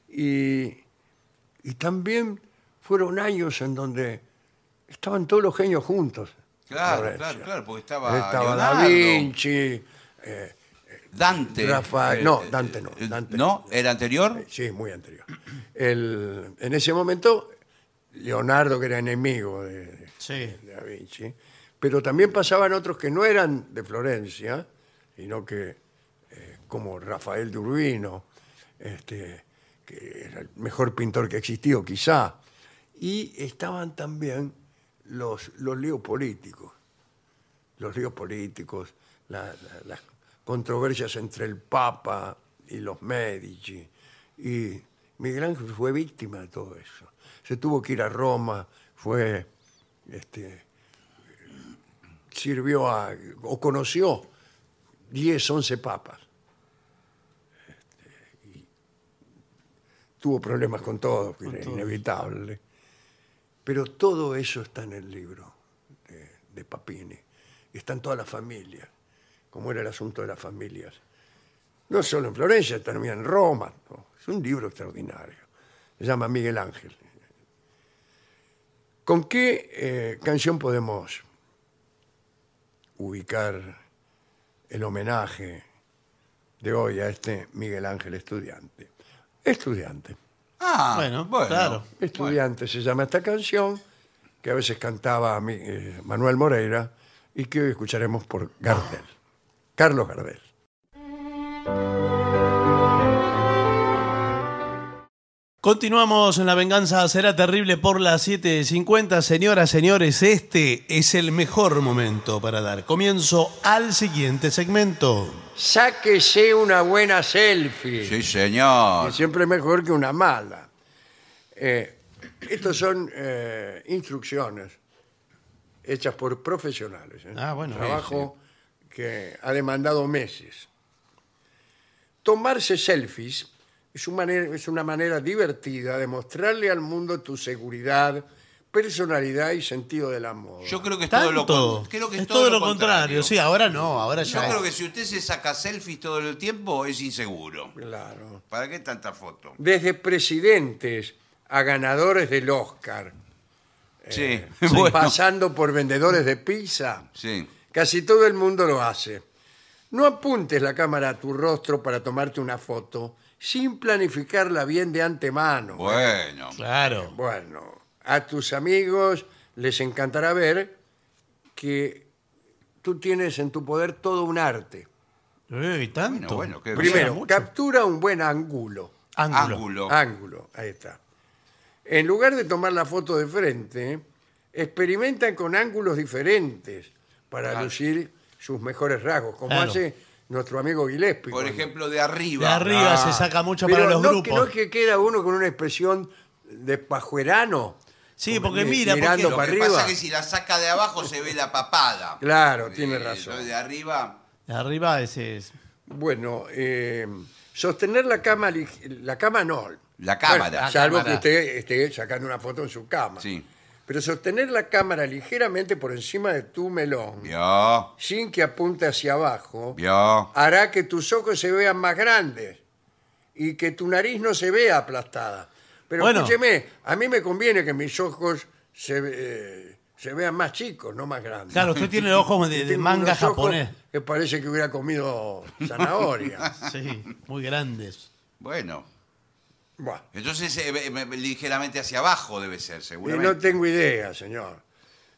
[SPEAKER 1] y, y también fueron años en donde estaban todos los genios juntos. en
[SPEAKER 2] Claro,
[SPEAKER 1] Florencia.
[SPEAKER 2] claro, claro, porque estaba,
[SPEAKER 1] Estaba
[SPEAKER 2] Leonardo,
[SPEAKER 1] Da Vinci, eh,
[SPEAKER 2] Dante.
[SPEAKER 1] Rafael- no, Dante no,
[SPEAKER 2] eh,
[SPEAKER 1] Dante
[SPEAKER 2] ¿No? ¿Era anterior?
[SPEAKER 1] sí, muy anterior. El- en ese momento, Leonardo, que era enemigo de, de-
[SPEAKER 3] sí.
[SPEAKER 1] de Da Vinci, pero también pasaban otros que no eran de Florencia, sino que, eh, como Rafael de Urbino, este, que era el mejor pintor que existió, quizá, y estaban también los, los líos políticos, los líos políticos, la- la- las controversias entre el Papa y los Medici, y Miguel Ángel fue víctima de todo eso. Se tuvo que ir a Roma, fue este, sirvió a, o conoció 10, 11 papas. Este, y tuvo problemas con todos, que era inevitable. Pero todo eso está en el libro de, de Papini. Y está en toda la familia, como era el asunto de las familias. No solo en Florencia, también en Roma. ¿no? Es un libro extraordinario. Se llama Miguel Ángel. ¿Con qué eh, canción podemos ubicar el homenaje de hoy a este Miguel Ángel estudiante? Estudiante.
[SPEAKER 2] Ah,
[SPEAKER 3] Bueno,
[SPEAKER 2] bueno,
[SPEAKER 3] claro.
[SPEAKER 1] Estudiante se llama esta canción que a veces cantaba mi- eh, Manuel Moreira y que hoy escucharemos por Gardel. Carlos Gardel.
[SPEAKER 3] Continuamos en La Venganza Será Terrible por las 7.50. Señoras, señores, este es el mejor momento para dar comienzo al siguiente segmento.
[SPEAKER 1] Sáquese una buena selfie.
[SPEAKER 2] Sí, señor.
[SPEAKER 1] que siempre es mejor que una mala. Eh, Estas son eh, instrucciones hechas por profesionales. ¿eh?
[SPEAKER 3] Ah, bueno,
[SPEAKER 1] Trabajo que ha demandado meses. Tomarse selfies es, un manera- es una manera divertida de mostrarle al mundo tu seguridad, personalidad y sentido del amor.
[SPEAKER 2] Yo creo que es
[SPEAKER 3] Tanto.
[SPEAKER 2] todo lo, con- creo que
[SPEAKER 3] es todo lo contrario. Sí, ahora no, ahora
[SPEAKER 2] Yo
[SPEAKER 3] ya.
[SPEAKER 2] creo que si usted se saca selfies todo el tiempo es inseguro.
[SPEAKER 1] Claro.
[SPEAKER 2] ¿Para qué tanta foto?
[SPEAKER 1] Desde presidentes a ganadores del Oscar, Eh,
[SPEAKER 2] Sí,
[SPEAKER 1] pasando por vendedores de pizza.
[SPEAKER 2] Sí.
[SPEAKER 1] Casi todo el mundo lo hace. No apuntes la cámara a tu rostro para tomarte una foto sin planificarla bien de antemano.
[SPEAKER 2] Bueno.
[SPEAKER 3] Claro.
[SPEAKER 1] Bueno, a tus amigos les encantará ver que tú tienes en tu poder todo un arte.
[SPEAKER 3] Uy, tanto.
[SPEAKER 2] Bueno, bueno, qué bien.
[SPEAKER 3] Funciona
[SPEAKER 1] Primero,
[SPEAKER 3] mucho.
[SPEAKER 1] captura un buen ángulo.
[SPEAKER 3] Ángulo.
[SPEAKER 1] Ah,
[SPEAKER 2] Ángulo.
[SPEAKER 1] Ángulo, ahí está. En lugar de tomar la foto de frente, experimentan con ángulos diferentes para
[SPEAKER 2] Claro.
[SPEAKER 1] lucir sus mejores rasgos, como
[SPEAKER 3] Claro.
[SPEAKER 1] hace nuestro amigo Gillespie.
[SPEAKER 2] Por
[SPEAKER 1] cuando-
[SPEAKER 2] ejemplo, de
[SPEAKER 3] De
[SPEAKER 2] arriba.
[SPEAKER 3] arriba
[SPEAKER 2] Ah,
[SPEAKER 3] se saca mucho
[SPEAKER 1] Pero
[SPEAKER 3] para los
[SPEAKER 1] no, que-
[SPEAKER 3] grupos.
[SPEAKER 1] no es que queda uno con una expresión de pajuerano.
[SPEAKER 3] Sí,
[SPEAKER 1] como
[SPEAKER 3] porque
[SPEAKER 1] mi-
[SPEAKER 3] mira,
[SPEAKER 1] mirando
[SPEAKER 2] Lo
[SPEAKER 1] para
[SPEAKER 2] que pasa
[SPEAKER 1] arriba.
[SPEAKER 2] es que si la saca de abajo se ve la papada.
[SPEAKER 1] Claro, tiene
[SPEAKER 2] Eh,
[SPEAKER 1] razón.
[SPEAKER 2] lo De arriba.
[SPEAKER 3] Arriba ese es.
[SPEAKER 1] Bueno, eh, sostener la cama, lig- la cama no.
[SPEAKER 2] La cámara.
[SPEAKER 1] Bueno,
[SPEAKER 2] La
[SPEAKER 1] salvo
[SPEAKER 3] cámara.
[SPEAKER 1] que usted esté sacando una foto en su cama.
[SPEAKER 2] Sí.
[SPEAKER 1] Pero sostener la cámara ligeramente por encima de tu melón,
[SPEAKER 2] Vio,
[SPEAKER 1] sin que apunte hacia abajo,
[SPEAKER 2] vio.
[SPEAKER 1] hará que tus ojos se vean más grandes y que tu nariz no se vea aplastada. Pero
[SPEAKER 3] Bueno.
[SPEAKER 1] escúcheme, a mí me conviene que mis ojos se, ve- eh, se vean más chicos, no más grandes.
[SPEAKER 3] Claro, usted tiene los ojos de, de
[SPEAKER 1] Tengo
[SPEAKER 3] manga
[SPEAKER 1] unos ojos
[SPEAKER 3] japonés.
[SPEAKER 1] Que parece que hubiera comido zanahoria.
[SPEAKER 3] Sí, muy grandes.
[SPEAKER 2] Bueno.
[SPEAKER 1] Buah.
[SPEAKER 2] Entonces eh, eh, eh, ligeramente hacia abajo debe ser,
[SPEAKER 1] Y no
[SPEAKER 2] seguramente.
[SPEAKER 1] tengo idea, señor.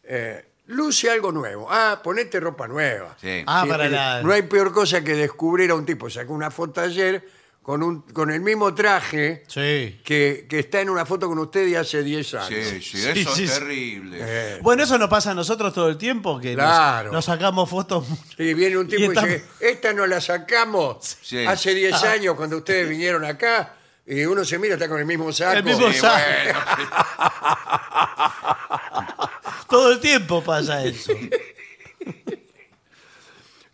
[SPEAKER 1] Eh, luce algo nuevo. Ah, ponete ropa nueva.
[SPEAKER 2] Sí.
[SPEAKER 3] Ah,
[SPEAKER 1] Sí,
[SPEAKER 3] para
[SPEAKER 1] eh,
[SPEAKER 3] la.
[SPEAKER 1] No hay peor cosa que descubrir a un tipo. Sacó una foto ayer con, un, con el mismo traje
[SPEAKER 3] Sí.
[SPEAKER 1] que, que está en una foto con usted de hace 10 años.
[SPEAKER 2] Sí, sí, eso
[SPEAKER 3] Sí, sí,
[SPEAKER 2] es
[SPEAKER 3] sí.
[SPEAKER 2] terrible.
[SPEAKER 1] Eh,
[SPEAKER 3] Bueno, eso nos pasa a nosotros todo el tiempo, que nos-
[SPEAKER 1] Claro.
[SPEAKER 3] nos, sacamos fotos. mucho.
[SPEAKER 1] sí, viene un tipo y,
[SPEAKER 3] Y estamos-
[SPEAKER 1] dice, esta no la sacamos
[SPEAKER 2] Sí.
[SPEAKER 1] hace 10
[SPEAKER 3] Ah.
[SPEAKER 1] años cuando ustedes vinieron acá. Y uno se mira, está con el mismo saco.
[SPEAKER 3] El mismo
[SPEAKER 2] Sí,
[SPEAKER 3] saco.
[SPEAKER 2] bueno.
[SPEAKER 3] Todo el tiempo pasa eso.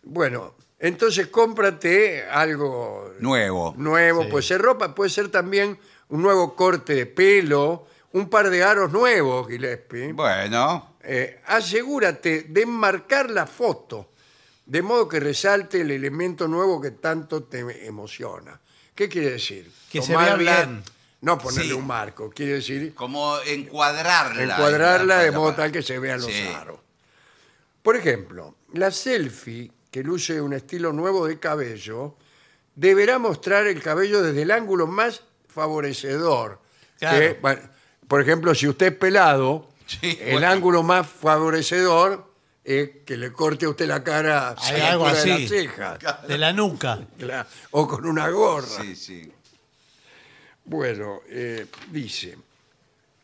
[SPEAKER 1] Bueno, entonces cómprate algo
[SPEAKER 2] Nuevo.
[SPEAKER 1] nuevo,
[SPEAKER 3] Sí.
[SPEAKER 1] puede ser ropa, puede ser también un nuevo corte de pelo, un par de aros nuevos, Gillespie.
[SPEAKER 2] Bueno.
[SPEAKER 1] Eh, asegúrate de marcar la foto, de modo que resalte el elemento nuevo que tanto te emociona. ¿Qué quiere decir?
[SPEAKER 3] Que se
[SPEAKER 1] Tomarla-
[SPEAKER 3] vea bien.
[SPEAKER 1] No ponerle
[SPEAKER 2] Sí.
[SPEAKER 1] un marco, quiere decir
[SPEAKER 2] Como encuadrarla.
[SPEAKER 1] encuadrarla de
[SPEAKER 2] La-
[SPEAKER 1] modo tal que se vean los
[SPEAKER 2] Sí.
[SPEAKER 1] aros. Por ejemplo, la selfie que luce un estilo nuevo de cabello deberá mostrar el cabello desde el ángulo más favorecedor.
[SPEAKER 3] Claro.
[SPEAKER 1] Que, bueno, por ejemplo, si usted es pelado,
[SPEAKER 2] Sí,
[SPEAKER 1] el
[SPEAKER 2] bueno.
[SPEAKER 1] ángulo más favorecedor es que le corte a usted la cara a
[SPEAKER 3] Sí,
[SPEAKER 1] la
[SPEAKER 3] algo
[SPEAKER 1] altura de
[SPEAKER 3] así.
[SPEAKER 1] las cejas.
[SPEAKER 3] De la nuca.
[SPEAKER 1] Claro, O con una gorra.
[SPEAKER 2] Sí, sí.
[SPEAKER 1] Bueno, eh, dice,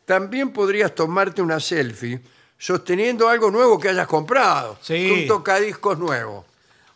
[SPEAKER 1] también podrías tomarte una selfie sosteniendo algo nuevo que hayas comprado.
[SPEAKER 3] Sí.
[SPEAKER 1] Un tocadiscos nuevo.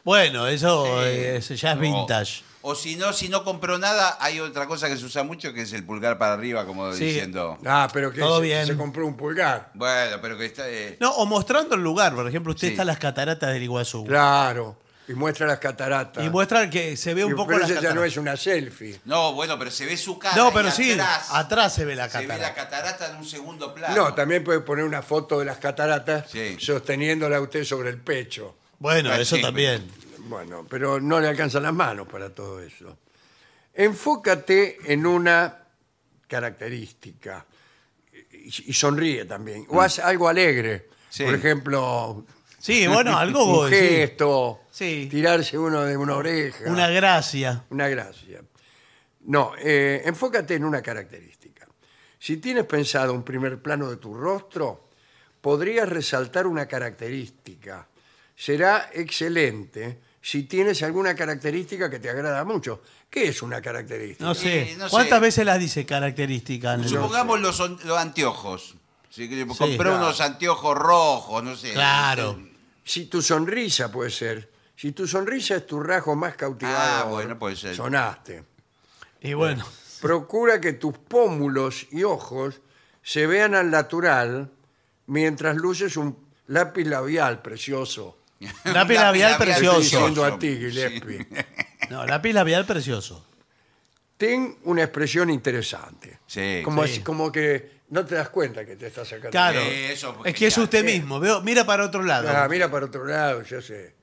[SPEAKER 3] Bueno, eso eh, eso ya es
[SPEAKER 2] O-
[SPEAKER 3] vintage.
[SPEAKER 2] O, si no, si no compró nada, hay otra cosa que se usa mucho que es el pulgar para arriba, como
[SPEAKER 3] Sí.
[SPEAKER 2] diciendo.
[SPEAKER 1] Ah, pero que
[SPEAKER 3] Todo
[SPEAKER 1] se,
[SPEAKER 3] bien.
[SPEAKER 1] se compró un pulgar.
[SPEAKER 2] Bueno, pero que está. eh,
[SPEAKER 3] No, o mostrando el lugar. Por ejemplo, usted
[SPEAKER 2] Sí.
[SPEAKER 3] está en las cataratas del Iguazú.
[SPEAKER 1] Claro. Y muestra las cataratas.
[SPEAKER 3] Y muestra que se ve
[SPEAKER 1] Y-
[SPEAKER 3] un poco
[SPEAKER 1] pero
[SPEAKER 3] las
[SPEAKER 1] esa ya
[SPEAKER 3] cataratas.
[SPEAKER 1] no es una selfie.
[SPEAKER 2] no, bueno, pero se ve su cara.
[SPEAKER 3] No,
[SPEAKER 2] y
[SPEAKER 3] pero sí,
[SPEAKER 2] atrás,
[SPEAKER 3] atrás se ve la
[SPEAKER 2] se ve la
[SPEAKER 3] catarata.
[SPEAKER 2] catarata en un segundo plano.
[SPEAKER 1] No, también puede poner una foto de las cataratas
[SPEAKER 2] Sí.
[SPEAKER 1] sosteniéndola usted sobre el pecho.
[SPEAKER 3] Bueno,
[SPEAKER 2] Ah,
[SPEAKER 3] eso
[SPEAKER 2] sí,
[SPEAKER 3] también.
[SPEAKER 1] Bueno, pero no le alcanzan las manos para todo eso. Enfócate en una característica y, y sonríe también. O haz algo alegre.
[SPEAKER 2] Sí.
[SPEAKER 1] Por ejemplo,
[SPEAKER 3] Sí, bueno, algo
[SPEAKER 1] un
[SPEAKER 3] vos decís.
[SPEAKER 1] gesto,
[SPEAKER 3] Sí.
[SPEAKER 1] tirarse uno de una oreja.
[SPEAKER 3] Una gracia.
[SPEAKER 1] Una gracia. No, eh, enfócate en una característica. Si tienes pensado un primer plano de tu rostro, podrías resaltar una característica. Será excelente si tienes alguna característica que te agrada mucho. ¿Qué es una característica?
[SPEAKER 3] No sé.
[SPEAKER 2] Eh, no sé.
[SPEAKER 3] ¿Cuántas veces las dice características? Nelson?
[SPEAKER 2] Supongamos los, on- los anteojos. Si que compró
[SPEAKER 3] claro.
[SPEAKER 2] unos anteojos rojos, no sé.
[SPEAKER 3] Claro.
[SPEAKER 1] Si tu sonrisa puede ser. Si tu sonrisa es tu rasgo más cautivador,
[SPEAKER 2] Ah, bueno, puede ser.
[SPEAKER 1] sonaste.
[SPEAKER 3] Y bueno,
[SPEAKER 1] Procura que tus pómulos y ojos se vean al natural mientras luces un- lápiz labial precioso.
[SPEAKER 3] Lápiz labial
[SPEAKER 1] Estoy
[SPEAKER 3] precioso.
[SPEAKER 1] diciendo a ti, Gillespie.
[SPEAKER 3] No, lápiz labial precioso.
[SPEAKER 1] Ten una expresión interesante.
[SPEAKER 2] Sí,
[SPEAKER 1] como,
[SPEAKER 3] sí.
[SPEAKER 1] si- como que no te das cuenta que te estás sacando.
[SPEAKER 3] Claro.
[SPEAKER 2] Eh, eso fue
[SPEAKER 3] es que es
[SPEAKER 2] genial.
[SPEAKER 3] usted mismo. Veo, mira para otro lado.
[SPEAKER 1] Ah, mira para otro lado, se hace.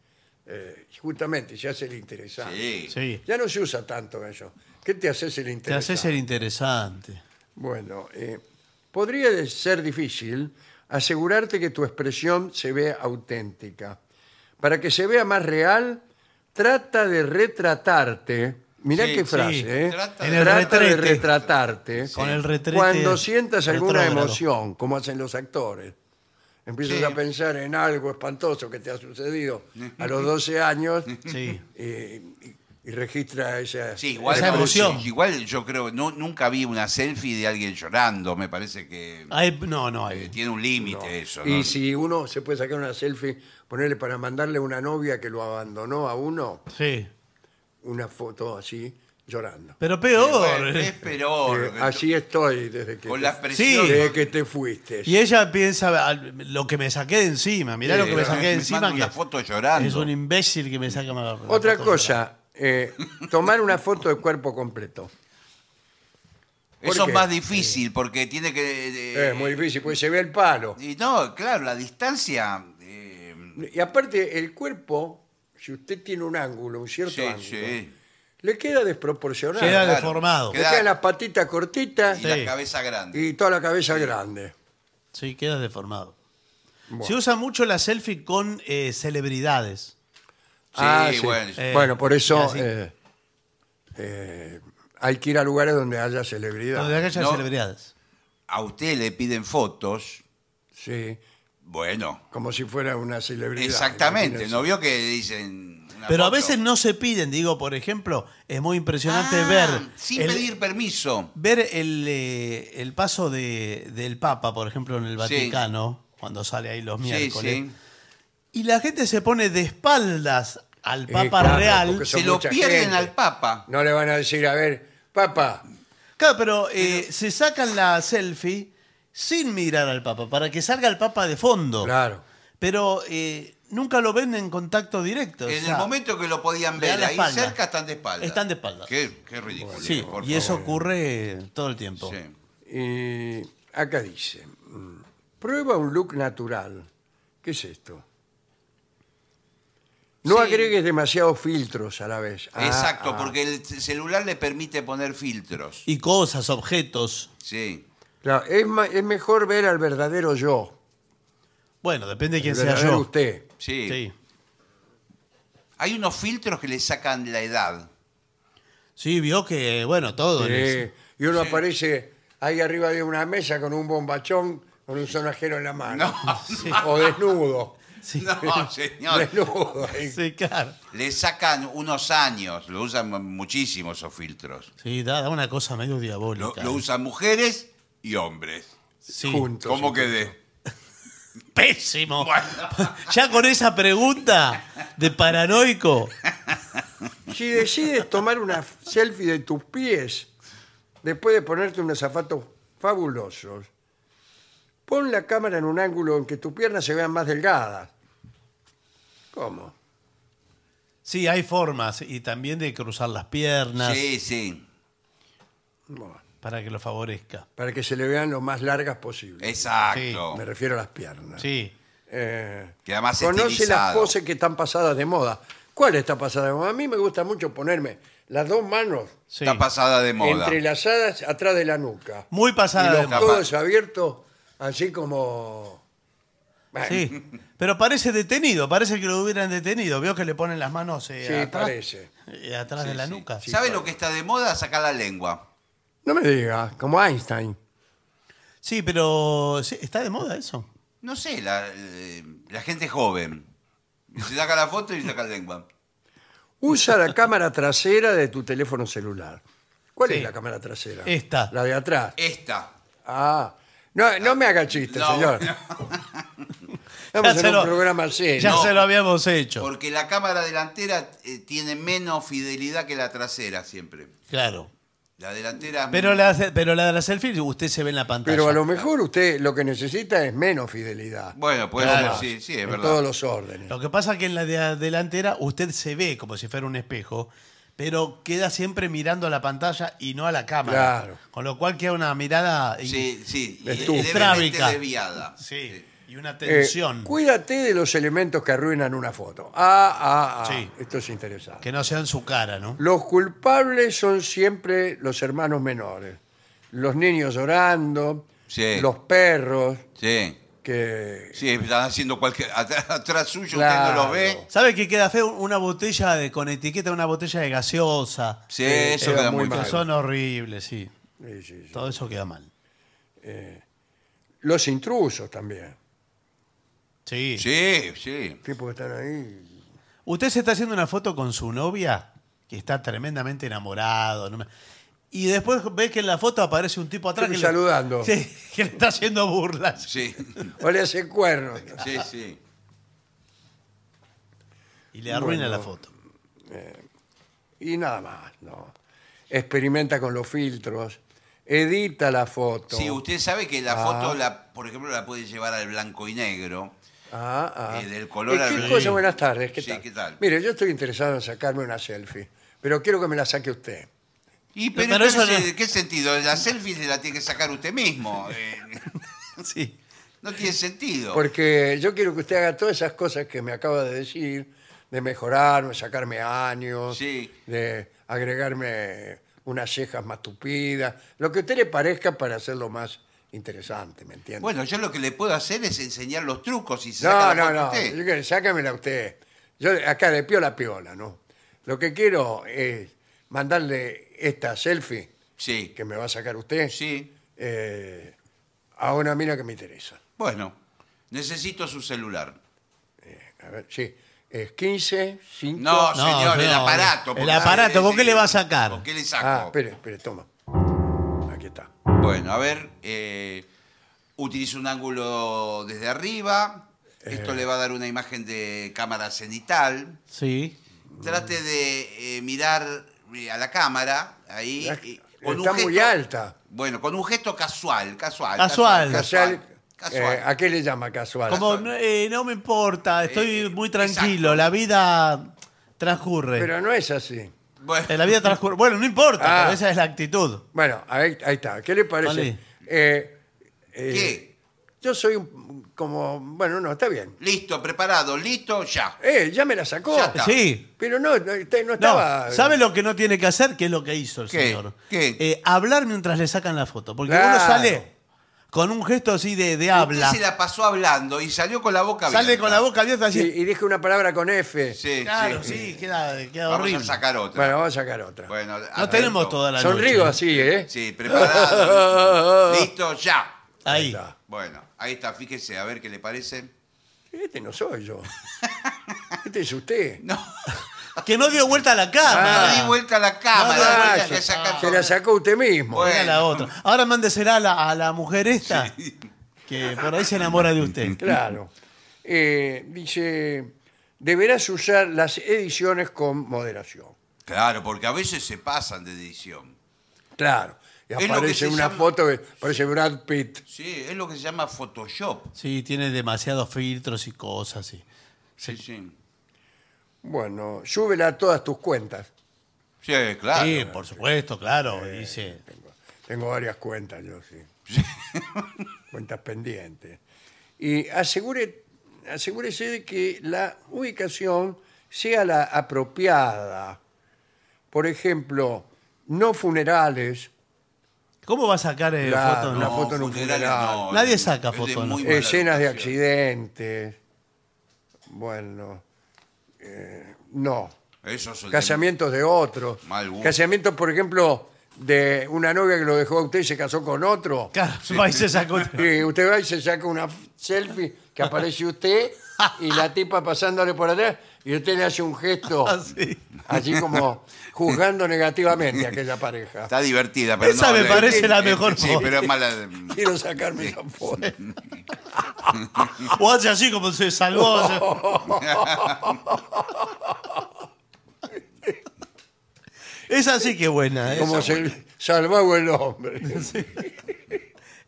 [SPEAKER 1] eh, justamente, se hace el interesante.
[SPEAKER 2] Sí.
[SPEAKER 3] Sí.
[SPEAKER 1] Ya no se usa tanto eso. ¿Qué te haces el
[SPEAKER 3] Te
[SPEAKER 1] interesante?
[SPEAKER 3] haces el interesante.
[SPEAKER 1] Bueno, eh, podría de- ser difícil asegurarte que tu expresión se vea auténtica. Para que se vea más real, trata de retratarte. Mirá
[SPEAKER 2] Sí,
[SPEAKER 1] qué
[SPEAKER 2] sí.
[SPEAKER 1] frase, ¿eh?
[SPEAKER 2] Trata
[SPEAKER 1] Trata,
[SPEAKER 2] En
[SPEAKER 3] el
[SPEAKER 1] de
[SPEAKER 3] retrete.
[SPEAKER 1] retratarte.
[SPEAKER 3] Con el retrete
[SPEAKER 1] Cuando sientas alguna
[SPEAKER 3] retrógrado.
[SPEAKER 1] emoción, como hacen los actores. Empiezas
[SPEAKER 2] Sí.
[SPEAKER 1] a pensar en algo espantoso que te ha sucedido a los 12 años
[SPEAKER 3] Sí.
[SPEAKER 1] y, y- y registra esa,
[SPEAKER 2] Sí, igual,
[SPEAKER 3] Esa emoción.
[SPEAKER 2] igual yo creo, no, nunca vi una selfie de alguien llorando, me parece que
[SPEAKER 3] Ay, no, no hay.
[SPEAKER 2] eh, tiene un límite eso.
[SPEAKER 1] Y
[SPEAKER 2] ¿no?
[SPEAKER 1] si uno se puede sacar una selfie, ponerle para mandarle a una novia que lo abandonó a uno,
[SPEAKER 3] Sí.
[SPEAKER 1] una foto así, llorando.
[SPEAKER 3] Pero
[SPEAKER 2] Eh,
[SPEAKER 3] peor.
[SPEAKER 2] bueno, es peor.
[SPEAKER 1] Eh, así estoy desde que,
[SPEAKER 2] Con
[SPEAKER 1] te,
[SPEAKER 2] la presión.
[SPEAKER 3] Sí.
[SPEAKER 1] desde que te fuiste.
[SPEAKER 3] Y ella piensa al- lo que me saqué de encima. Mirá lo que
[SPEAKER 2] eh,
[SPEAKER 3] me saqué de encima.
[SPEAKER 2] manda
[SPEAKER 3] Que
[SPEAKER 2] una foto llorando.
[SPEAKER 3] Es un imbécil que me saca una- una
[SPEAKER 1] Otra
[SPEAKER 3] foto llorando.
[SPEAKER 1] cosa, eh, tomar una foto de cuerpo completo. ¿Por
[SPEAKER 2] Eso
[SPEAKER 1] qué?
[SPEAKER 2] es más difícil porque tiene que... eh,
[SPEAKER 1] Es muy difícil, porque se ve el palo.
[SPEAKER 2] Y no, claro, la distancia... eh,
[SPEAKER 1] Y aparte, el cuerpo, si usted tiene un ángulo, un cierto
[SPEAKER 2] sí,
[SPEAKER 1] ángulo,
[SPEAKER 2] sí.
[SPEAKER 1] le queda desproporcionado.
[SPEAKER 3] Queda
[SPEAKER 2] Claro.
[SPEAKER 3] deformado.
[SPEAKER 1] Le quedan las patitas cortitas
[SPEAKER 2] Y
[SPEAKER 3] Sí.
[SPEAKER 2] la cabeza grande.
[SPEAKER 1] y toda la cabeza grande.
[SPEAKER 3] Sí, queda deformado.
[SPEAKER 1] Bueno.
[SPEAKER 3] Se usa mucho la selfie con eh, celebridades.
[SPEAKER 1] Ah, sí.
[SPEAKER 2] bueno.
[SPEAKER 3] Eh,
[SPEAKER 1] bueno, por
[SPEAKER 3] y
[SPEAKER 1] eso
[SPEAKER 3] así.
[SPEAKER 1] eh, eh, hay que ir a lugares donde haya celebridad.
[SPEAKER 3] Donde aquellas
[SPEAKER 2] No.
[SPEAKER 3] celebridades.
[SPEAKER 2] A usted le piden fotos,
[SPEAKER 1] Sí,
[SPEAKER 2] bueno,
[SPEAKER 1] como si fuera una celebridad.
[SPEAKER 2] exactamente.
[SPEAKER 1] imagínese.
[SPEAKER 2] ¿No vio que dicen... una
[SPEAKER 3] Pero a
[SPEAKER 2] foto?
[SPEAKER 3] veces no se piden, digo, por ejemplo, es muy impresionante
[SPEAKER 2] Ah,
[SPEAKER 3] ver.
[SPEAKER 2] Sin
[SPEAKER 3] el-
[SPEAKER 2] pedir permiso.
[SPEAKER 3] Ver el, eh, el paso de- del Papa, por ejemplo, en el Vaticano, cuando sale ahí los
[SPEAKER 2] Sí,
[SPEAKER 3] miércoles,
[SPEAKER 2] sí.
[SPEAKER 3] y la gente se pone de espaldas al
[SPEAKER 1] Eh,
[SPEAKER 3] Papa
[SPEAKER 1] claro,
[SPEAKER 3] Real.
[SPEAKER 1] porque son
[SPEAKER 2] Se lo
[SPEAKER 1] mucha
[SPEAKER 2] pierden
[SPEAKER 1] gente.
[SPEAKER 2] al Papa.
[SPEAKER 1] No le van a decir, a ver, papá,
[SPEAKER 3] Claro, pero eh, se sacan la selfie sin mirar al Papa, para que salga el Papa de fondo.
[SPEAKER 1] claro.
[SPEAKER 3] Pero eh, nunca lo ven en contacto directo. o
[SPEAKER 2] en
[SPEAKER 3] sea,
[SPEAKER 2] el momento que lo podían
[SPEAKER 3] le dan
[SPEAKER 2] ver
[SPEAKER 3] la
[SPEAKER 2] ahí
[SPEAKER 3] espalda.
[SPEAKER 2] cerca están de espalda.
[SPEAKER 3] Están de espalda.
[SPEAKER 2] Qué, qué ridículo.
[SPEAKER 3] Sí,
[SPEAKER 2] por
[SPEAKER 3] y eso
[SPEAKER 2] favor.
[SPEAKER 3] ocurre eh, todo el tiempo.
[SPEAKER 2] Sí.
[SPEAKER 1] Y acá dice, mm, prueba un look natural. ¿Qué es esto? No
[SPEAKER 2] Sí.
[SPEAKER 1] agregues demasiados filtros a la vez. Ah,
[SPEAKER 2] Exacto,
[SPEAKER 1] ah.
[SPEAKER 2] porque el c- celular le permite poner filtros.
[SPEAKER 3] Y cosas, objetos.
[SPEAKER 2] Sí.
[SPEAKER 1] Claro, es, ma- es mejor ver al verdadero yo.
[SPEAKER 3] Bueno, depende de quién
[SPEAKER 1] El
[SPEAKER 3] sea
[SPEAKER 1] verdadero
[SPEAKER 3] yo.
[SPEAKER 1] usted.
[SPEAKER 2] Sí.
[SPEAKER 3] Sí.
[SPEAKER 2] Hay unos filtros que le sacan la edad.
[SPEAKER 3] Sí, vio que, bueno, todo. en
[SPEAKER 1] Sí,
[SPEAKER 3] eso.
[SPEAKER 1] Y uno aparece ahí arriba de una mesa con un bombachón, con un sonajero en la mano. O desnudo.
[SPEAKER 3] Sí.
[SPEAKER 2] No, señor.
[SPEAKER 1] Desnudo. ahí.
[SPEAKER 3] Sí, claro.
[SPEAKER 2] Le sacan unos años. Lo usan muchísimo esos filtros.
[SPEAKER 3] Sí, da, da una cosa medio
[SPEAKER 2] Lo,
[SPEAKER 3] diabólica. ¿eh?
[SPEAKER 2] lo usan mujeres y hombres.
[SPEAKER 3] Sí.
[SPEAKER 1] juntos.
[SPEAKER 2] ¿Cómo
[SPEAKER 1] entonces.
[SPEAKER 2] quedé?
[SPEAKER 3] Pésimo. ya con esa pregunta de paranoico.
[SPEAKER 1] Si decides tomar una selfie de tus pies, después de ponerte unos zapatos fabulosos, pon la cámara en un ángulo en que tus piernas se vean más delgadas. ¿Cómo?
[SPEAKER 3] Sí, hay formas. Y también de cruzar las piernas
[SPEAKER 2] Sí, sí.
[SPEAKER 1] Bueno,
[SPEAKER 3] para que lo favorezca.
[SPEAKER 1] para que se le vean lo más largas
[SPEAKER 2] Eh,
[SPEAKER 1] posible.
[SPEAKER 2] Exacto.
[SPEAKER 1] Me refiero a las piernas.
[SPEAKER 3] Sí.
[SPEAKER 1] Eh,
[SPEAKER 2] Queda más
[SPEAKER 1] Conoce las
[SPEAKER 2] estilizado.
[SPEAKER 1] poses que están pasadas de moda. ¿Cuál está pasada de moda? A mí me gusta mucho ponerme las dos manos
[SPEAKER 3] sí.
[SPEAKER 2] Está pasada de moda.
[SPEAKER 1] entrelazadas atrás de la nuca.
[SPEAKER 3] Muy pasada de
[SPEAKER 1] Los
[SPEAKER 3] moda.
[SPEAKER 2] capaz.
[SPEAKER 1] codos abiertos, así como... Bueno,
[SPEAKER 3] Sí. Pero parece detenido, parece que lo hubieran detenido. Veo que le ponen las manos eh,
[SPEAKER 1] sí,
[SPEAKER 3] atrás,
[SPEAKER 1] parece.
[SPEAKER 3] eh, atrás de la nuca.
[SPEAKER 2] ¿Sabe lo que está de moda? Sacar la lengua.
[SPEAKER 1] No me digas, como Einstein.
[SPEAKER 3] Sí, pero sí, está de moda eso.
[SPEAKER 2] No sé, la, eh, la gente joven. Se saca la foto y saca la lengua.
[SPEAKER 1] Usa la cámara trasera de tu teléfono celular. ¿Cuál
[SPEAKER 3] Sí.
[SPEAKER 1] es la cámara trasera?
[SPEAKER 3] Esta.
[SPEAKER 1] La de atrás.
[SPEAKER 2] Esta.
[SPEAKER 1] Ah. No, no me haga chiste,
[SPEAKER 2] No,
[SPEAKER 1] señor. Estamos pues en un programa serio.
[SPEAKER 3] ya
[SPEAKER 2] No.
[SPEAKER 3] se lo habíamos hecho.
[SPEAKER 2] Porque la cámara delantera eh, tiene menos fidelidad que la trasera siempre.
[SPEAKER 3] Claro.
[SPEAKER 2] La delantera. es
[SPEAKER 3] Pero
[SPEAKER 2] muy-
[SPEAKER 3] la, pero la de la selfie, usted se ve en la pantalla.
[SPEAKER 1] Pero a lo mejor usted lo que necesita es menos fidelidad.
[SPEAKER 2] Bueno, pues
[SPEAKER 3] Claro.
[SPEAKER 2] sí, sí, es
[SPEAKER 1] en
[SPEAKER 2] verdad.
[SPEAKER 1] todos los órdenes.
[SPEAKER 3] Lo que pasa es que en la de- delantera usted se ve como si fuera un espejo, pero queda siempre mirando a la pantalla y no a la cámara.
[SPEAKER 1] Claro.
[SPEAKER 3] Con lo cual queda una mirada y-
[SPEAKER 2] Sí, sí.
[SPEAKER 1] Es
[SPEAKER 2] y-
[SPEAKER 1] tú.
[SPEAKER 2] levemente
[SPEAKER 3] Trábica.
[SPEAKER 2] desviada.
[SPEAKER 3] sí, y una
[SPEAKER 1] Eh,
[SPEAKER 3] tensión.
[SPEAKER 1] cuídate de los elementos que arruinan una foto. Ah, ah, ah.
[SPEAKER 3] Sí.
[SPEAKER 1] Esto es interesante.
[SPEAKER 3] que no sea en su cara, ¿no?
[SPEAKER 1] Los culpables son siempre los hermanos menores. Los niños llorando,
[SPEAKER 2] Sí.
[SPEAKER 1] los perros
[SPEAKER 2] Sí.
[SPEAKER 1] que...
[SPEAKER 2] Sí, están haciendo cualquier. Atrás, atrás suyo usted
[SPEAKER 1] Claro.
[SPEAKER 2] no los ve.
[SPEAKER 3] ¿Sabe qué queda feo? Una botella de, con etiqueta, una botella de gaseosa.
[SPEAKER 2] Sí,
[SPEAKER 1] Eh,
[SPEAKER 2] eso
[SPEAKER 1] queda
[SPEAKER 2] queda
[SPEAKER 1] muy
[SPEAKER 2] muy
[SPEAKER 1] mal.
[SPEAKER 2] mal.
[SPEAKER 3] Que son horribles, sí.
[SPEAKER 1] Sí, sí, sí.
[SPEAKER 3] Todo eso queda mal.
[SPEAKER 1] Los intrusos también.
[SPEAKER 3] Sí.
[SPEAKER 2] Sí, sí.
[SPEAKER 1] Tipos que están ahí.
[SPEAKER 3] Usted se está haciendo una foto con su novia, que está tremendamente enamorado. no me- Y después ve que en la foto aparece un tipo atrás
[SPEAKER 1] Sí,
[SPEAKER 3] que le-
[SPEAKER 1] saludando.
[SPEAKER 3] Sí, que le está haciendo burlas.
[SPEAKER 2] Sí,
[SPEAKER 1] O le hacen cuernos.
[SPEAKER 2] sí, sí.
[SPEAKER 3] Y le arruina
[SPEAKER 1] Bueno.
[SPEAKER 3] la foto.
[SPEAKER 1] Y nada más, ¿no? Experimenta con los filtros. Edita la foto.
[SPEAKER 2] Sí, usted sabe que la
[SPEAKER 3] Ah.
[SPEAKER 2] foto, la, por ejemplo, la puede llevar al blanco y negro.
[SPEAKER 1] Ah, ah.
[SPEAKER 2] Eh, del color
[SPEAKER 1] Eh, ¿Qué
[SPEAKER 2] al-
[SPEAKER 1] cosa? Buenas tardes. ¿qué,
[SPEAKER 2] Sí,
[SPEAKER 1] tal?
[SPEAKER 2] ¿qué tal?
[SPEAKER 1] Mire, yo estoy interesado en sacarme una selfie, pero quiero que me la saque usted.
[SPEAKER 2] Y
[SPEAKER 3] Pero
[SPEAKER 2] pero,
[SPEAKER 3] eso
[SPEAKER 2] entonces,
[SPEAKER 3] no-
[SPEAKER 2] ¿de qué sentido? La selfie se la tiene que sacar usted mismo. Eh,
[SPEAKER 3] Sí.
[SPEAKER 2] no tiene sentido.
[SPEAKER 1] Porque yo quiero que usted haga todas esas cosas que me acaba de decir, de mejorarme, sacarme años,
[SPEAKER 2] Sí.
[SPEAKER 1] de agregarme unas cejas más tupidas, lo que a usted le parezca para hacerlo más interesante, ¿me entiende?
[SPEAKER 2] Bueno, yo lo que le puedo hacer es enseñar los trucos y se
[SPEAKER 1] no,
[SPEAKER 2] saca la
[SPEAKER 1] no,
[SPEAKER 2] foto
[SPEAKER 1] no,
[SPEAKER 2] usted.
[SPEAKER 1] yo quiero- sácamela usted. Yo acá de piola a piola, ¿no? Lo que quiero es mandarle esta selfie
[SPEAKER 2] Sí,
[SPEAKER 1] que me va a sacar usted
[SPEAKER 2] sí.
[SPEAKER 1] eh, a una mina que me interesa.
[SPEAKER 2] Bueno, necesito su celular.
[SPEAKER 1] A ver, sí. Es 15, 5.
[SPEAKER 2] No,
[SPEAKER 3] No,
[SPEAKER 2] señor, el
[SPEAKER 3] no,
[SPEAKER 2] aparato.
[SPEAKER 3] el
[SPEAKER 2] porque-
[SPEAKER 3] aparato, ¿con qué le va a sacar?
[SPEAKER 2] ¿Con qué le
[SPEAKER 1] Ah,
[SPEAKER 2] saco?
[SPEAKER 1] espere, espere, toma. Aquí está.
[SPEAKER 2] Bueno, a ver, eh, utilizo un ángulo desde arriba.
[SPEAKER 3] Eh.
[SPEAKER 2] Esto le va a dar una imagen de cámara cenital.
[SPEAKER 3] Sí.
[SPEAKER 2] Trate de eh, mirar eh, a la cámara ahí.
[SPEAKER 1] Ya-
[SPEAKER 2] y-
[SPEAKER 1] está muy alta.
[SPEAKER 2] Bueno, con un gesto casual, casual.
[SPEAKER 3] Casual.
[SPEAKER 1] Casual,
[SPEAKER 2] casual.
[SPEAKER 1] eh, ¿A qué le llama casual?
[SPEAKER 3] Como no, eh, no me importa, estoy
[SPEAKER 2] Eh,
[SPEAKER 3] muy
[SPEAKER 2] exacto.
[SPEAKER 3] tranquilo, la vida transcurre.
[SPEAKER 1] Pero no es así.
[SPEAKER 2] Bueno,
[SPEAKER 3] Eh, La vida transcurre. Bueno, no importa,
[SPEAKER 1] Ah.
[SPEAKER 3] pero esa es la actitud.
[SPEAKER 1] Bueno, ahí, ahí está. ¿Qué le parece?
[SPEAKER 3] Vale.
[SPEAKER 1] Eh, eh,
[SPEAKER 2] ¿Qué?
[SPEAKER 1] Yo soy un- como. Bueno, no, está bien.
[SPEAKER 2] Listo, preparado, listo, ya.
[SPEAKER 1] Eh, ya me la sacó.
[SPEAKER 2] Ya está.
[SPEAKER 3] Sí.
[SPEAKER 1] Pero no, no, está- no
[SPEAKER 3] No,
[SPEAKER 1] estaba.
[SPEAKER 3] ¿sabe lo que no tiene que hacer? ¿Qué es lo que hizo el
[SPEAKER 2] ¿Qué?
[SPEAKER 3] señor?
[SPEAKER 2] ¿Qué?
[SPEAKER 3] Eh, hablar mientras le sacan la foto. Porque
[SPEAKER 1] Claro.
[SPEAKER 3] uno sale con un gesto así de, de habla.
[SPEAKER 2] Usted se la pasó hablando y salió con la boca abierta.
[SPEAKER 3] Sale con la boca abierta
[SPEAKER 1] Y,
[SPEAKER 3] así.
[SPEAKER 1] y dije una palabra con F.
[SPEAKER 2] Sí,
[SPEAKER 3] claro, sí,
[SPEAKER 2] sí.
[SPEAKER 3] queda, queda
[SPEAKER 2] Vamos
[SPEAKER 3] horrible.
[SPEAKER 2] a sacar otra.
[SPEAKER 1] Bueno, vamos a sacar otra.
[SPEAKER 2] Bueno,
[SPEAKER 3] no
[SPEAKER 2] adentro.
[SPEAKER 3] tenemos toda la
[SPEAKER 1] Sonrío
[SPEAKER 3] noche.
[SPEAKER 1] así, ¿eh?
[SPEAKER 2] Sí, preparado. listo, ya.
[SPEAKER 3] Ahí.
[SPEAKER 1] está.
[SPEAKER 2] Bueno, ahí está, fíjese, a ver qué le parece.
[SPEAKER 1] Este no soy yo. Este es usted.
[SPEAKER 2] No,
[SPEAKER 3] Que no dio vuelta a la cámara.
[SPEAKER 2] Ah, no di vuelta a la cámara.
[SPEAKER 3] No, no,
[SPEAKER 2] la vuelta
[SPEAKER 1] Ah, se,
[SPEAKER 2] que saca
[SPEAKER 1] se
[SPEAKER 2] todo.
[SPEAKER 1] la sacó usted mismo.
[SPEAKER 2] Bueno.
[SPEAKER 3] Era la otra. Ahora mándesela a la, a la mujer esta, que por ahí se enamora de usted.
[SPEAKER 1] Claro. Eh, dice, deberás usar las ediciones con moderación.
[SPEAKER 2] Claro, porque a veces se pasan de edición.
[SPEAKER 1] Claro. Y
[SPEAKER 2] Es lo que
[SPEAKER 1] aparece
[SPEAKER 2] se
[SPEAKER 1] una
[SPEAKER 2] llama-
[SPEAKER 1] foto que parece Brad Pitt.
[SPEAKER 2] Sí, es lo que se llama Photoshop.
[SPEAKER 3] Sí, tiene demasiados filtros y cosas. Sí.
[SPEAKER 2] Sí, sí.
[SPEAKER 1] Bueno, súbela a todas tus cuentas.
[SPEAKER 2] Sí, claro.
[SPEAKER 3] Sí, por supuesto, claro. Dice.
[SPEAKER 1] Tengo varias cuentas yo, sí. cuentas pendientes. Y asegure, asegúrese de que la ubicación sea la apropiada. Por ejemplo, no funerales,
[SPEAKER 3] ¿Cómo va a sacar eh,
[SPEAKER 1] Claro,
[SPEAKER 3] fotos?
[SPEAKER 1] la
[SPEAKER 3] No.
[SPEAKER 1] foto en un
[SPEAKER 2] funerales
[SPEAKER 1] funeral.
[SPEAKER 3] Nadie
[SPEAKER 2] es-
[SPEAKER 3] saca
[SPEAKER 2] es de
[SPEAKER 3] fotos,
[SPEAKER 2] muy
[SPEAKER 3] ¿no?
[SPEAKER 2] mala
[SPEAKER 1] escenas de
[SPEAKER 2] educación.
[SPEAKER 1] accidentes. Bueno, eh, no.
[SPEAKER 2] Eso es el de-
[SPEAKER 1] Casamientos de otros.
[SPEAKER 2] Mal gusto.
[SPEAKER 1] Casamientos, por ejemplo, de una novia que lo dejó a usted y se casó con otro.
[SPEAKER 3] Claro, va y se sacó.
[SPEAKER 1] Y usted va y se saca una f- selfie que aparece usted y la tipa pasándole por atrás y usted le hace un gesto
[SPEAKER 3] Así.
[SPEAKER 1] así como juzgando negativamente a aquella pareja.
[SPEAKER 2] Está divertida, pero
[SPEAKER 3] Esa
[SPEAKER 2] no,
[SPEAKER 3] me parece la
[SPEAKER 2] eh,
[SPEAKER 3] mejor
[SPEAKER 2] Sí,
[SPEAKER 3] foto.
[SPEAKER 2] pero es mala.
[SPEAKER 1] Quiero sacarme esa foto.
[SPEAKER 3] O hace así como se salvó. o sea. Esa sí que es buena. Esa,
[SPEAKER 1] Como se salvaba el hombre.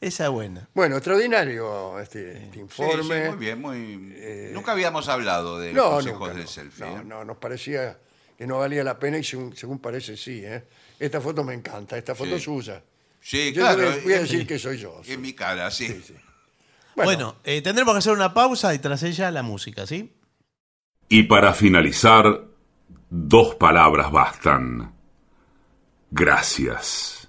[SPEAKER 3] esa es buena.
[SPEAKER 1] Bueno, extraordinario este, este
[SPEAKER 2] Sí,
[SPEAKER 1] informe. Eh,
[SPEAKER 2] sí, muy bien, muy. Nunca habíamos hablado de los
[SPEAKER 1] No,
[SPEAKER 2] consejos
[SPEAKER 1] nunca,
[SPEAKER 2] del
[SPEAKER 1] no.
[SPEAKER 2] selfie.
[SPEAKER 1] No,
[SPEAKER 2] ¿eh?
[SPEAKER 1] no, nos parecía que no valía la pena y según, según parece sí. ¿eh? Esta foto me encanta, esta foto
[SPEAKER 2] Sí.
[SPEAKER 1] es suya.
[SPEAKER 2] Sí,
[SPEAKER 1] Yo
[SPEAKER 2] claro.
[SPEAKER 1] le voy a
[SPEAKER 2] en
[SPEAKER 1] decir
[SPEAKER 2] mi-
[SPEAKER 1] que soy yo. sí.
[SPEAKER 2] En mi cara, sí.
[SPEAKER 3] Bueno,
[SPEAKER 1] Bueno.
[SPEAKER 3] eh, tendremos que hacer una pausa y tras ella la música, ¿sí?
[SPEAKER 4] Y para finalizar, dos palabras bastan. Gracias.